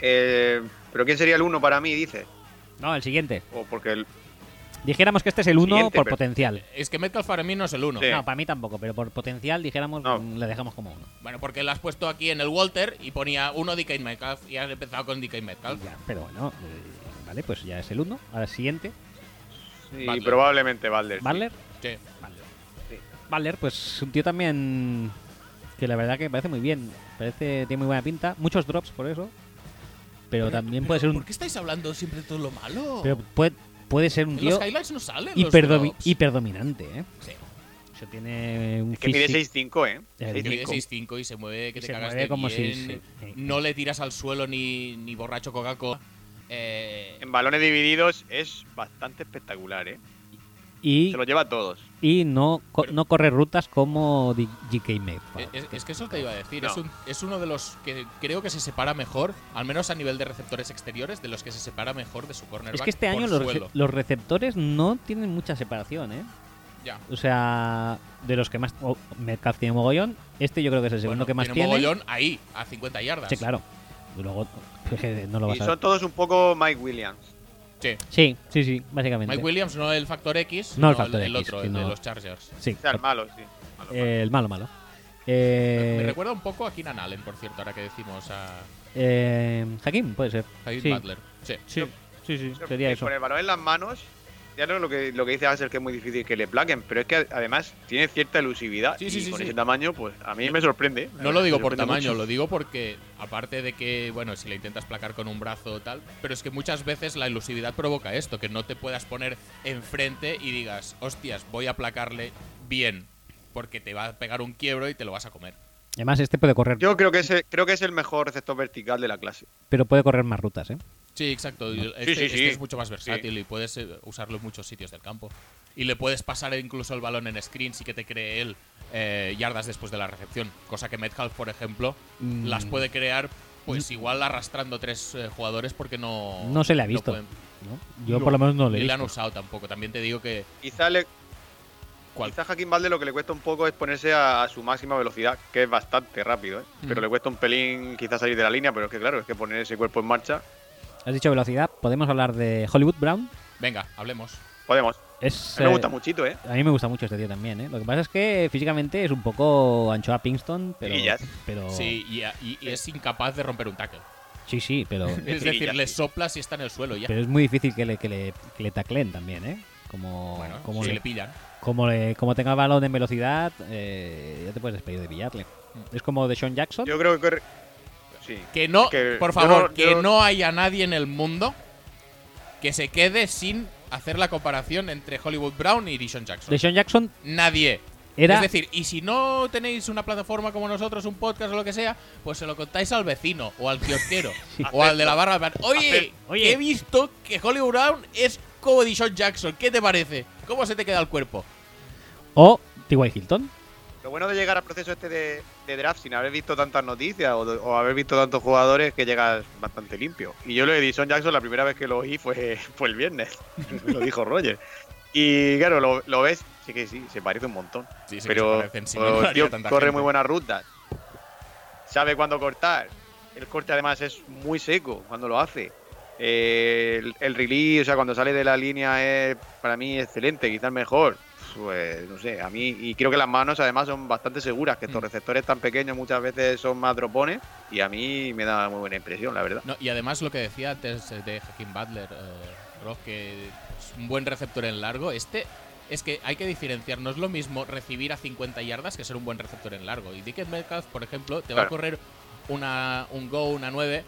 Speaker 3: Eh, pero ¿quién sería el uno para mí, dice?
Speaker 1: No, el siguiente.
Speaker 3: O porque el-
Speaker 1: Dijéramos que este es el 1
Speaker 3: Siguiente,
Speaker 1: por
Speaker 3: pero-
Speaker 1: potencial.
Speaker 2: Es que Metcalf para mí no es el uno.
Speaker 3: Sí.
Speaker 1: No, para mí tampoco, pero por potencial dijéramos
Speaker 3: No.
Speaker 1: mm, le dejamos como uno.
Speaker 2: Bueno, porque lo has puesto aquí en el Walter y ponía uno DK Metcalf y has empezado con DK Metcalf.
Speaker 1: Ya, pero bueno, eh, vale, pues ya es el 1. Ahora siguiente,
Speaker 3: sí,
Speaker 2: Butler.
Speaker 3: probablemente Balder.
Speaker 1: Butler.
Speaker 2: Sí.
Speaker 1: Valer, pues un tío también que la verdad que parece muy bien, parece tiene muy buena pinta, muchos drops por eso, pero también puede ser
Speaker 2: ¿Por
Speaker 1: un
Speaker 2: qué estáis hablando siempre de todo lo malo?
Speaker 1: pero puede, puede ser un
Speaker 2: En
Speaker 1: tío
Speaker 2: los highlights no salen. los
Speaker 1: hiperdomi-
Speaker 2: drops.
Speaker 1: hiperdominante, ¿eh?
Speaker 2: Sí.
Speaker 1: O sea, tiene un
Speaker 3: Es que mide
Speaker 1: físico-
Speaker 3: 6'5, ¿eh?
Speaker 1: El
Speaker 2: Que mide
Speaker 3: 6'5.
Speaker 2: 6'5 y se mueve que
Speaker 1: Y
Speaker 2: te
Speaker 1: se
Speaker 2: cagas
Speaker 1: mueve
Speaker 2: de
Speaker 1: como
Speaker 2: bien.
Speaker 1: si- sí, sí.
Speaker 2: No le tiras al suelo ni, ni borracho Coca-Cola. Eh,
Speaker 3: En balones divididos es bastante espectacular, ¿eh?
Speaker 1: y,
Speaker 3: Se lo lleva a todos.
Speaker 1: y no co-
Speaker 2: Pero-
Speaker 1: no corre rutas como D- GK Med.
Speaker 2: es, es que eso te iba a decir.
Speaker 3: No.
Speaker 2: Es, un- es uno de los que creo que se separa mejor, al menos a nivel de receptores exteriores, de los que se separa mejor de su cornerback.
Speaker 1: Es que este
Speaker 2: por
Speaker 1: año los, rece-
Speaker 2: suelo.
Speaker 1: los receptores no tienen mucha separación, ¿eh?
Speaker 2: Ya.
Speaker 1: O sea, de los que más oh, Metcalf tiene mogollón, este yo creo que es el segundo
Speaker 2: Bueno,
Speaker 1: que más tiene.
Speaker 2: mogollón ahí, a 50 yardas.
Speaker 1: Sí, claro. Luego es que no lo
Speaker 3: Y
Speaker 1: vas a
Speaker 3: son todos un poco Mike Williams.
Speaker 2: Sí.
Speaker 1: Sí, sí, sí, básicamente.
Speaker 2: Mike Williams, no el Factor X,
Speaker 1: No el Factor
Speaker 2: el
Speaker 1: X,
Speaker 2: otro, el de
Speaker 1: sino-
Speaker 2: los Chargers.
Speaker 1: Sí,
Speaker 3: O sea, el malo, sí. Malo, malo.
Speaker 1: eh, el malo, malo. Eh,
Speaker 2: Me recuerda un poco a Keenan Allen, por cierto, ahora que decimos a
Speaker 1: eh, Hakim, puede ser.
Speaker 2: David
Speaker 1: Sí.
Speaker 2: Butler. Sí.
Speaker 1: Sí, sí,
Speaker 3: Pero,
Speaker 1: sería
Speaker 3: eh,
Speaker 1: eso.
Speaker 3: Con el balón en las manos, ya no lo que, lo que dice Axel que es muy difícil que le plaquen, pero es que ad- además tiene cierta elusividad.
Speaker 2: Sí, sí,
Speaker 3: y
Speaker 2: sí,
Speaker 3: con
Speaker 2: sí.
Speaker 3: ese tamaño, pues a mí me sorprende.
Speaker 2: No lo digo por tamaño,
Speaker 3: lo
Speaker 2: lo digo porque, aparte de que, bueno, si le intentas placar con un brazo o tal, pero es que muchas veces la ilusividad provoca esto, que no te puedas poner enfrente y digas, hostias, voy a placarle bien, porque te va a pegar un quiebro y te lo vas a comer.
Speaker 1: Además, este puede correr,
Speaker 3: Yo creo que, es, creo que es el mejor receptor vertical de la clase.
Speaker 1: pero puede correr más rutas, ¿eh?
Speaker 2: Sí, exacto. y Este,
Speaker 3: Sí, sí,
Speaker 2: este
Speaker 3: sí.
Speaker 2: es mucho más versátil y puedes eh, usarlo en muchos sitios del campo. Y le puedes pasar incluso el balón en screens y que te cree él eh, yardas después de la recepción. Cosa que Metcalf, por ejemplo,
Speaker 1: Mm.
Speaker 2: las puede crear pues igual arrastrando tres eh, jugadores porque no...
Speaker 1: No se le ha visto.
Speaker 2: pueden-
Speaker 1: ¿no? Yo por lo menos no le
Speaker 2: ni
Speaker 1: he
Speaker 2: le han
Speaker 1: visto.
Speaker 2: usado tampoco. También te digo que
Speaker 3: Quizá le,
Speaker 2: cual-
Speaker 3: Quizás Jaquín Valde lo que le cuesta un poco es ponerse a, a su máxima velocidad, que es bastante rápido, ¿eh? Pero
Speaker 2: Mm.
Speaker 3: le cuesta un pelín quizás salir de la línea, pero es que claro, es que poner ese cuerpo en marcha,
Speaker 1: Has dicho velocidad. ¿Podemos hablar de Hollywood Brown?
Speaker 2: Venga, hablemos.
Speaker 3: podemos.
Speaker 1: Es,
Speaker 3: A mí me
Speaker 1: eh,
Speaker 3: gusta muchito, ¿eh?
Speaker 1: a mí me gusta mucho este tío también, ¿eh? Lo que pasa es que físicamente es un poco anchoa Kingston, pero...
Speaker 3: Tirillas.
Speaker 1: pero
Speaker 2: Sí, y, y- y es incapaz de romper un tackle.
Speaker 1: Sí, sí, pero,
Speaker 2: Es
Speaker 3: Sí, ya
Speaker 2: decir, le
Speaker 3: sí.
Speaker 2: soplas y está en el suelo y ya.
Speaker 1: pero es muy difícil que le, que le, que le tacleen también, ¿eh? Como,
Speaker 2: Bueno,
Speaker 1: como,
Speaker 2: si
Speaker 1: le-
Speaker 2: le pillan.
Speaker 1: como, le- como tenga el balón en velocidad, eh, ya te puedes despedir de pillarle. Es como de Sean Jackson.
Speaker 3: Yo creo que... corre- Sí.
Speaker 2: Que no,
Speaker 3: Que
Speaker 2: por
Speaker 3: yo
Speaker 2: favor,
Speaker 3: no-
Speaker 2: que
Speaker 3: yo-
Speaker 2: no haya nadie en el mundo que se quede sin hacer la comparación entre Hollywood Brown y Dishon Jackson.
Speaker 1: De Sean Jackson
Speaker 2: Nadie.
Speaker 1: era...
Speaker 2: Es decir, y si no tenéis una plataforma como nosotros, un podcast o lo que sea, pues se lo contáis al vecino o al kiosquero o al de la barra. de pan. Oye,
Speaker 3: Acepto.
Speaker 1: Oye.
Speaker 2: he visto que Hollywood Brown es como Dishon Jackson. ¿Qué te parece? ¿Cómo se te queda el cuerpo?
Speaker 1: O T.Y. Hilton.
Speaker 3: Lo bueno de llegar al proceso este de, de draft sin haber visto tantas noticias o, de- o haber visto tantos jugadores que llegas bastante limpio. Y yo lo de Edison Jackson, la primera vez que lo oí fue, fue el viernes. Me lo dijo Roger. Y claro, lo, lo ves, sí que sí, se parece un montón.
Speaker 2: Sí, sí, que
Speaker 3: pero
Speaker 2: se parecen, si no,
Speaker 3: pero,
Speaker 2: no haría
Speaker 3: tío,
Speaker 2: tanta
Speaker 3: corre
Speaker 2: gente.
Speaker 3: muy buenas rutas. Sabe cuándo cortar. El corte además es muy seco cuando lo hace. Eh, el, el release, o sea, cuando sale de la línea es para mí excelente, quizás mejor. Pues no sé, a mí, y creo que las manos además son bastante seguras, que estos
Speaker 2: Mm.
Speaker 3: receptores tan pequeños muchas veces son más dropones, y a mí me da muy buena impresión, la verdad.
Speaker 2: No, y además lo que decía antes eh, de Hakim Butler, eh, Rob, que es un buen receptor en largo, este es que hay que diferenciar, no es lo mismo recibir a 50 yardas que ser un buen receptor en largo. Y Dickens Metcalf, por ejemplo, te va a
Speaker 3: Claro.
Speaker 2: correr una, un go, una 9,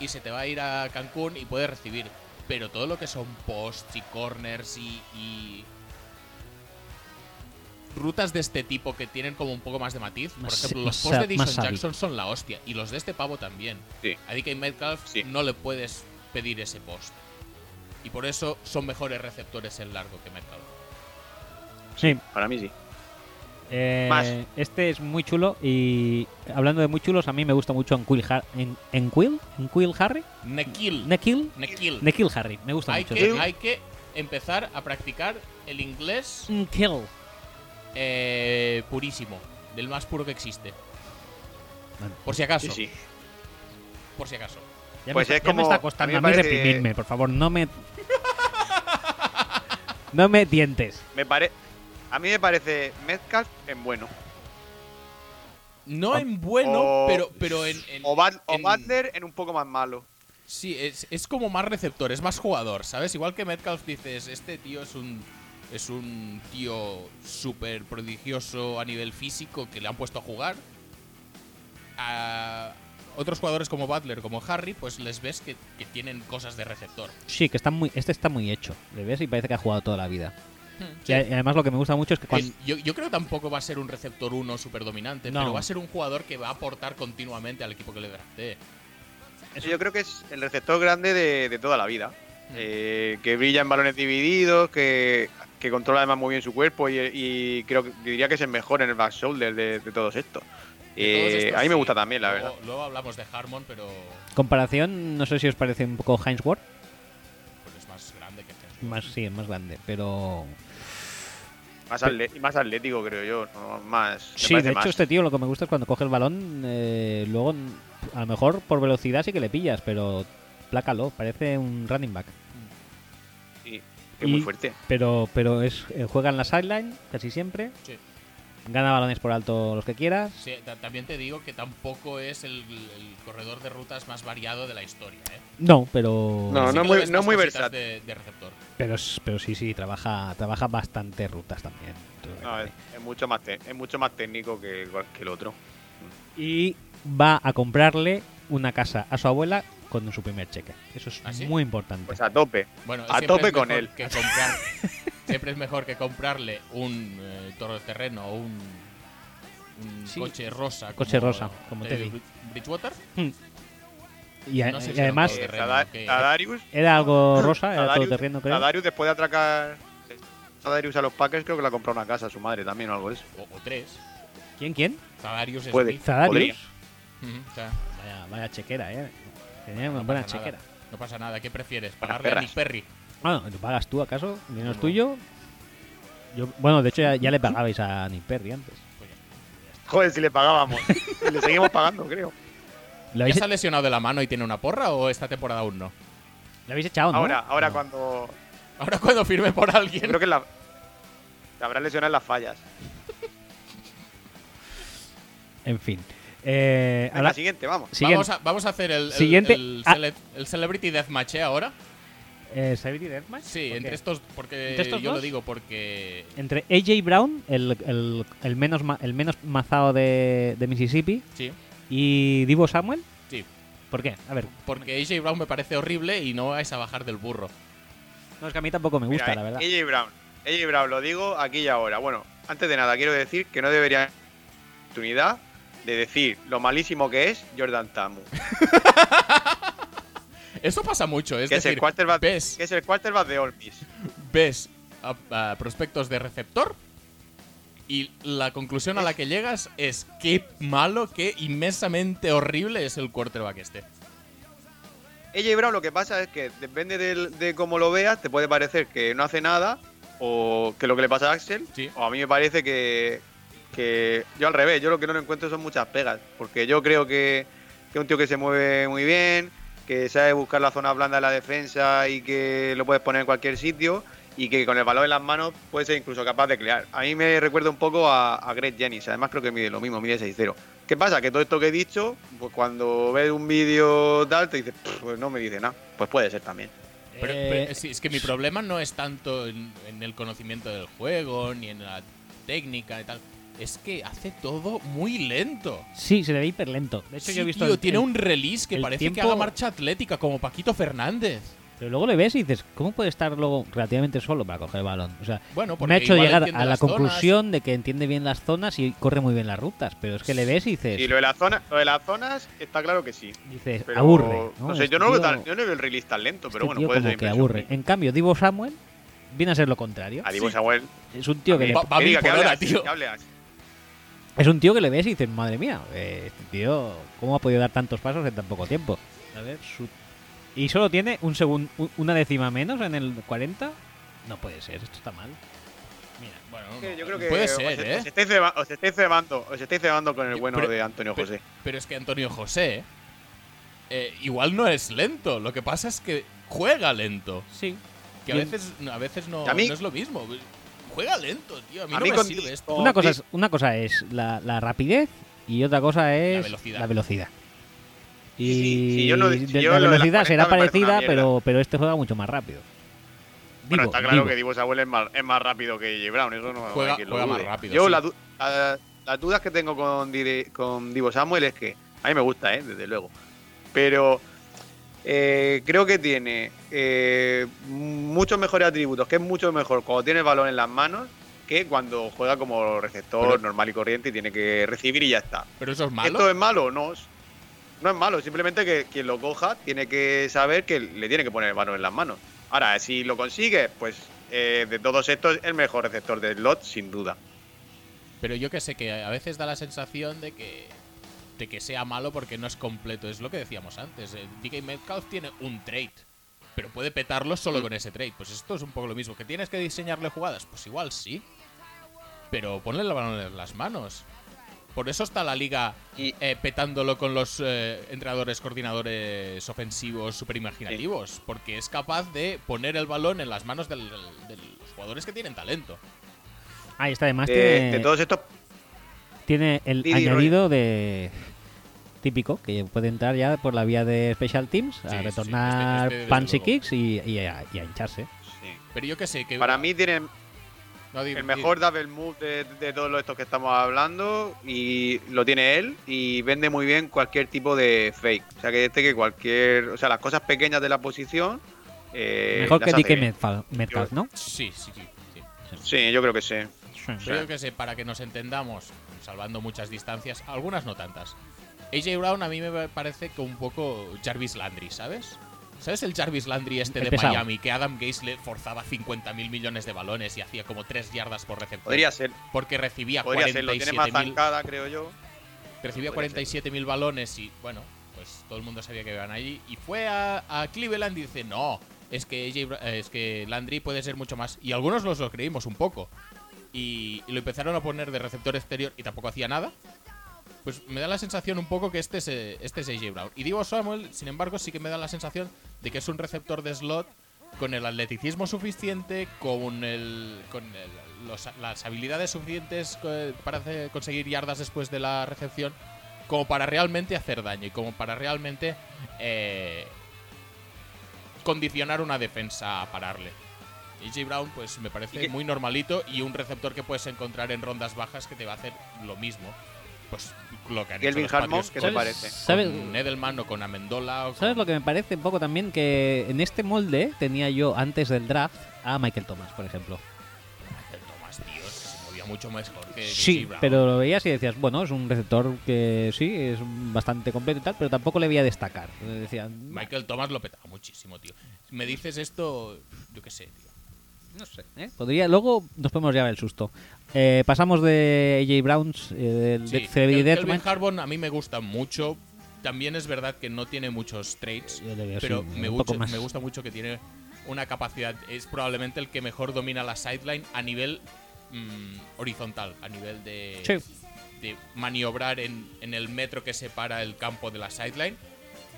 Speaker 2: y se te va a ir a Cancún y puede recibir. Pero todo lo que son posts y corners y, y rutas de este tipo que tienen como un poco más de matiz, por
Speaker 1: Más-
Speaker 2: ejemplo,
Speaker 1: más
Speaker 2: los posts
Speaker 1: sa-
Speaker 2: de
Speaker 1: más
Speaker 2: Dishon
Speaker 1: hábil.
Speaker 2: Jackson son la hostia, y los de este pavo también.
Speaker 3: Sí.
Speaker 2: A DK Metcalf
Speaker 3: Sí.
Speaker 2: no le puedes pedir ese post. Y por eso son mejores receptores en largo que Metcalf.
Speaker 1: Sí.
Speaker 3: Para mí sí.
Speaker 1: Eh,
Speaker 3: Más.
Speaker 1: Este es muy chulo y hablando de muy chulos, a mí me gusta mucho en Quill, Har- en, en Quill, en Quill Harry,
Speaker 2: Nequil.
Speaker 1: Nekill,
Speaker 2: Nequil.
Speaker 1: Nekill Harry, me gusta
Speaker 2: Hay
Speaker 1: mucho.
Speaker 2: que, hay que empezar a practicar el inglés
Speaker 1: Nekill.
Speaker 2: eh, purísimo, del más puro que existe. Por si acaso,
Speaker 3: Sí, sí.
Speaker 2: por si acaso.
Speaker 1: Ya
Speaker 3: Pues
Speaker 1: me,
Speaker 3: es
Speaker 1: está- ya me
Speaker 3: como-
Speaker 1: está costando a
Speaker 3: a
Speaker 1: mí,
Speaker 3: mí me parece-
Speaker 1: reprimirme, por favor, no me no me dientes.
Speaker 3: Me pare... A mí me parece Metcalf en bueno.
Speaker 2: Pues No en bueno,
Speaker 3: O-
Speaker 2: pero, pero en... en-
Speaker 3: O, Bad- o
Speaker 2: en-
Speaker 3: Butler en un poco más malo.
Speaker 2: Sí, es, es como más receptor, es más jugador, ¿sabes? Igual que Metcalf dices, este tío es un es un tío súper prodigioso a nivel físico que le han puesto a jugar. A otros jugadores como Butler, como Harry, pues les ves que, que tienen cosas de receptor.
Speaker 1: Sí, que está muy, este está muy hecho, le ves y parece que ha jugado toda la vida.
Speaker 2: Sí.
Speaker 1: Y a- y además lo que me gusta mucho es que cuando,
Speaker 2: Es- yo, yo creo que tampoco va a ser un receptor uno súper dominante,
Speaker 1: No.
Speaker 2: pero va a ser un jugador que va a aportar continuamente al equipo que le draftee.
Speaker 3: Yo creo que es el receptor grande de, de toda la vida.
Speaker 1: Mm.
Speaker 3: Eh, que brilla en balones divididos, que, que controla además muy bien su cuerpo y, y creo que diría que es el mejor en el back shoulder de, de todos estos.
Speaker 2: De todos
Speaker 3: Eh,
Speaker 2: estos,
Speaker 3: a mí me
Speaker 2: sí.
Speaker 3: gusta también, la
Speaker 2: Luego-
Speaker 3: verdad.
Speaker 2: Luego hablamos de Harmon, pero
Speaker 1: comparación, no sé si os parece un poco Heinz Ward,
Speaker 2: pues, es más grande que Henshaw.
Speaker 1: más sí, es más grande, pero
Speaker 3: Más, atle- y más atlético, creo yo. no, más, me
Speaker 1: Sí,
Speaker 3: parece
Speaker 1: de hecho,
Speaker 3: más.
Speaker 1: este tío lo que me gusta es cuando coge el balón, eh, luego n- a lo mejor por velocidad sí que le pillas, pero plácalo, parece un running back.
Speaker 3: Sí, es muy
Speaker 1: y-
Speaker 3: fuerte.
Speaker 1: Pero, pero es eh, juega en la sideline casi siempre,
Speaker 2: Sí.
Speaker 1: gana balones por alto los que quieras.
Speaker 2: Sí, ta- también te digo que tampoco es el, el corredor de rutas más variado de la historia. ¿eh?
Speaker 1: No, pero
Speaker 3: No,
Speaker 2: Sí
Speaker 3: no.
Speaker 2: que
Speaker 3: muy-
Speaker 2: le ves más
Speaker 3: muy
Speaker 2: cositas
Speaker 3: versátil.
Speaker 2: De, de receptor.
Speaker 1: pero es- pero sí sí trabaja trabaja bastante rutas también. Entonces,
Speaker 3: No, es, es mucho más te- es mucho más técnico que, que el otro.
Speaker 1: Y va a comprarle una casa a su abuela con su primer cheque. Eso es
Speaker 2: ¿Ah, sí?
Speaker 1: muy importante.
Speaker 3: Pues a tope.
Speaker 2: Bueno,
Speaker 3: A
Speaker 2: siempre
Speaker 3: tope
Speaker 2: es
Speaker 3: con
Speaker 2: mejor
Speaker 3: él.
Speaker 2: que comprar- siempre es mejor que comprarle un eh, toro de terreno o un, un
Speaker 1: Sí.
Speaker 2: coche rosa.
Speaker 1: Coche rosa, como
Speaker 2: Teddy
Speaker 1: Teddy.
Speaker 2: Brid- Bridgewater.
Speaker 1: y, a-
Speaker 2: no sé
Speaker 1: y
Speaker 2: si era un
Speaker 1: además
Speaker 2: todo
Speaker 3: Eh,
Speaker 2: terreno,
Speaker 3: Tadar-
Speaker 2: que-
Speaker 3: Tadarius
Speaker 1: era algo rosa, era Ah, todo
Speaker 3: Tadarius-
Speaker 1: terreno creo.
Speaker 3: Tadarius, después de atracar a Darius a los Packers, creo que le ha comprado una casa a su madre también o algo de eso.
Speaker 2: O, o tres.
Speaker 1: ¿Quién quién?
Speaker 2: Zadarius
Speaker 3: Puede.
Speaker 2: Smith.
Speaker 1: Zadarius.
Speaker 3: Podría.
Speaker 2: Ujú, o sea,
Speaker 1: Vaya, vaya chequera, eh. Tenía una
Speaker 2: no
Speaker 1: buena
Speaker 2: pasa nada.
Speaker 1: chequera.
Speaker 2: No pasa nada. ¿Qué prefieres?
Speaker 3: Buenas
Speaker 2: ¿Pagarle a
Speaker 3: perras.
Speaker 2: Nick Perry?
Speaker 1: Ah, ¿lo pagas tú acaso? ¿Menos
Speaker 2: No.
Speaker 1: tuyo? Yo- bueno, de hecho ya, ya le pagabais a Nick Perry antes.
Speaker 4: Joder, si le pagábamos. Y le seguimos pagando, creo.
Speaker 1: ¿Lo
Speaker 2: ¿Ya
Speaker 1: habéis,
Speaker 2: se ha lesionado de la mano y tiene una porra o esta temporada aún no?
Speaker 1: lo habéis echado, ¿no? Ah,
Speaker 4: Ahora, ahora
Speaker 1: No.
Speaker 4: cuando.
Speaker 2: Ahora cuando firme por
Speaker 4: Yo
Speaker 2: alguien.
Speaker 4: creo que la. la habrá lesionado en las fallas.
Speaker 1: Eh, En fin. Eh,
Speaker 3: Venga,
Speaker 1: habla-
Speaker 3: siguiente, vamos.
Speaker 1: siguiente.
Speaker 2: Vamos, a, vamos a hacer el, el-
Speaker 1: Siguiente.
Speaker 2: el,
Speaker 1: Ah.
Speaker 2: cele- el Celebrity Deathmatch ¿eh? ahora.
Speaker 1: Eh, ¿Celebrity Deathmatch?
Speaker 2: Sí,
Speaker 1: ¿Por
Speaker 2: entre
Speaker 1: qué?
Speaker 2: estos, porque
Speaker 1: ¿Entre estos
Speaker 2: yo lo
Speaker 1: dos?
Speaker 2: digo, porque
Speaker 1: Entre AJ Brown, el, el- el menos, ma- el menos mazado de, de Mississippi,
Speaker 2: sí,
Speaker 1: y Divo Samuel.
Speaker 2: sí,
Speaker 1: ¿Por qué? A ver,
Speaker 2: porque AJ Brown me parece horrible y no vais a bajar del burro.
Speaker 1: no es que a mí tampoco me gusta,
Speaker 2: eh,
Speaker 4: Mira,
Speaker 1: la verdad.
Speaker 4: ella-
Speaker 3: AJ Brown. AJ Brown, lo digo aquí y ahora. Bueno, antes de nada, quiero decir que no debería haber oportunidad de decir lo malísimo que es Jordan Tamu.
Speaker 2: Eso pasa mucho, es
Speaker 3: que es
Speaker 2: decir,
Speaker 3: el quarterback,
Speaker 2: ves,
Speaker 3: que es el quarterback de Ole Miss.
Speaker 2: ves a, a prospectos de receptor y la conclusión a la que llegas es qué malo, qué inmensamente horrible es el quarterback este.
Speaker 3: AJ Brown lo que pasa es que depende del- de cómo lo veas, te puede parecer que no hace nada o que lo que le pasa a Axel.
Speaker 2: Sí.
Speaker 3: O a mí me parece que, que yo al revés, yo lo que no le encuentro son muchas pegas. Porque yo creo que que es un tío que se mueve muy bien, que sabe buscar la zona blanda de la defensa y que lo puedes poner en cualquier sitio y que con el balón en las manos puede ser incluso capaz de crear. A mí me recuerda un poco a, a Greg Jennings, además creo que mide lo mismo, mide 6-0. ¿Qué pasa? Que todo esto que he dicho, pues cuando ves un vídeo tal, te dices, "Pff, pues no me dice nada. Pues puede ser también.
Speaker 2: Pero,
Speaker 1: Eh,
Speaker 2: pero sí, es que mi problema no es tanto en, en el conocimiento del juego, ni en la técnica y tal. Es que hace todo muy lento.
Speaker 1: Sí, se le ve hiper lento. De hecho,
Speaker 2: Sí,
Speaker 1: yo he visto.
Speaker 2: tío,
Speaker 1: el-
Speaker 2: tiene
Speaker 1: el-
Speaker 2: un release que
Speaker 1: el
Speaker 2: parece que
Speaker 1: tiempo-
Speaker 2: haga marcha atlética, como Paquito Fernández.
Speaker 1: Pero luego le ves y dices, ¿cómo puede estar luego relativamente solo para coger el balón? O sea,
Speaker 2: Bueno, porque
Speaker 1: me ha hecho
Speaker 2: igual
Speaker 1: llegar
Speaker 2: entiende
Speaker 1: a la
Speaker 2: las zonas.
Speaker 1: conclusión de que entiende bien las zonas y corre muy bien las rutas. Pero es que le ves y dices,
Speaker 3: Y lo de, la zona, lo de las zonas está claro que sí.
Speaker 1: dices
Speaker 3: Pero,
Speaker 1: aburre.
Speaker 3: No, sé,
Speaker 1: Este
Speaker 3: yo no, lo veo
Speaker 1: tío-
Speaker 3: tan- yo no veo el release tan lento, pero
Speaker 1: este
Speaker 3: bueno,
Speaker 1: tío
Speaker 3: puede
Speaker 1: como
Speaker 3: ser
Speaker 1: que
Speaker 3: impresión
Speaker 1: aburre. En cambio, Divo Samuel viene a ser lo contrario.
Speaker 3: mía. A Divo
Speaker 2: Sí.
Speaker 3: Samuel,
Speaker 1: Es un tío que le,
Speaker 2: Va- va
Speaker 3: que
Speaker 2: bien
Speaker 3: diga, que
Speaker 2: por
Speaker 3: hable
Speaker 2: hora,
Speaker 3: así,
Speaker 2: tío.
Speaker 3: que hable así.
Speaker 1: es un tío que le ves y dices, madre mía, eh, este tío, ¿cómo ha podido dar tantos pasos en tan poco tiempo? A ver, su- y solo tiene un segun- u- una décima menos en el 40. No puede ser, esto está mal.
Speaker 2: Mira, bueno,
Speaker 3: que
Speaker 2: no,
Speaker 3: yo creo que
Speaker 2: puede
Speaker 3: os,
Speaker 2: ser,
Speaker 3: os-
Speaker 2: ¿eh?
Speaker 3: os estáis ceba- os estáis cebando, os estáis cebando con el
Speaker 2: Yo-
Speaker 3: bueno
Speaker 2: pero-
Speaker 3: de Antonio
Speaker 2: pero-
Speaker 3: José.
Speaker 2: Pero es que Antonio José eh, igual no es lento. Lo que pasa es que juega lento.
Speaker 1: Sí.
Speaker 2: Que a
Speaker 1: Bien.
Speaker 2: veces, a veces no,
Speaker 3: A mí-
Speaker 2: no es lo mismo. Juega lento, tío. A mí
Speaker 3: A
Speaker 2: no
Speaker 3: mí
Speaker 2: me
Speaker 3: con-
Speaker 2: sirve esto.
Speaker 3: con-
Speaker 1: Una cosa
Speaker 3: Oh, Di-
Speaker 1: es, una cosa es la, la rapidez y otra cosa es
Speaker 2: velocidad.
Speaker 1: velocidad. Y
Speaker 3: Sí, sí, sí, yo no- si
Speaker 1: de-
Speaker 3: yo
Speaker 1: la
Speaker 3: lo de las
Speaker 1: velocidad
Speaker 3: 40
Speaker 1: será
Speaker 3: me parece una
Speaker 1: parecida,
Speaker 3: mierda.
Speaker 1: pero, pero este juega mucho más rápido.
Speaker 3: bueno,
Speaker 1: Divo,
Speaker 3: está claro
Speaker 1: Divo.
Speaker 3: que Divo Samuel es más, es más rápido que J. Brown, eso no
Speaker 2: Juega-
Speaker 3: hay quien lo
Speaker 2: juega más
Speaker 3: dude.
Speaker 2: rápido,
Speaker 3: Yo
Speaker 2: sí.
Speaker 3: la du- la- las dudas que tengo con, Dire- con Divo Samuel es que a mí me gusta, ¿eh? desde luego. Pero eh, creo que tiene eh, muchos mejores atributos, que es mucho mejor cuando tiene el balón en las manos que cuando juega como receptor
Speaker 2: Pero-
Speaker 3: normal y corriente y tiene que recibir y ya está.
Speaker 2: Pero eso es malo.
Speaker 3: ¿Esto es malo? No. es- No es malo, simplemente que quien lo coja tiene que saber que le tiene que poner el balón en las manos. Ahora, si lo consigue, pues eh, de todos estos el mejor receptor del slot, sin duda.
Speaker 2: Pero yo que sé, que a veces da la sensación de que de que sea malo porque no es completo. Es lo que decíamos antes. eh, DK Metcalf tiene un trade, pero puede petarlo
Speaker 3: Mm.
Speaker 2: solo con ese trade. Pues esto es un poco lo mismo. ¿Que tienes que diseñarle jugadas? Pues igual sí. Pero ponle el balón en las manos. Por eso está la liga
Speaker 3: Y-
Speaker 2: eh, petándolo con los eh, entrenadores, coordinadores ofensivos súper imaginativos. Porque es capaz de poner el balón en las manos del- de los jugadores que tienen talento.
Speaker 1: Ah, y está además
Speaker 3: De,
Speaker 1: tiene,
Speaker 3: Eh, de todos estos,
Speaker 1: tiene el
Speaker 3: Didi
Speaker 1: añadido de típico que puede entrar ya por la vía de special teams
Speaker 2: Sí,
Speaker 1: a
Speaker 2: sí, este-
Speaker 1: retornar
Speaker 2: este desde
Speaker 1: punch y
Speaker 2: luego.
Speaker 1: kicks y, y a, y a hincharse.
Speaker 2: Pero yo que sé, que.
Speaker 3: para mí tienen
Speaker 2: No, di-
Speaker 3: el
Speaker 2: di-
Speaker 3: mejor double move de, de todos estos que estamos hablando y lo tiene él y vende muy bien cualquier tipo de fake. O sea, que este que cualquier, o sea, las cosas pequeñas de la posición. eh,
Speaker 1: Mejor que
Speaker 3: las hace
Speaker 1: DK
Speaker 3: bien.
Speaker 1: Metcalf, Metcalf, ¿no?
Speaker 2: Sí, sí, sí. sí.
Speaker 3: Sí, yo creo que sí.
Speaker 2: Pero yo que sé, para que nos entendamos, salvando muchas distancias, algunas no tantas. AJ Brown a mí me parece que un poco Jarvis Landry, ¿sabes? ¿Sabes el Jarvis Landry este
Speaker 1: El
Speaker 2: de
Speaker 1: pesado.
Speaker 2: Miami que Adam Gase le forzaba 50 mil millones de balones y hacía como 3 yardas por receptor?
Speaker 3: Podría ser,
Speaker 2: porque recibía
Speaker 3: podría ser. Lo tiene más
Speaker 2: 47.000
Speaker 3: zancada, creo yo.
Speaker 2: recibía
Speaker 3: podría ser.
Speaker 2: 47.000 balones y bueno, pues todo el mundo sabía que iban allí y fue a, a Cleveland y dice, "No, es que AJ Bra- eh, es que Landry puede ser mucho más." Y algunos nos lo creímos un poco. y, y lo empezaron a poner de receptor exterior y tampoco hacía nada. Pues me da la sensación un poco que este es, eh, este es AJ Brown. Y digo Samuel, sin embargo, sí que me da la sensación de que es un receptor de slot con el atleticismo suficiente, con, el, con el- los- las habilidades suficientes eh, para hacer- conseguir yardas después de la recepción, como para realmente hacer daño y como para realmente eh, condicionar una defensa a pararle. AJ Brown, pues me
Speaker 3: ¿Y
Speaker 2: parece
Speaker 3: qué-
Speaker 2: muy normalito y un receptor que puedes encontrar en rondas bajas que te va a hacer lo mismo. Pues lo que han
Speaker 3: Kelvin
Speaker 2: hecho los
Speaker 3: Harmon,
Speaker 2: Patriots
Speaker 3: ¿qué te
Speaker 2: con-
Speaker 3: parece?
Speaker 1: ¿Sabes?
Speaker 2: Con Edelman o con Amendola o
Speaker 1: ¿Sabes lo que me parece un poco también? Que en este molde tenía yo antes del draft a Michael Thomas, por ejemplo.
Speaker 2: El Tomás, tío, se movía mucho mejor que que
Speaker 1: Sí,
Speaker 2: Jay Brown.
Speaker 1: pero lo veías y decías, bueno, es un receptor que sí, es bastante completo y tal, pero tampoco le veía destacar. Decían,
Speaker 2: Michael Thomas lo petaba muchísimo, tío. Me dices esto, yo qué sé, tío.
Speaker 1: no sé, ¿eh? podría, luego nos podemos llevar el susto. Eh, pasamos de AJ Browns, eh, del
Speaker 2: Sí,
Speaker 1: de CBI
Speaker 2: Kel-
Speaker 1: Deathmatch.
Speaker 2: Kelvin Harbon a mí me gusta mucho. También es verdad que no tiene muchos trades,
Speaker 1: Yo le veo,
Speaker 2: pero
Speaker 1: sí,
Speaker 2: me,
Speaker 1: un poco
Speaker 2: gusta,
Speaker 1: más.
Speaker 2: me gusta mucho que tiene una capacidad. Es probablemente el que mejor domina la sideline a nivel mm, horizontal, a nivel de,
Speaker 1: Sí.
Speaker 2: de maniobrar en, en el metro que separa el campo de la sideline.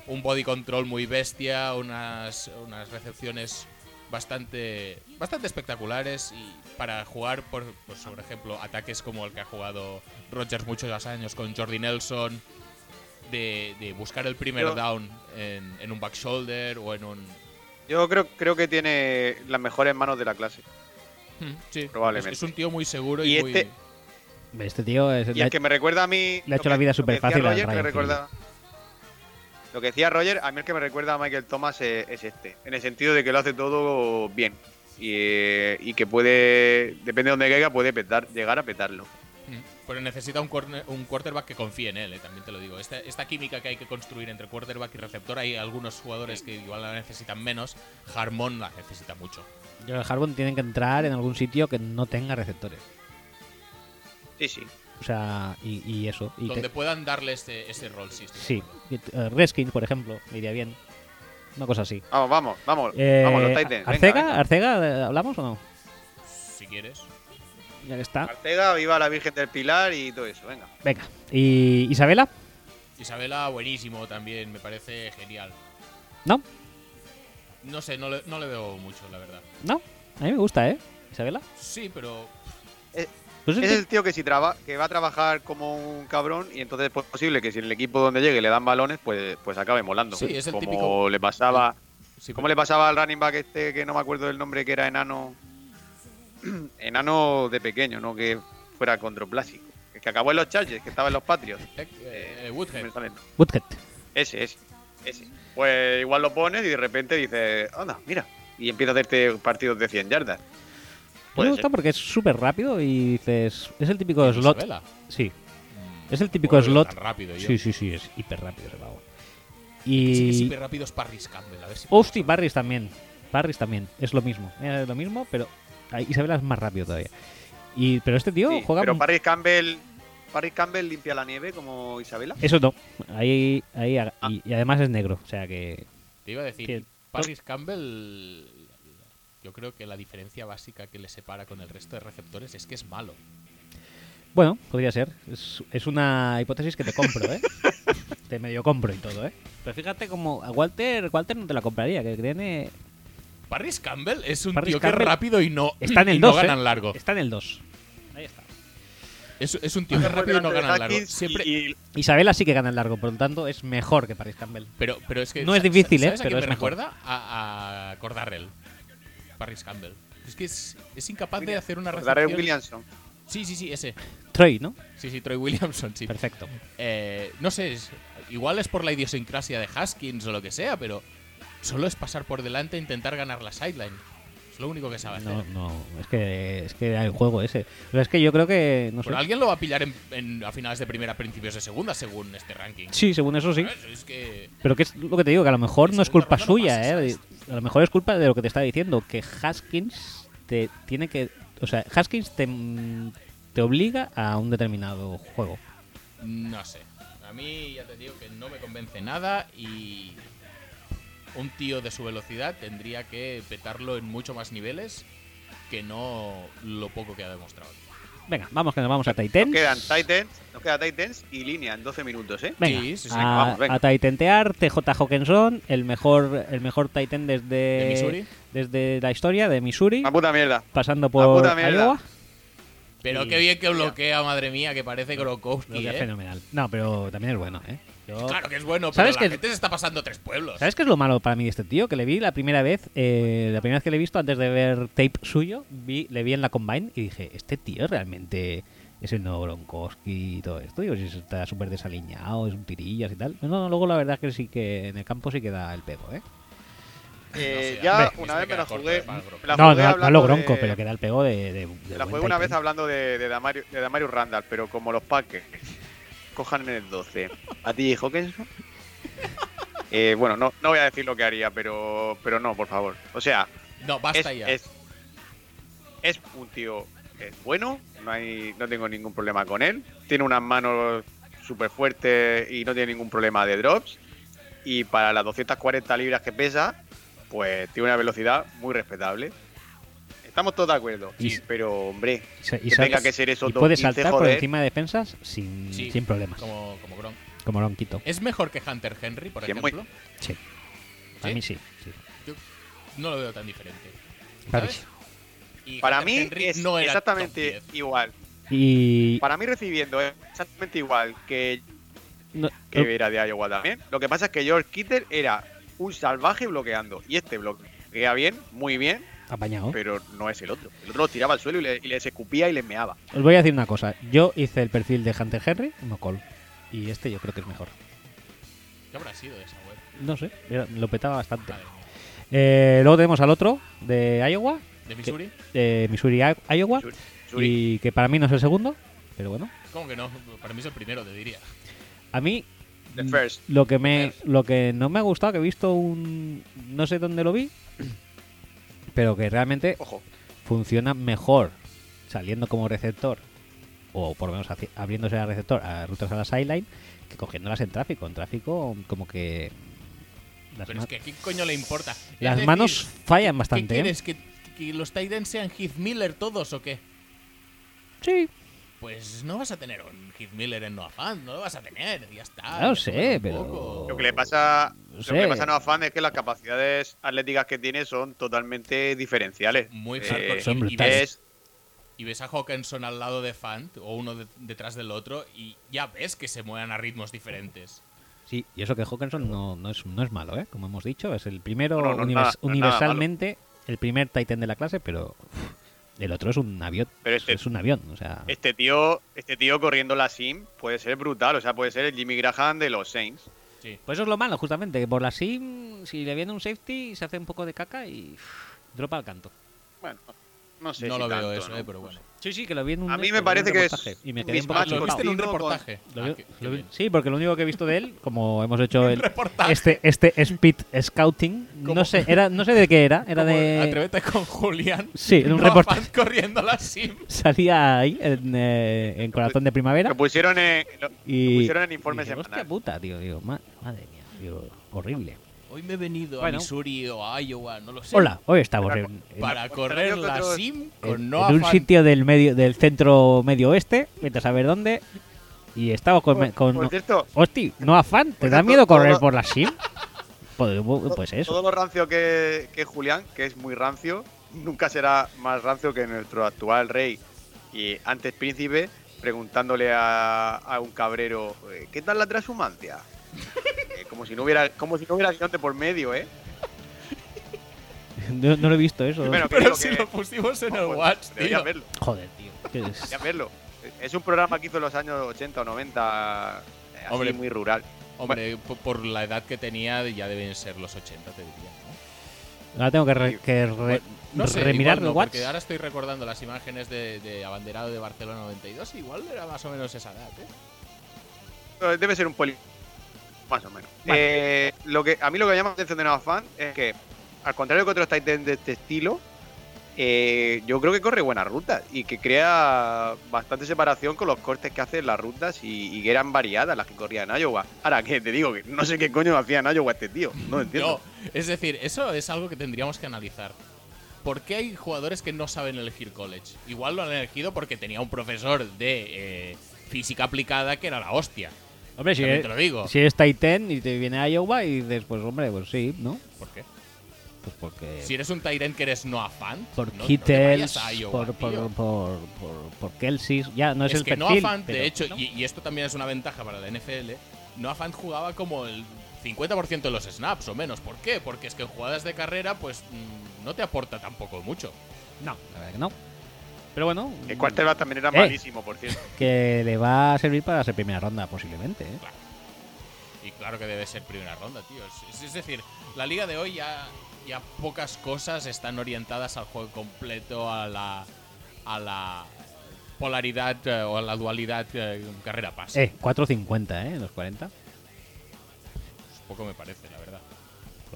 Speaker 2: Un body control muy bestia, unas, unas recepciones bastante, bastante espectaculares y para jugar, por, pues, por ejemplo, ataques como el que ha jugado Rogers muchos años con Jordi Nelson, de, de buscar el primer
Speaker 3: Yo-
Speaker 2: down en, en un back shoulder o en un...
Speaker 3: Yo creo, creo que tiene las mejores manos de la clase.
Speaker 2: Hmm, Sí,
Speaker 3: Probablemente.
Speaker 2: Es, es un tío muy seguro y,
Speaker 3: Y
Speaker 2: muy...
Speaker 3: este-
Speaker 1: Este tío es...
Speaker 3: Y el que me recuerda a mí.
Speaker 1: le ha
Speaker 3: lo
Speaker 1: hecho
Speaker 3: que-
Speaker 1: la vida
Speaker 3: lo que
Speaker 1: superfácil
Speaker 3: decía
Speaker 1: a
Speaker 3: Roger, me
Speaker 1: Ryan
Speaker 3: recuerda- Lo que decía Roger, a mí el que me recuerda a Michael Thomas es, es este. En el sentido de que lo hace todo bien. Y, eh, y que puede, depende de dónde caiga, puede petar, llegar a petarlo.
Speaker 2: Mm, Pero necesita un, corner- un quarterback que confíe en él, eh, también te lo digo. Esta, esta química que hay que construir entre quarterback y receptor, hay algunos jugadores que igual la necesitan menos. Harmon la necesita mucho.
Speaker 1: Yo el Harbon tienen que entrar en algún sitio que no tenga receptores.
Speaker 3: Sí, sí.
Speaker 1: O sea, y, y eso. Y
Speaker 2: Donde
Speaker 1: te-
Speaker 2: puedan darle ese, ese rol, sí. estoy de
Speaker 1: sí.
Speaker 2: acuerdo.
Speaker 1: Y, eh, Redskins, por ejemplo, me iría bien. Una cosa así.
Speaker 3: Vamos, vamos, vamos.
Speaker 1: Eh,
Speaker 3: vamos, los Titans. venga,
Speaker 1: Arcega,
Speaker 3: venga.
Speaker 1: Arcega, eh, ¿hablamos o no?
Speaker 2: Si quieres.
Speaker 1: Ya que está.
Speaker 3: Arcega, viva la Virgen del Pilar y todo eso, venga.
Speaker 1: Venga. ¿Y Isabela?
Speaker 2: Isabela, buenísimo también, me parece genial.
Speaker 1: ¿No?
Speaker 2: No sé, no le, no le veo mucho, la verdad.
Speaker 1: ¿No? A mí me gusta, ¿eh? ¿Isabela?
Speaker 2: Sí, pero
Speaker 1: Pues es
Speaker 3: Es
Speaker 1: que-
Speaker 3: el tío que si traba, que va a trabajar como un cabrón y entonces es posible que si en el equipo donde llegue le dan balones, pues, pues acabe molando.
Speaker 2: Sí, es el
Speaker 3: como
Speaker 2: típico-
Speaker 3: le pasaba,
Speaker 2: sí,
Speaker 3: como le pasaba al running back este que no me acuerdo del nombre que era enano enano de pequeño, no que fuera controplásico. El que acabó en los Chargers, que estaba en los Patriots.
Speaker 2: eh, eh, Woodhead.
Speaker 3: Me sale-
Speaker 1: Woodhead.
Speaker 3: Ese, ese, ese. Pues igual lo pones y de repente dices, anda, mira. Y empieza a hacerte partidos de 100 yardas.
Speaker 1: A mí
Speaker 3: Puede
Speaker 1: Me
Speaker 3: ser.
Speaker 1: gusta porque es súper rápido y dices. Es el típico
Speaker 2: Isabela.
Speaker 1: slot. Sí.
Speaker 2: Mm,
Speaker 1: Es el típico
Speaker 2: tampoco lo veo
Speaker 1: slot.
Speaker 2: tan rápido yo.
Speaker 1: Sí, sí, sí, es hiper rápido ese pavo.
Speaker 2: Sí, es
Speaker 1: Y.
Speaker 2: hiper rápido es Parris Campbell, a ver si...
Speaker 1: Hosti, Barris también. Barris también. Es lo mismo. Es lo mismo, pero ahí Isabela es más rápido todavía. Y, pero este tío
Speaker 3: Sí,
Speaker 1: juega.
Speaker 3: pero
Speaker 1: mu-
Speaker 3: Paris Campbell, Paris Campbell limpia la nieve como Isabela.
Speaker 1: Eso no. Ahí, ahí, haga-
Speaker 3: Ah.
Speaker 1: y, y además es negro. O sea que.
Speaker 2: Te iba a decir,
Speaker 1: Que-
Speaker 2: Paris Campbell, yo creo que la diferencia básica que le separa con el resto de receptores es que es malo.
Speaker 1: Bueno, podría ser. Es, es una hipótesis que te compro, ¿eh? te medio compro y todo, ¿eh? Pero fíjate como a Walter, Walter no te la compraría, que eh, tiene.
Speaker 2: Paris Campbell es un
Speaker 1: Parris
Speaker 2: tío que
Speaker 1: Campbell
Speaker 2: es rápido y no,
Speaker 1: Está en el
Speaker 2: y no
Speaker 1: 2,
Speaker 2: ganan
Speaker 1: ¿eh?
Speaker 2: largo.
Speaker 1: Está en el 2. Ahí está.
Speaker 2: Es, es un tío que es rápido y no
Speaker 3: Delante de
Speaker 2: ganan largo.
Speaker 3: Hawkins
Speaker 2: Siempre,
Speaker 3: y- y-
Speaker 1: Isabela sí que gana el largo, por lo tanto es mejor que Paris Campbell.
Speaker 2: Pero, pero es que.
Speaker 1: No es
Speaker 2: sa-
Speaker 1: difícil,
Speaker 2: sa- ¿sabes a
Speaker 1: ¿eh?
Speaker 2: quién
Speaker 1: Pero
Speaker 2: me
Speaker 1: es mejor.
Speaker 2: recuerda? A, a Cordarrelle. Paris Campbell. Es que es, es incapaz de hacer una
Speaker 3: Darrell
Speaker 2: recepción.
Speaker 3: Williamson.
Speaker 2: Sí, sí, sí, ese.
Speaker 1: Troy, ¿no?
Speaker 2: Sí, sí, Troy Williamson, sí.
Speaker 1: Perfecto.
Speaker 2: Eh, no sé, es- igual es por la idiosincrasia de Haskins o lo que sea, pero solo es pasar por delante e intentar ganar la sideline. Es lo único que sabe hacer.
Speaker 1: No, pues no, es que, es que hay un juego ese. Pero es que yo creo que. No sé.
Speaker 2: Pero alguien lo va a pillar en- en- a finales de primera, principios de segunda, según este ranking.
Speaker 1: Sí, según eso sí.
Speaker 2: ¿Sabes? Es que.
Speaker 1: Pero que es lo que te digo, que a lo mejor
Speaker 2: En
Speaker 1: no es
Speaker 2: segunda
Speaker 1: culpa
Speaker 2: ronda no
Speaker 1: suya,
Speaker 2: pasa,
Speaker 1: ¿eh? A lo mejor es culpa de lo que te está diciendo, que Haskins te tiene que. O sea, Haskins te, te obliga a un determinado juego.
Speaker 2: No sé. A mí ya te digo que no me convence nada y un tío de su velocidad tendría que petarlo en mucho más niveles que no lo poco que ha demostrado.
Speaker 1: Venga, vamos que nos vamos a Titans.
Speaker 3: Nos quedan Titans, nos queda Titans y línea en 12 minutos, ¿eh?
Speaker 1: Venga,
Speaker 2: Sí, sí, sí,
Speaker 1: a,
Speaker 3: vamos, venga.
Speaker 1: a Titantear, TJ Hawkinson, el mejor, el mejor Titan desde,
Speaker 2: ¿De Missouri?
Speaker 1: desde la historia de Missouri,
Speaker 3: Una puta mierda.
Speaker 1: pasando por
Speaker 3: puta mierda.
Speaker 1: Iowa.
Speaker 2: Pero
Speaker 1: Y-
Speaker 2: qué bien que bloquea, madre mía, que parece
Speaker 1: Lo
Speaker 2: Golokowski,
Speaker 1: que es
Speaker 2: ¿eh?
Speaker 1: fenomenal. No, pero también es bueno, ¿eh? Yo-
Speaker 2: Claro que es bueno, pero
Speaker 1: ¿Sabes
Speaker 2: la
Speaker 1: que-
Speaker 2: gente se está pasando tres pueblos.
Speaker 1: ¿Sabes qué es lo malo para mí de este tío? Que le vi la primera vez, eh, la primera vez que le he visto antes de ver tape suyo, vi, le vi en la Combine y dije, este tío realmente es el nuevo Gronkowski y todo esto. Digo, si está súper desaliñado, es un tirillas y tal. No, no, luego la verdad es que sí que en el campo sí que da el pego, ¿eh?
Speaker 2: Eh,
Speaker 3: Eh, ya
Speaker 2: hombre,
Speaker 3: una
Speaker 2: me
Speaker 3: vez me
Speaker 2: queda
Speaker 3: la
Speaker 2: corto,
Speaker 3: jugué.
Speaker 2: eh, para el Bronco.
Speaker 3: me la
Speaker 1: no,
Speaker 3: jugué
Speaker 1: no, no
Speaker 3: hablando
Speaker 1: lo Gronco,
Speaker 3: de-
Speaker 1: pero que da el pego de... de, de
Speaker 3: La
Speaker 1: buen ¿eh?
Speaker 3: jugué una
Speaker 1: tight
Speaker 3: vez
Speaker 1: end.
Speaker 3: hablando de, de, Damario, de Damario Randall, pero como los Packers cojan en el 12 a ti Hawkinson. Eh, bueno, no, no voy a decir lo que haría, pero, pero no, por favor. O sea,
Speaker 2: No,
Speaker 3: es,
Speaker 2: basta ya.
Speaker 3: es, es un tío eh, bueno, no, hay, no tengo ningún problema con él. Tiene unas manos súper fuertes y no tiene ningún problema de drops. Y para las 240 libras que pesa, pues tiene una velocidad muy respetable. Estamos todos de acuerdo,
Speaker 1: Y-
Speaker 3: pero hombre,
Speaker 1: Y sa- y
Speaker 3: que
Speaker 1: sa-
Speaker 3: tenga que ser eso
Speaker 1: y puede
Speaker 3: 2.15,
Speaker 1: saltar por
Speaker 3: joder.
Speaker 1: encima de defensas sin,
Speaker 2: Sí,
Speaker 1: sin problemas, como,
Speaker 2: Como, como Gronk.
Speaker 1: Gronquito.
Speaker 2: ¿Es mejor que Hunter Henry, por
Speaker 3: Sí, es muy-
Speaker 2: ejemplo?
Speaker 1: Sí. A
Speaker 2: ¿Sí?
Speaker 1: mí sí. sí.
Speaker 2: No lo veo tan diferente.
Speaker 1: Para mí
Speaker 2: ¿Sabes?
Speaker 1: sí.
Speaker 2: Y
Speaker 3: para
Speaker 2: Hunter
Speaker 3: mí
Speaker 2: Henry
Speaker 3: es
Speaker 2: no era top
Speaker 3: exactamente
Speaker 2: 10.
Speaker 3: igual.
Speaker 1: Y...
Speaker 3: Para mí recibiendo es exactamente igual que
Speaker 1: no-
Speaker 3: que era de Iowa también. Lo que pasa es que George Kittle era un salvaje bloqueando. Y este bloquea bien, muy bien,
Speaker 1: apañado.
Speaker 3: pero no es el otro. El otro lo tiraba al suelo y, le- y les escupía y les meaba.
Speaker 1: Os voy a decir una cosa. Yo hice el perfil de Hunter Henry y McCall. Y este yo creo que es mejor.
Speaker 2: ¿Qué habrá sido de esa web?
Speaker 1: No sé, era- lo petaba bastante.
Speaker 2: Madre mía.
Speaker 1: Eh, luego tenemos al otro de Iowa,
Speaker 2: ¿De Missouri?
Speaker 1: de Missouri, I- Iowa.
Speaker 3: Missouri. Suri,
Speaker 1: Y que para mí no es el segundo, pero bueno.
Speaker 2: ¿Cómo que no? Para mí es el primero, te diría.
Speaker 1: A mí
Speaker 3: the
Speaker 1: mm,
Speaker 3: first.
Speaker 1: lo que me
Speaker 2: First.
Speaker 1: lo que no me ha gustado que he visto un no sé dónde lo vi, pero que realmente
Speaker 3: Ojo.
Speaker 1: funciona mejor saliendo como receptor o por lo menos haci- abriéndose al receptor a rutas a la sideline que cogiéndolas en tráfico. En tráfico como que las,
Speaker 2: Pero
Speaker 1: ma-
Speaker 2: es que ¿a quién coño le importa? Es
Speaker 1: las
Speaker 2: decir,
Speaker 1: manos fallan
Speaker 2: ¿Qué
Speaker 1: bastante. ¿eh?
Speaker 2: quieres? ¿Que, que los Titans sean Heath Miller todos o qué?
Speaker 1: ¿eh? Sí,
Speaker 2: Pues no vas a tener un Heath Miller en Noah Fan, no lo vas a tener, ya está.
Speaker 1: No
Speaker 2: ya
Speaker 1: sé,
Speaker 2: juega un
Speaker 1: pero-
Speaker 2: poco.
Speaker 3: Lo que le pasa, lo
Speaker 1: Oh, sé.
Speaker 3: que le pasa a Noah Fan es que las capacidades atléticas que tiene son totalmente diferenciales.
Speaker 1: Mm,
Speaker 2: Muy
Speaker 3: Eh,
Speaker 2: hardcore.
Speaker 1: son
Speaker 2: y, y
Speaker 1: brutales.
Speaker 2: ves,
Speaker 3: es,
Speaker 2: y ves a Hawkinson al lado de Fan, o uno de- detrás del otro, y ya ves que se muevan a ritmos diferentes.
Speaker 1: sí. Y eso que Hawkinson no, no, es, no es malo, ¿eh? como hemos dicho. Es el primero
Speaker 3: No, no, no es
Speaker 1: univers-
Speaker 3: nada- no es nada
Speaker 1: universalmente, el primer Titan de la clase, pero uf, el otro es un avión.
Speaker 3: Pero este-
Speaker 1: es un avión, o sea.
Speaker 3: este tío, este tío corriendo la sim puede ser brutal, o sea, puede ser el Jimmy Graham de los Saints.
Speaker 2: Sí.
Speaker 1: Pues eso es lo malo, justamente, que por la sim, si le viene un safety, se hace un poco de caca y uf, dropa al canto.
Speaker 3: Bueno, no sé
Speaker 2: no
Speaker 3: si
Speaker 2: lo veo
Speaker 3: tanto,
Speaker 2: eso,
Speaker 3: ¿no?
Speaker 2: eh, pero
Speaker 3: No
Speaker 2: bueno. Ah,
Speaker 1: Sí, sí, que lo vi en un e-
Speaker 3: A mí
Speaker 1: lo
Speaker 3: me
Speaker 1: vi en
Speaker 3: parece
Speaker 1: un
Speaker 3: que es
Speaker 1: reportaje y me
Speaker 3: un
Speaker 1: quedé un poco
Speaker 3: mismatch
Speaker 2: ¿Lo
Speaker 1: flipado.
Speaker 3: con-
Speaker 2: viste en un
Speaker 3: Contigo, con-
Speaker 2: reportaje?
Speaker 1: Lo
Speaker 2: Ah,
Speaker 1: vi-
Speaker 2: qué- qué
Speaker 1: lo vi-
Speaker 2: bien.
Speaker 1: sí, porque lo único que he visto de él, como hemos hecho el,
Speaker 2: reportaje.
Speaker 1: este, este speed scouting, no
Speaker 2: ¿Cómo?
Speaker 1: sé, era, no sé de qué era, era
Speaker 2: Como
Speaker 1: de
Speaker 2: Atrévete con Julián.
Speaker 1: Sí, en un
Speaker 2: Noah
Speaker 1: reportaje.
Speaker 2: Fant corriendo la sim.
Speaker 1: salía ahí en, eh, en corazón de
Speaker 3: Lo
Speaker 1: primavera
Speaker 3: pusieron en, lo- lo
Speaker 1: y
Speaker 3: pusieron en
Speaker 1: y
Speaker 3: informe
Speaker 1: dije, hostia
Speaker 3: semanal.
Speaker 1: puta, tío, digo, ma- madre mía, digo, horrible.
Speaker 2: Hoy me he venido
Speaker 1: Bueno.
Speaker 2: a Missouri o a Iowa, no lo sé.
Speaker 1: Hola, hoy estamos en, en-
Speaker 2: Para
Speaker 3: Contrario
Speaker 2: correr
Speaker 3: que
Speaker 2: la
Speaker 3: otros-
Speaker 2: sim
Speaker 1: en-
Speaker 2: con
Speaker 1: en
Speaker 2: Noah
Speaker 1: un
Speaker 2: Fant.
Speaker 1: sitio del medio del centro medio oeste, vete a saber dónde. Y estamos
Speaker 2: Pues,
Speaker 1: con,
Speaker 3: Por-
Speaker 1: con
Speaker 3: por cierto,
Speaker 1: Hosti, no afán, ¿te
Speaker 3: Por
Speaker 1: da
Speaker 3: cierto,
Speaker 1: miedo correr
Speaker 3: todo-
Speaker 1: por la sim? Pues, pues eso.
Speaker 3: Todo lo rancio que, que Julián, que es muy rancio, nunca será más rancio que nuestro actual rey y antes príncipe, preguntándole a, a un cabrero, eh, ¿qué tal la transhumancia? Eh, como si no hubiera, como si no hubiera guión de por medio, ¿eh?
Speaker 1: No, no lo he visto eso.
Speaker 3: Primero, que
Speaker 2: Pero
Speaker 3: digo
Speaker 2: si
Speaker 3: que-
Speaker 2: lo pusimos en el
Speaker 3: no, pues,
Speaker 2: Watch,
Speaker 3: deberías
Speaker 2: tío.
Speaker 3: verlo,
Speaker 1: Joder, tío. que es-
Speaker 3: deberías verlo. Es un programa que hizo en los años 80 o 90, eh, así
Speaker 2: Hombre.
Speaker 3: muy rural.
Speaker 2: Hombre, po- por la edad que tenía, ya deben ser los 80, te diría. ¿no?
Speaker 1: Ahora tengo que, re- que re-
Speaker 2: No sé,
Speaker 1: remirar
Speaker 2: igual no,
Speaker 1: el watch.
Speaker 2: porque ahora estoy recordando las imágenes de, de Abanderado de Barcelona 92, igual era más o menos esa edad, ¿eh?
Speaker 3: Eh, Debe ser un poli. Más o menos.
Speaker 1: Vale.
Speaker 3: Eh, lo que, a mí lo que me llama la atención de Nova Fan es que, al contrario que otros Titans de este estilo, eh, yo creo que corre buenas rutas y que crea bastante separación con los cortes que hace en las rutas y, y que eran variadas las que corría en Iowa. Ahora que te digo que no sé qué coño hacía en Iowa este tío. No lo entiendo.
Speaker 2: No, es decir, eso es algo que tendríamos que analizar. ¿por qué hay jugadores que no saben elegir college? Igual lo han elegido porque tenía un profesor de eh, física aplicada que era la hostia.
Speaker 1: Hombre, si
Speaker 2: También
Speaker 1: es,
Speaker 2: te lo digo.
Speaker 1: si es Titan y te viene a Iowa y dices, pues hombre, pues sí, ¿no?
Speaker 2: ¿Por qué?
Speaker 1: Pues porque...
Speaker 2: Si eres un Tyrant que eres no fan,
Speaker 1: por
Speaker 2: no, no te
Speaker 1: Kittels,
Speaker 2: vayas a Iowa,
Speaker 1: por, por,
Speaker 2: tío.
Speaker 1: por, por- por Kelsey, ya no es,
Speaker 2: es
Speaker 1: el
Speaker 2: que Noah
Speaker 1: perfil.
Speaker 2: Fant,
Speaker 1: pero-
Speaker 2: de hecho, y, y esto también es una ventaja para la NFL, Noah Fant jugaba como el 50% de los snaps o menos. ¿Por qué? Porque es que en jugadas de carrera, pues mm, no te aporta tampoco mucho.
Speaker 1: No, la verdad que no. Pero bueno,
Speaker 4: El quarterback también era
Speaker 1: Eh.
Speaker 4: malísimo, por cierto.
Speaker 1: que le va a servir para ser primera ronda posiblemente. ¿eh?
Speaker 2: Y claro que debe ser primera ronda, tío. Es, es- es decir, la liga de hoy ya, ya pocas cosas están orientadas al juego completo, a la, a la polaridad eh, o a la dualidad carrera-pase.
Speaker 1: Eh, 4.50, ¿eh? En los 40.
Speaker 2: Pues Poco me parece, la verdad.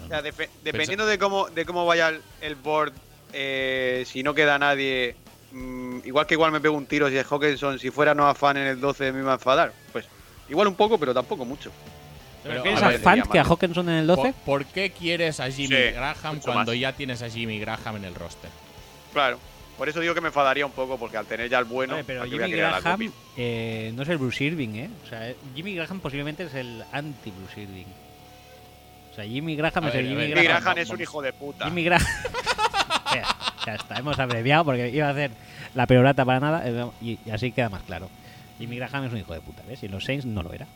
Speaker 3: O sea, depe- dependiendo de cómo, de cómo vaya el, el board, eh, si no queda nadie, mm, igual que igual me pego un tiro si es Hawkinson, si fuera no fan en el 12 me iba a enfadar. Pues igual un poco, pero tampoco mucho.
Speaker 2: Pero,
Speaker 3: refieres
Speaker 2: a
Speaker 1: ¿A
Speaker 2: ver,
Speaker 3: Fan?
Speaker 1: Fant que a Hawkinson en el 12?
Speaker 2: ¿por, por qué quieres a Jimmy
Speaker 4: Sí,
Speaker 2: Graham
Speaker 4: mucho
Speaker 2: cuando
Speaker 4: más.
Speaker 2: ya tienes a Jimmy Graham en el roster?
Speaker 3: Claro. Por eso digo que me enfadaría un poco, porque al tener ya el bueno,
Speaker 1: Vale, pero
Speaker 3: ¿para qué voy a
Speaker 1: Jimmy
Speaker 3: querer a la
Speaker 1: Graham
Speaker 3: copy?
Speaker 1: eh, no es el Bruce Irving, ¿eh? O sea, Jimmy Graham posiblemente es el anti-Bruce Irving. O sea, Jimmy Graham
Speaker 2: A
Speaker 1: es
Speaker 2: ver,
Speaker 1: el
Speaker 2: a
Speaker 1: Jimmy
Speaker 2: ver,
Speaker 1: Graham.
Speaker 4: Jimmy Graham
Speaker 2: vamos,
Speaker 4: es un
Speaker 2: vamos.
Speaker 4: hijo de puta.
Speaker 1: Jimmy Graham. ya, ya está, hemos abreviado porque iba a hacer la perorata para nada eh, y, y así queda más claro. Jimmy Graham es un hijo de puta, ¿ves? Y en los Saints no lo era.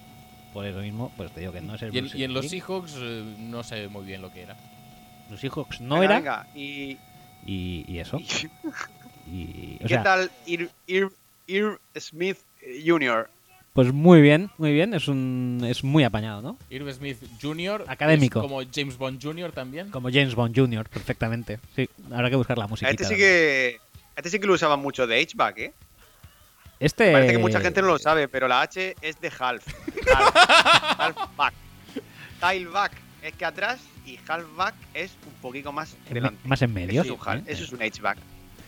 Speaker 1: Por eso mismo, pues te digo que no es el
Speaker 2: Y en,
Speaker 1: Bruce
Speaker 2: y en los
Speaker 1: Irving.
Speaker 2: Seahawks eh, no sé muy bien lo que era.
Speaker 1: Los Seahawks no
Speaker 3: Venga,
Speaker 1: era.
Speaker 3: venga, y,
Speaker 1: Y, y eso.
Speaker 3: y-
Speaker 1: Y, o
Speaker 3: ¿Qué
Speaker 1: sea,
Speaker 3: tal Ir, Ir- Ir Smith eh, Jr.?
Speaker 1: pues muy bien, muy bien. Es un es muy apañado, ¿no?
Speaker 2: Irv Smith Jr.
Speaker 1: Académico.
Speaker 2: es como James Bond Jr. también.
Speaker 1: Como James Bond Jr., perfectamente. Sí, habrá que buscar la música.
Speaker 3: A este sí que. a este sí que lo usaban mucho de H-back, ¿eh?
Speaker 1: Este.
Speaker 3: Parece que mucha gente no lo sabe, pero la H es de half. Half, half back. Tailback es que atrás y halfback es un poquito más
Speaker 1: en me-
Speaker 3: delante.
Speaker 1: Más en
Speaker 3: Eso
Speaker 1: medio. ¿eh?
Speaker 3: es un, half, eso es un H-back.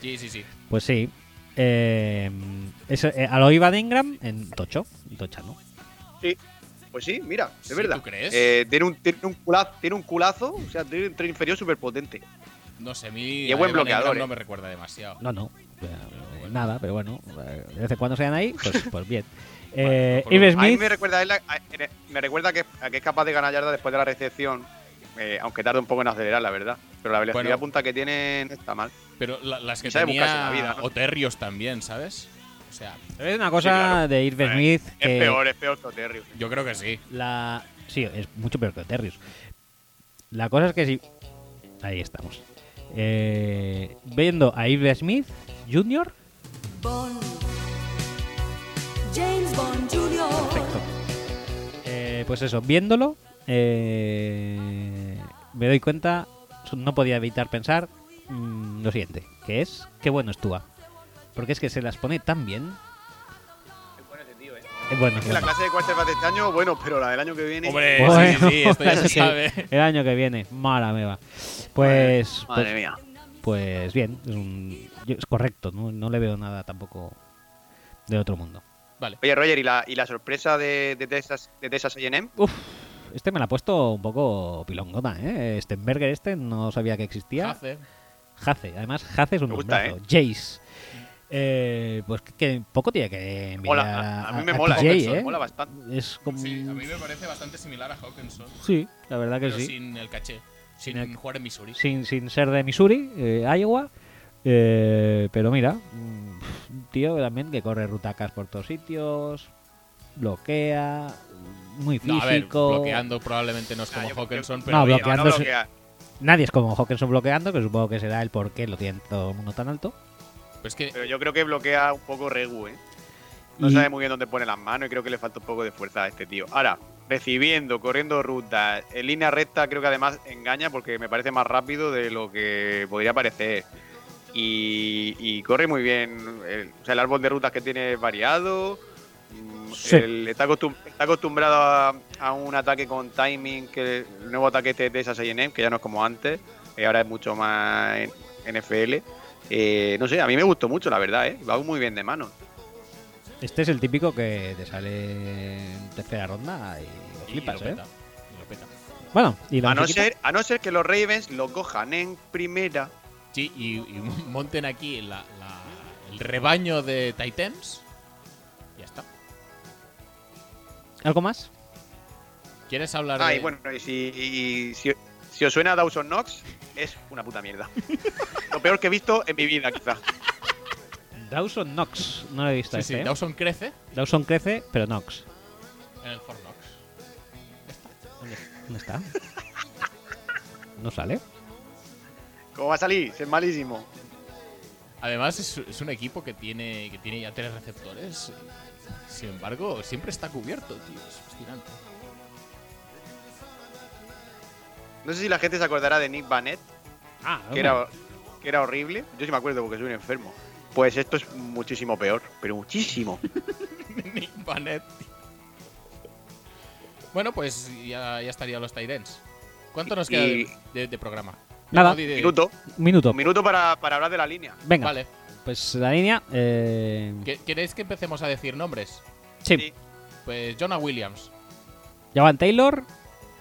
Speaker 2: Sí, sí, sí.
Speaker 1: Pues sí. Eh, es, eh, Aloy Van Ingram en Tocho. en Tocha, ¿no?
Speaker 3: Pues sí, mira, es
Speaker 2: Sí,
Speaker 3: verdad.
Speaker 2: ¿tú crees?
Speaker 3: Eh, tiene, un, tiene, un culazo, tiene un culazo, o sea, tiene un tren inferior súper potente.
Speaker 2: No sé, a mí.
Speaker 3: Y es buen
Speaker 2: Evan
Speaker 3: bloqueador,
Speaker 2: Engram No
Speaker 3: eh.
Speaker 2: me recuerda demasiado.
Speaker 1: No, no. eh, Nada, pero bueno. eh, De vez en cuando sean ahí, pues, pues bien. Eh,
Speaker 2: mejor
Speaker 1: Irv
Speaker 2: no.
Speaker 3: A mí
Speaker 1: Smith.
Speaker 3: me recuerda, a él, a- a- me recuerda que, a que es capaz de ganar yarda después de la recepción, eh, aunque tarde un poco en acelerar, la verdad. Pero la velocidad
Speaker 2: Bueno.
Speaker 3: punta que tiene no está mal.
Speaker 2: Pero la- las que
Speaker 3: Y sabe buscarse
Speaker 2: tenía
Speaker 3: la vida, ¿no?
Speaker 2: o Terrios también, ¿sabes? O sea,
Speaker 1: Es una cosa
Speaker 4: Sí, claro.
Speaker 1: de Irv
Speaker 3: Eh,
Speaker 1: Smith eh,
Speaker 4: Es
Speaker 1: que
Speaker 4: peor, es peor que O'Terry.
Speaker 2: yo creo que sí.
Speaker 1: la. Sí, es mucho peor que Oterrius. La cosa es que sí. Ahí estamos. Eh, viendo a Irv Smith Jr.
Speaker 5: Bond. James Bond Jr.
Speaker 1: Perfecto. Eh, pues eso, viéndolo, eh, me doy cuenta, no podía evitar pensar mm, lo siguiente, que es, qué bueno es Tua. Porque es que se las pone tan bien. Eh, bueno,
Speaker 3: Es que la
Speaker 1: bueno.
Speaker 3: clase de quarterback de este año, bueno, pero la del año que viene.
Speaker 2: Hombre, sí,
Speaker 1: Bueno,
Speaker 2: sí, sí, esto ya se
Speaker 1: sí,
Speaker 2: sabe.
Speaker 1: El año que viene, mala me va. Pues,
Speaker 3: Madre
Speaker 1: pues,
Speaker 3: mía.
Speaker 1: pues bien, es, un- yo- es correcto, no, no le veo nada tampoco del otro mundo.
Speaker 2: Vale.
Speaker 3: Oye, Roger, ¿y la, y la sorpresa de, de Texas de Texas A&M?
Speaker 1: Uf, este me la ha puesto un poco pilongona, ¿eh? Stenberger este, no sabía que existía.
Speaker 2: Hace.
Speaker 1: Jace, además Jace es un
Speaker 3: Me gusta,
Speaker 1: nombrazo. Jace. Eh, pues que, que poco tiene que envidiar
Speaker 3: Mola, a, a mí me
Speaker 1: a
Speaker 3: mola,
Speaker 1: TJ,
Speaker 3: Hawkinson,
Speaker 1: ¿eh?
Speaker 3: mola bastante.
Speaker 1: Es como...
Speaker 2: Sí, a mí me parece bastante similar a Hawkinson,
Speaker 1: Sí, la verdad que
Speaker 2: pero
Speaker 1: sí.
Speaker 2: sin el caché. Sin,
Speaker 1: Sin el-
Speaker 2: jugar en Missouri.
Speaker 1: Sin, sin ser de Missouri, eh, Iowa. eh, pero mira, mm, un tío también que corre rutacas por todos sitios, bloquea, muy físico.
Speaker 2: No, a ver, bloqueando probablemente no es como
Speaker 3: Ah, yo-
Speaker 2: Hawkinson,
Speaker 3: yo-
Speaker 2: pero
Speaker 1: No,
Speaker 2: bien.
Speaker 1: bloquea-
Speaker 3: no
Speaker 1: bloqueándose-
Speaker 3: bloquea.
Speaker 1: Nadie es como Hawkinson bloqueando, que supongo que será el por qué lo tiene todo el mundo tan alto.
Speaker 2: Pero es que
Speaker 3: Pero yo creo que bloquea un poco Regu, ¿eh? No
Speaker 1: Y-
Speaker 3: sabe muy bien dónde pone las manos y creo que le falta un poco de fuerza a este tío. Ahora, recibiendo, corriendo rutas, en línea recta creo que además engaña porque me parece más rápido de lo que podría parecer. Y, y corre muy bien. El, o sea, el árbol de rutas que tiene es variado. Mm,
Speaker 1: Sí.
Speaker 3: el- está, acostum- está acostumbrado a, a un ataque con timing, que el nuevo ataque este de esas A&M, que ya no es como antes, eh, ahora es mucho más en- NFL. Eh, no sé, a mí me gustó mucho, la verdad, ¿eh? Va muy bien de mano.
Speaker 1: Este es el típico que te sale en tercera ronda y lo
Speaker 2: y- y
Speaker 1: flipas,
Speaker 2: lo
Speaker 1: ¿eh?
Speaker 2: peta, y lo peta.
Speaker 1: Bueno, y la
Speaker 3: A no,
Speaker 1: musiquita?
Speaker 3: ser, a no ser que los Ravens lo cojan en primera
Speaker 2: Sí, y, y monten aquí la- la- el rebaño de Titans. Ya está.
Speaker 1: ¿Algo más?
Speaker 2: ¿Quieres hablar
Speaker 3: Ah,
Speaker 2: de.?
Speaker 3: y bueno, y si, y si- si os suena Dawson Knox, es una puta mierda. Lo peor que he visto en mi vida, quizá.
Speaker 1: Dawson Knox. No lo he visto
Speaker 2: sí,
Speaker 1: este,
Speaker 2: sí,
Speaker 1: ¿eh?
Speaker 2: Dawson crece
Speaker 1: Dawson crece, pero Knox.
Speaker 2: en el Fort Knox.
Speaker 1: ¿Dónde, dónde está? No sale.
Speaker 4: ¿Cómo va a salir? Si Es malísimo.
Speaker 2: Además, es, es un equipo que tiene, que tiene ya tres receptores. Sin embargo, siempre está cubierto, tío. Es fascinante.
Speaker 3: No sé si la gente se acordará de Nick Vanette,
Speaker 1: Ah,
Speaker 3: que era, que era horrible. Yo sí me acuerdo porque soy un enfermo. Pues esto es muchísimo peor, pero muchísimo.
Speaker 2: Nick Vanette, tío. Bueno, pues ya, ya estarían los Tyrens. ¿Cuánto nos queda
Speaker 3: Y-
Speaker 2: de, de- de programa?
Speaker 1: Nada,
Speaker 2: No, di- di-
Speaker 3: Minuto,
Speaker 1: un minuto.
Speaker 3: un minuto para, para hablar de la línea.
Speaker 1: Venga,
Speaker 2: Vale.
Speaker 1: pues la línea. eh,
Speaker 2: ¿Que- ¿Queréis que empecemos a decir nombres?
Speaker 1: sí.
Speaker 3: sí.
Speaker 2: Pues Jonah Williams,
Speaker 1: Javan Taylor,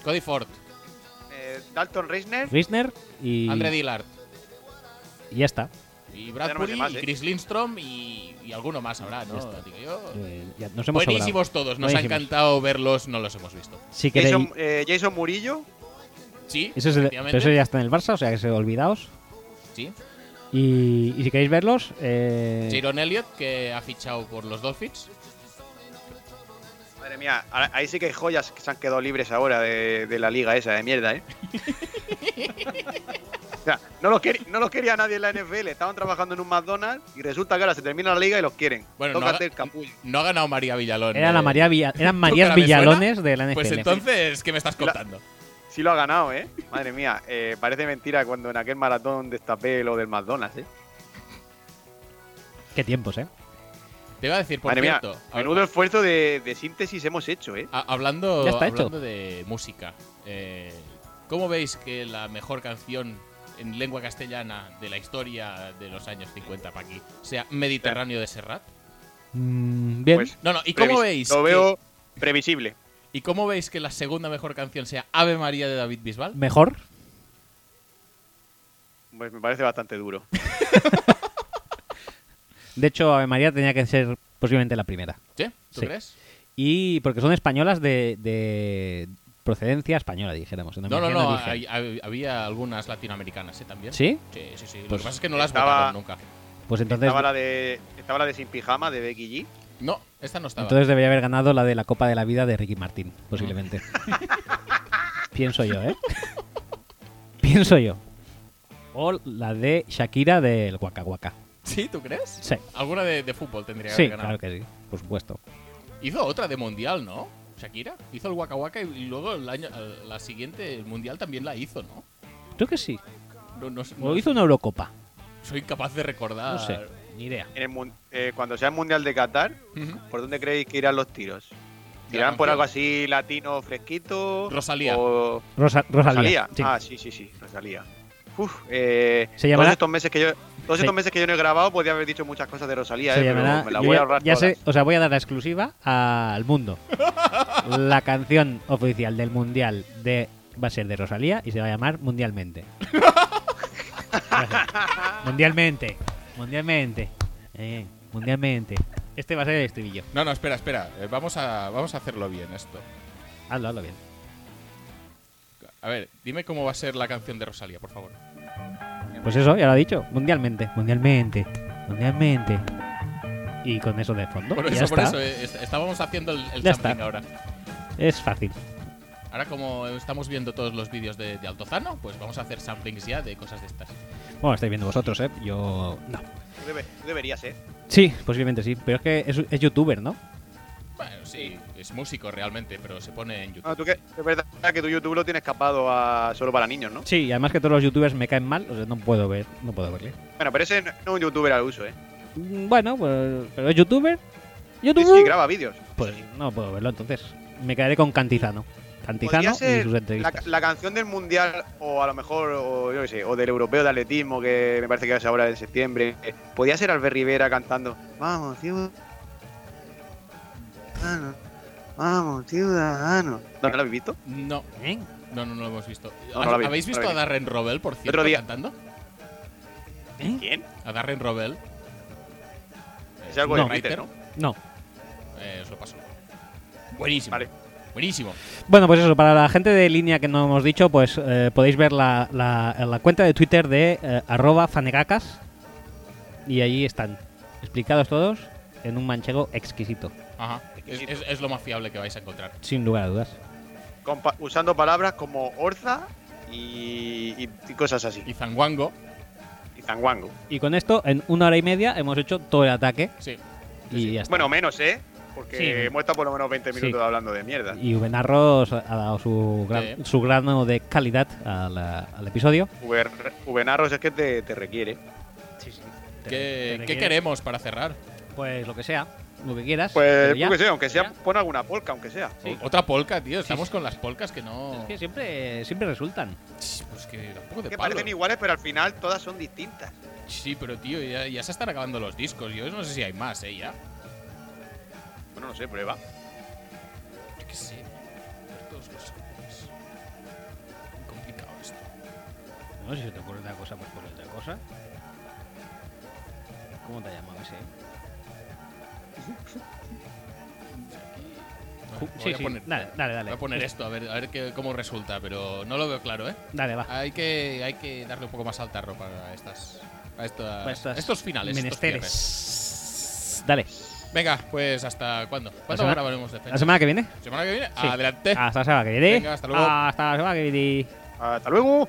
Speaker 2: Cody Ford,
Speaker 3: Eh, Dalton Reisner,
Speaker 1: Risner y.
Speaker 2: Andre Dillard,
Speaker 1: y ya está.
Speaker 2: y
Speaker 3: Ya no me
Speaker 2: Bradbury,
Speaker 3: sé más,
Speaker 2: y
Speaker 3: ¿eh?
Speaker 2: Chris Lindstrom y, y alguno más habrá, ¿no?
Speaker 1: Ya está.
Speaker 2: Digo yo.
Speaker 1: Eh, ya nos hemos
Speaker 2: Buenísimos todos, nos ha
Speaker 1: Buenísimos.
Speaker 2: encantado verlos, no los hemos visto.
Speaker 1: sobrado. Si queréis.
Speaker 3: Jason, eh, Jason Murillo,
Speaker 2: Sí,
Speaker 1: Eso es el- pero
Speaker 2: efectivamente,
Speaker 1: eso ya está en el Barça, o sea que se olvidaos.
Speaker 2: sí.
Speaker 1: Y, y si queréis verlos, eh,
Speaker 2: Jaron Elliott, que ha fichado por los Dolphins.
Speaker 3: Madre mía, ahora- ahí sí que hay joyas que se han quedado libres ahora de, de la liga esa de mierda, ¿eh? o sea, no los, quer- no los quería nadie en la NFL, estaban trabajando en un McDonald's y resulta que ahora se termina la liga y los quieren.
Speaker 2: Bueno, no haga-
Speaker 3: Tócate el capullo.
Speaker 2: No ha ganado María Villalón.
Speaker 1: era la
Speaker 2: eh.
Speaker 1: María ¿eh? Villa- eran
Speaker 2: cara
Speaker 1: Marías
Speaker 2: me suena?
Speaker 1: Villalones de la NFL.
Speaker 2: Pues entonces, ¿qué me estás
Speaker 3: La-
Speaker 2: contando?
Speaker 3: Sí lo ha ganado, ¿eh? Madre mía, eh, parece mentira cuando en aquel maratón destapé lo del McDonald's, ¿eh?
Speaker 1: Qué tiempos, ¿eh?
Speaker 2: Te iba a decir, por
Speaker 3: Madre mía,
Speaker 2: cierto, hab-
Speaker 3: menudo esfuerzo de, de síntesis hemos hecho, ¿eh?
Speaker 2: a- hablando,
Speaker 1: Ya está hecho.
Speaker 2: hablando de música, eh, ¿cómo veis que la mejor canción en lengua castellana de la historia de los años 50 para aquí sea Mediterráneo de Serrat?
Speaker 1: Mm, bien.
Speaker 3: Pues,
Speaker 2: No, no, ¿y cómo
Speaker 3: previs-
Speaker 2: veis?
Speaker 3: Lo
Speaker 2: que-
Speaker 3: veo previsible.
Speaker 2: ¿Y cómo veis que la segunda mejor canción sea Ave María de David Bisbal?
Speaker 1: Mejor.
Speaker 3: Pues me parece bastante duro.
Speaker 1: De hecho, Ave María tenía que ser posiblemente la primera.
Speaker 2: ¿Sí? ¿Tú
Speaker 1: Sí.
Speaker 2: crees?
Speaker 1: Y porque son españolas de, de procedencia española, dijéramos.
Speaker 2: No, no, no,
Speaker 1: denominación origen.
Speaker 2: hay- hay- había algunas latinoamericanas ¿eh? también.
Speaker 1: ¿Sí?
Speaker 2: Sí, sí, sí. Lo
Speaker 1: Pues
Speaker 2: que pasa es que no las
Speaker 3: estaba-
Speaker 2: votaron nunca.
Speaker 1: Pues entonces,
Speaker 3: Estaba la de, estaba la de Sin Pijama, de Becky G.
Speaker 2: No, esta no estaba.
Speaker 1: entonces debería haber ganado la de la Copa de la Vida de Ricky Martín, posiblemente. Pienso yo, ¿eh? Pienso yo. O la de Shakira del Waka Waka.
Speaker 2: ¿Sí? ¿Tú crees?
Speaker 1: Sí,
Speaker 2: Alguna de, de fútbol tendría que
Speaker 1: sí,
Speaker 2: haber ganado.
Speaker 1: claro que sí, por supuesto.
Speaker 2: Hizo otra de mundial, ¿no? Shakira. Hizo el Waka Waka y luego el año, la siguiente, el mundial también la hizo, ¿no?
Speaker 1: Creo que sí.
Speaker 2: No, no sé,
Speaker 1: O
Speaker 2: no-
Speaker 1: hizo una Eurocopa.
Speaker 2: Soy capaz de recordar.
Speaker 1: No sé, ni idea.
Speaker 3: En el mun- eh, cuando sea el Mundial de Qatar,
Speaker 2: Ujú.
Speaker 3: ¿por dónde creéis que irán los tiros?
Speaker 2: La
Speaker 3: ¿Tirarán por
Speaker 2: canción.
Speaker 3: algo así latino fresquito?
Speaker 2: Rosalía.
Speaker 3: O...
Speaker 1: Rosa- Rosalía.
Speaker 3: Rosalía.
Speaker 1: sí.
Speaker 3: Ah, sí, sí, sí, Rosalía. Uf, eh,
Speaker 1: Se llamará-
Speaker 3: todos estos meses que yo todos
Speaker 1: Se-
Speaker 3: estos meses que yo no he grabado podía haber dicho muchas cosas de Rosalía,
Speaker 1: Se
Speaker 3: eh, pero
Speaker 1: llamará-
Speaker 3: me la
Speaker 1: yo
Speaker 3: voy a
Speaker 1: ya-
Speaker 3: ahorrar
Speaker 1: ya sé,
Speaker 3: todas.
Speaker 1: os la voy a dar la exclusiva al mundo. La canción oficial del mundial de va a ser de Rosalía y se va a llamar Mundialmente. mundialmente, mundialmente, eh, mundialmente. Este va a ser el estribillo.
Speaker 2: No, no, espera, espera. Eh, Vamos a, vamos a hacerlo bien esto.
Speaker 1: Hazlo, hazlo bien.
Speaker 2: A ver, dime cómo va a ser la canción de Rosalía, por favor.
Speaker 1: Pues eso, ya lo ha dicho. Mundialmente, mundialmente, mundialmente. Y con eso de fondo.
Speaker 2: Por
Speaker 1: ya
Speaker 2: eso, por
Speaker 1: está.
Speaker 2: eso, eh, est- estábamos haciendo el, el
Speaker 1: Ya
Speaker 2: sampling
Speaker 1: está.
Speaker 2: ahora.
Speaker 1: Es fácil.
Speaker 2: Ahora, como estamos viendo todos los vídeos de, de Altozano, pues vamos a hacer samplings ya de cosas de estas.
Speaker 1: Bueno, estáis viendo vosotros, ¿eh? Yo no.
Speaker 3: Tú, debe- tú deberías, eh.
Speaker 1: Sí, posiblemente sí. Pero es que es, es youtuber, ¿no?
Speaker 2: Bueno, sí, es músico realmente, pero se pone en YouTube.
Speaker 3: No, tú que es verdad que tu YouTube lo tienes escapado a solo para niños, ¿no?
Speaker 1: Sí, y además que todos los youtubers me caen mal, o sea, no puedo ver, no puedo verle.
Speaker 3: Bueno, pero ese no no es un youtuber al uso, eh.
Speaker 1: Mm, Bueno, pues, pero es youtuber.
Speaker 3: Sí,
Speaker 1: ¿Youtuber?
Speaker 3: sí, graba vídeos.
Speaker 1: pues no puedo verlo, entonces me quedaré con Cantizano. Cantizano
Speaker 3: Podría
Speaker 1: y
Speaker 3: ser
Speaker 1: sus
Speaker 3: la,
Speaker 1: entrevistas.
Speaker 3: la canción del mundial o a lo mejor o yo qué sé o del europeo de atletismo que me parece que es ahora en septiembre eh, podía ser Albert Rivera cantando vamos ciudadano vamos ciudadano no, ¿no lo habéis visto
Speaker 2: No,
Speaker 1: ¿Eh?
Speaker 2: no, no, no lo hemos visto.
Speaker 3: No, no lo habéis-
Speaker 2: ¿Habéis
Speaker 3: no lo
Speaker 2: visto a
Speaker 3: habéis
Speaker 2: Darren Robel, por cierto,
Speaker 3: Otro día-
Speaker 2: cantando?
Speaker 1: ¿Eh?
Speaker 4: ¿Quién?
Speaker 2: A Darren Robel.
Speaker 3: Es algo
Speaker 1: No.
Speaker 3: de Twitter, ¿no?
Speaker 1: No.
Speaker 2: Eh, os lo paso. Buenísimo.
Speaker 3: Vale.
Speaker 2: Buenísimo.
Speaker 1: Bueno, pues eso, para la gente de línea que no hemos dicho, pues eh, podéis ver la, la- la cuenta de Twitter de eh, arroba fanegacas y allí están explicados todos en un manchego exquisito,
Speaker 2: Ajá. Es, es- es lo más fiable que vais a encontrar.
Speaker 1: sin lugar a dudas.
Speaker 3: Con pa- usando palabras como orza y, y- y cosas así.
Speaker 2: Y Zanguango.
Speaker 3: Y zanguango.
Speaker 1: Y con esto, en una hora y media, hemos hecho todo el ataque
Speaker 2: Sí.
Speaker 1: y ya está.
Speaker 3: Bueno, menos, ¿eh? Porque
Speaker 1: Sí.
Speaker 3: hemos estado por lo menos 20
Speaker 1: Sí.
Speaker 3: minutos hablando de mierda.
Speaker 1: y Ubenarros ha dado su, gran,
Speaker 2: Sí.
Speaker 1: su grano de calidad a la- al episodio.
Speaker 3: Uber- Ubenarros es que te, te requiere.
Speaker 2: ¿Qué, qué queremos para cerrar?
Speaker 1: Pues lo que sea, lo que quieras.
Speaker 3: Pues,
Speaker 1: pero ya.
Speaker 3: yo qué sé, aunque sea,
Speaker 1: ya.
Speaker 3: pon alguna polca, aunque sea.
Speaker 1: Sí.
Speaker 2: O- Otra polca, tío. Estamos con las polcas que no.
Speaker 1: Es que siempre, siempre resultan.
Speaker 2: Ch, Pues que tampoco
Speaker 3: Que
Speaker 2: te palo.
Speaker 3: parecen iguales, pero al final todas son distintas.
Speaker 2: Sí, pero tío, ya, ya se están acabando los discos. Yo no sé si hay más, eh, ya.
Speaker 3: Bueno, no sé, prueba.
Speaker 2: Yo qué sé. Ver todos los álbumes. Muy complicado esto.
Speaker 1: No, si se te ocurre otra cosa, pues por otra cosa. ¿Cómo te llamabas, eh?
Speaker 2: Bueno, voy a poner-
Speaker 1: Dale, dale, dale.
Speaker 2: Voy a poner este. esto, a ver, a ver qué- cómo resulta, pero no lo veo claro, ¿eh?
Speaker 1: Dale, va.
Speaker 2: Hay que, hay que darle un poco más al tarro para estas. para estas-
Speaker 1: Para estas
Speaker 2: Ah, estos finales. estos cierres.
Speaker 1: Pues Menesteres. Dale.
Speaker 2: Venga, pues hasta cuándo. ¿Cuándo
Speaker 1: semana-
Speaker 2: grabaremos de fecha?
Speaker 1: ¿La semana que viene?
Speaker 2: ¿Semana que viene?
Speaker 1: Sí.
Speaker 2: Adelante.
Speaker 1: Hasta la semana que viene.
Speaker 2: Venga, hasta luego.
Speaker 1: Hasta la semana que viene.
Speaker 3: Hasta luego.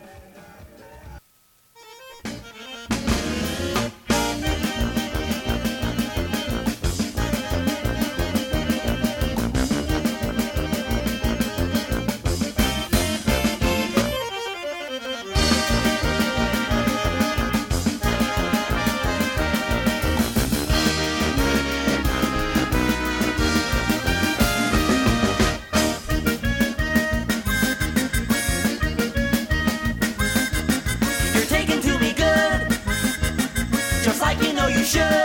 Speaker 5: You're taking to me good, just like you know you should.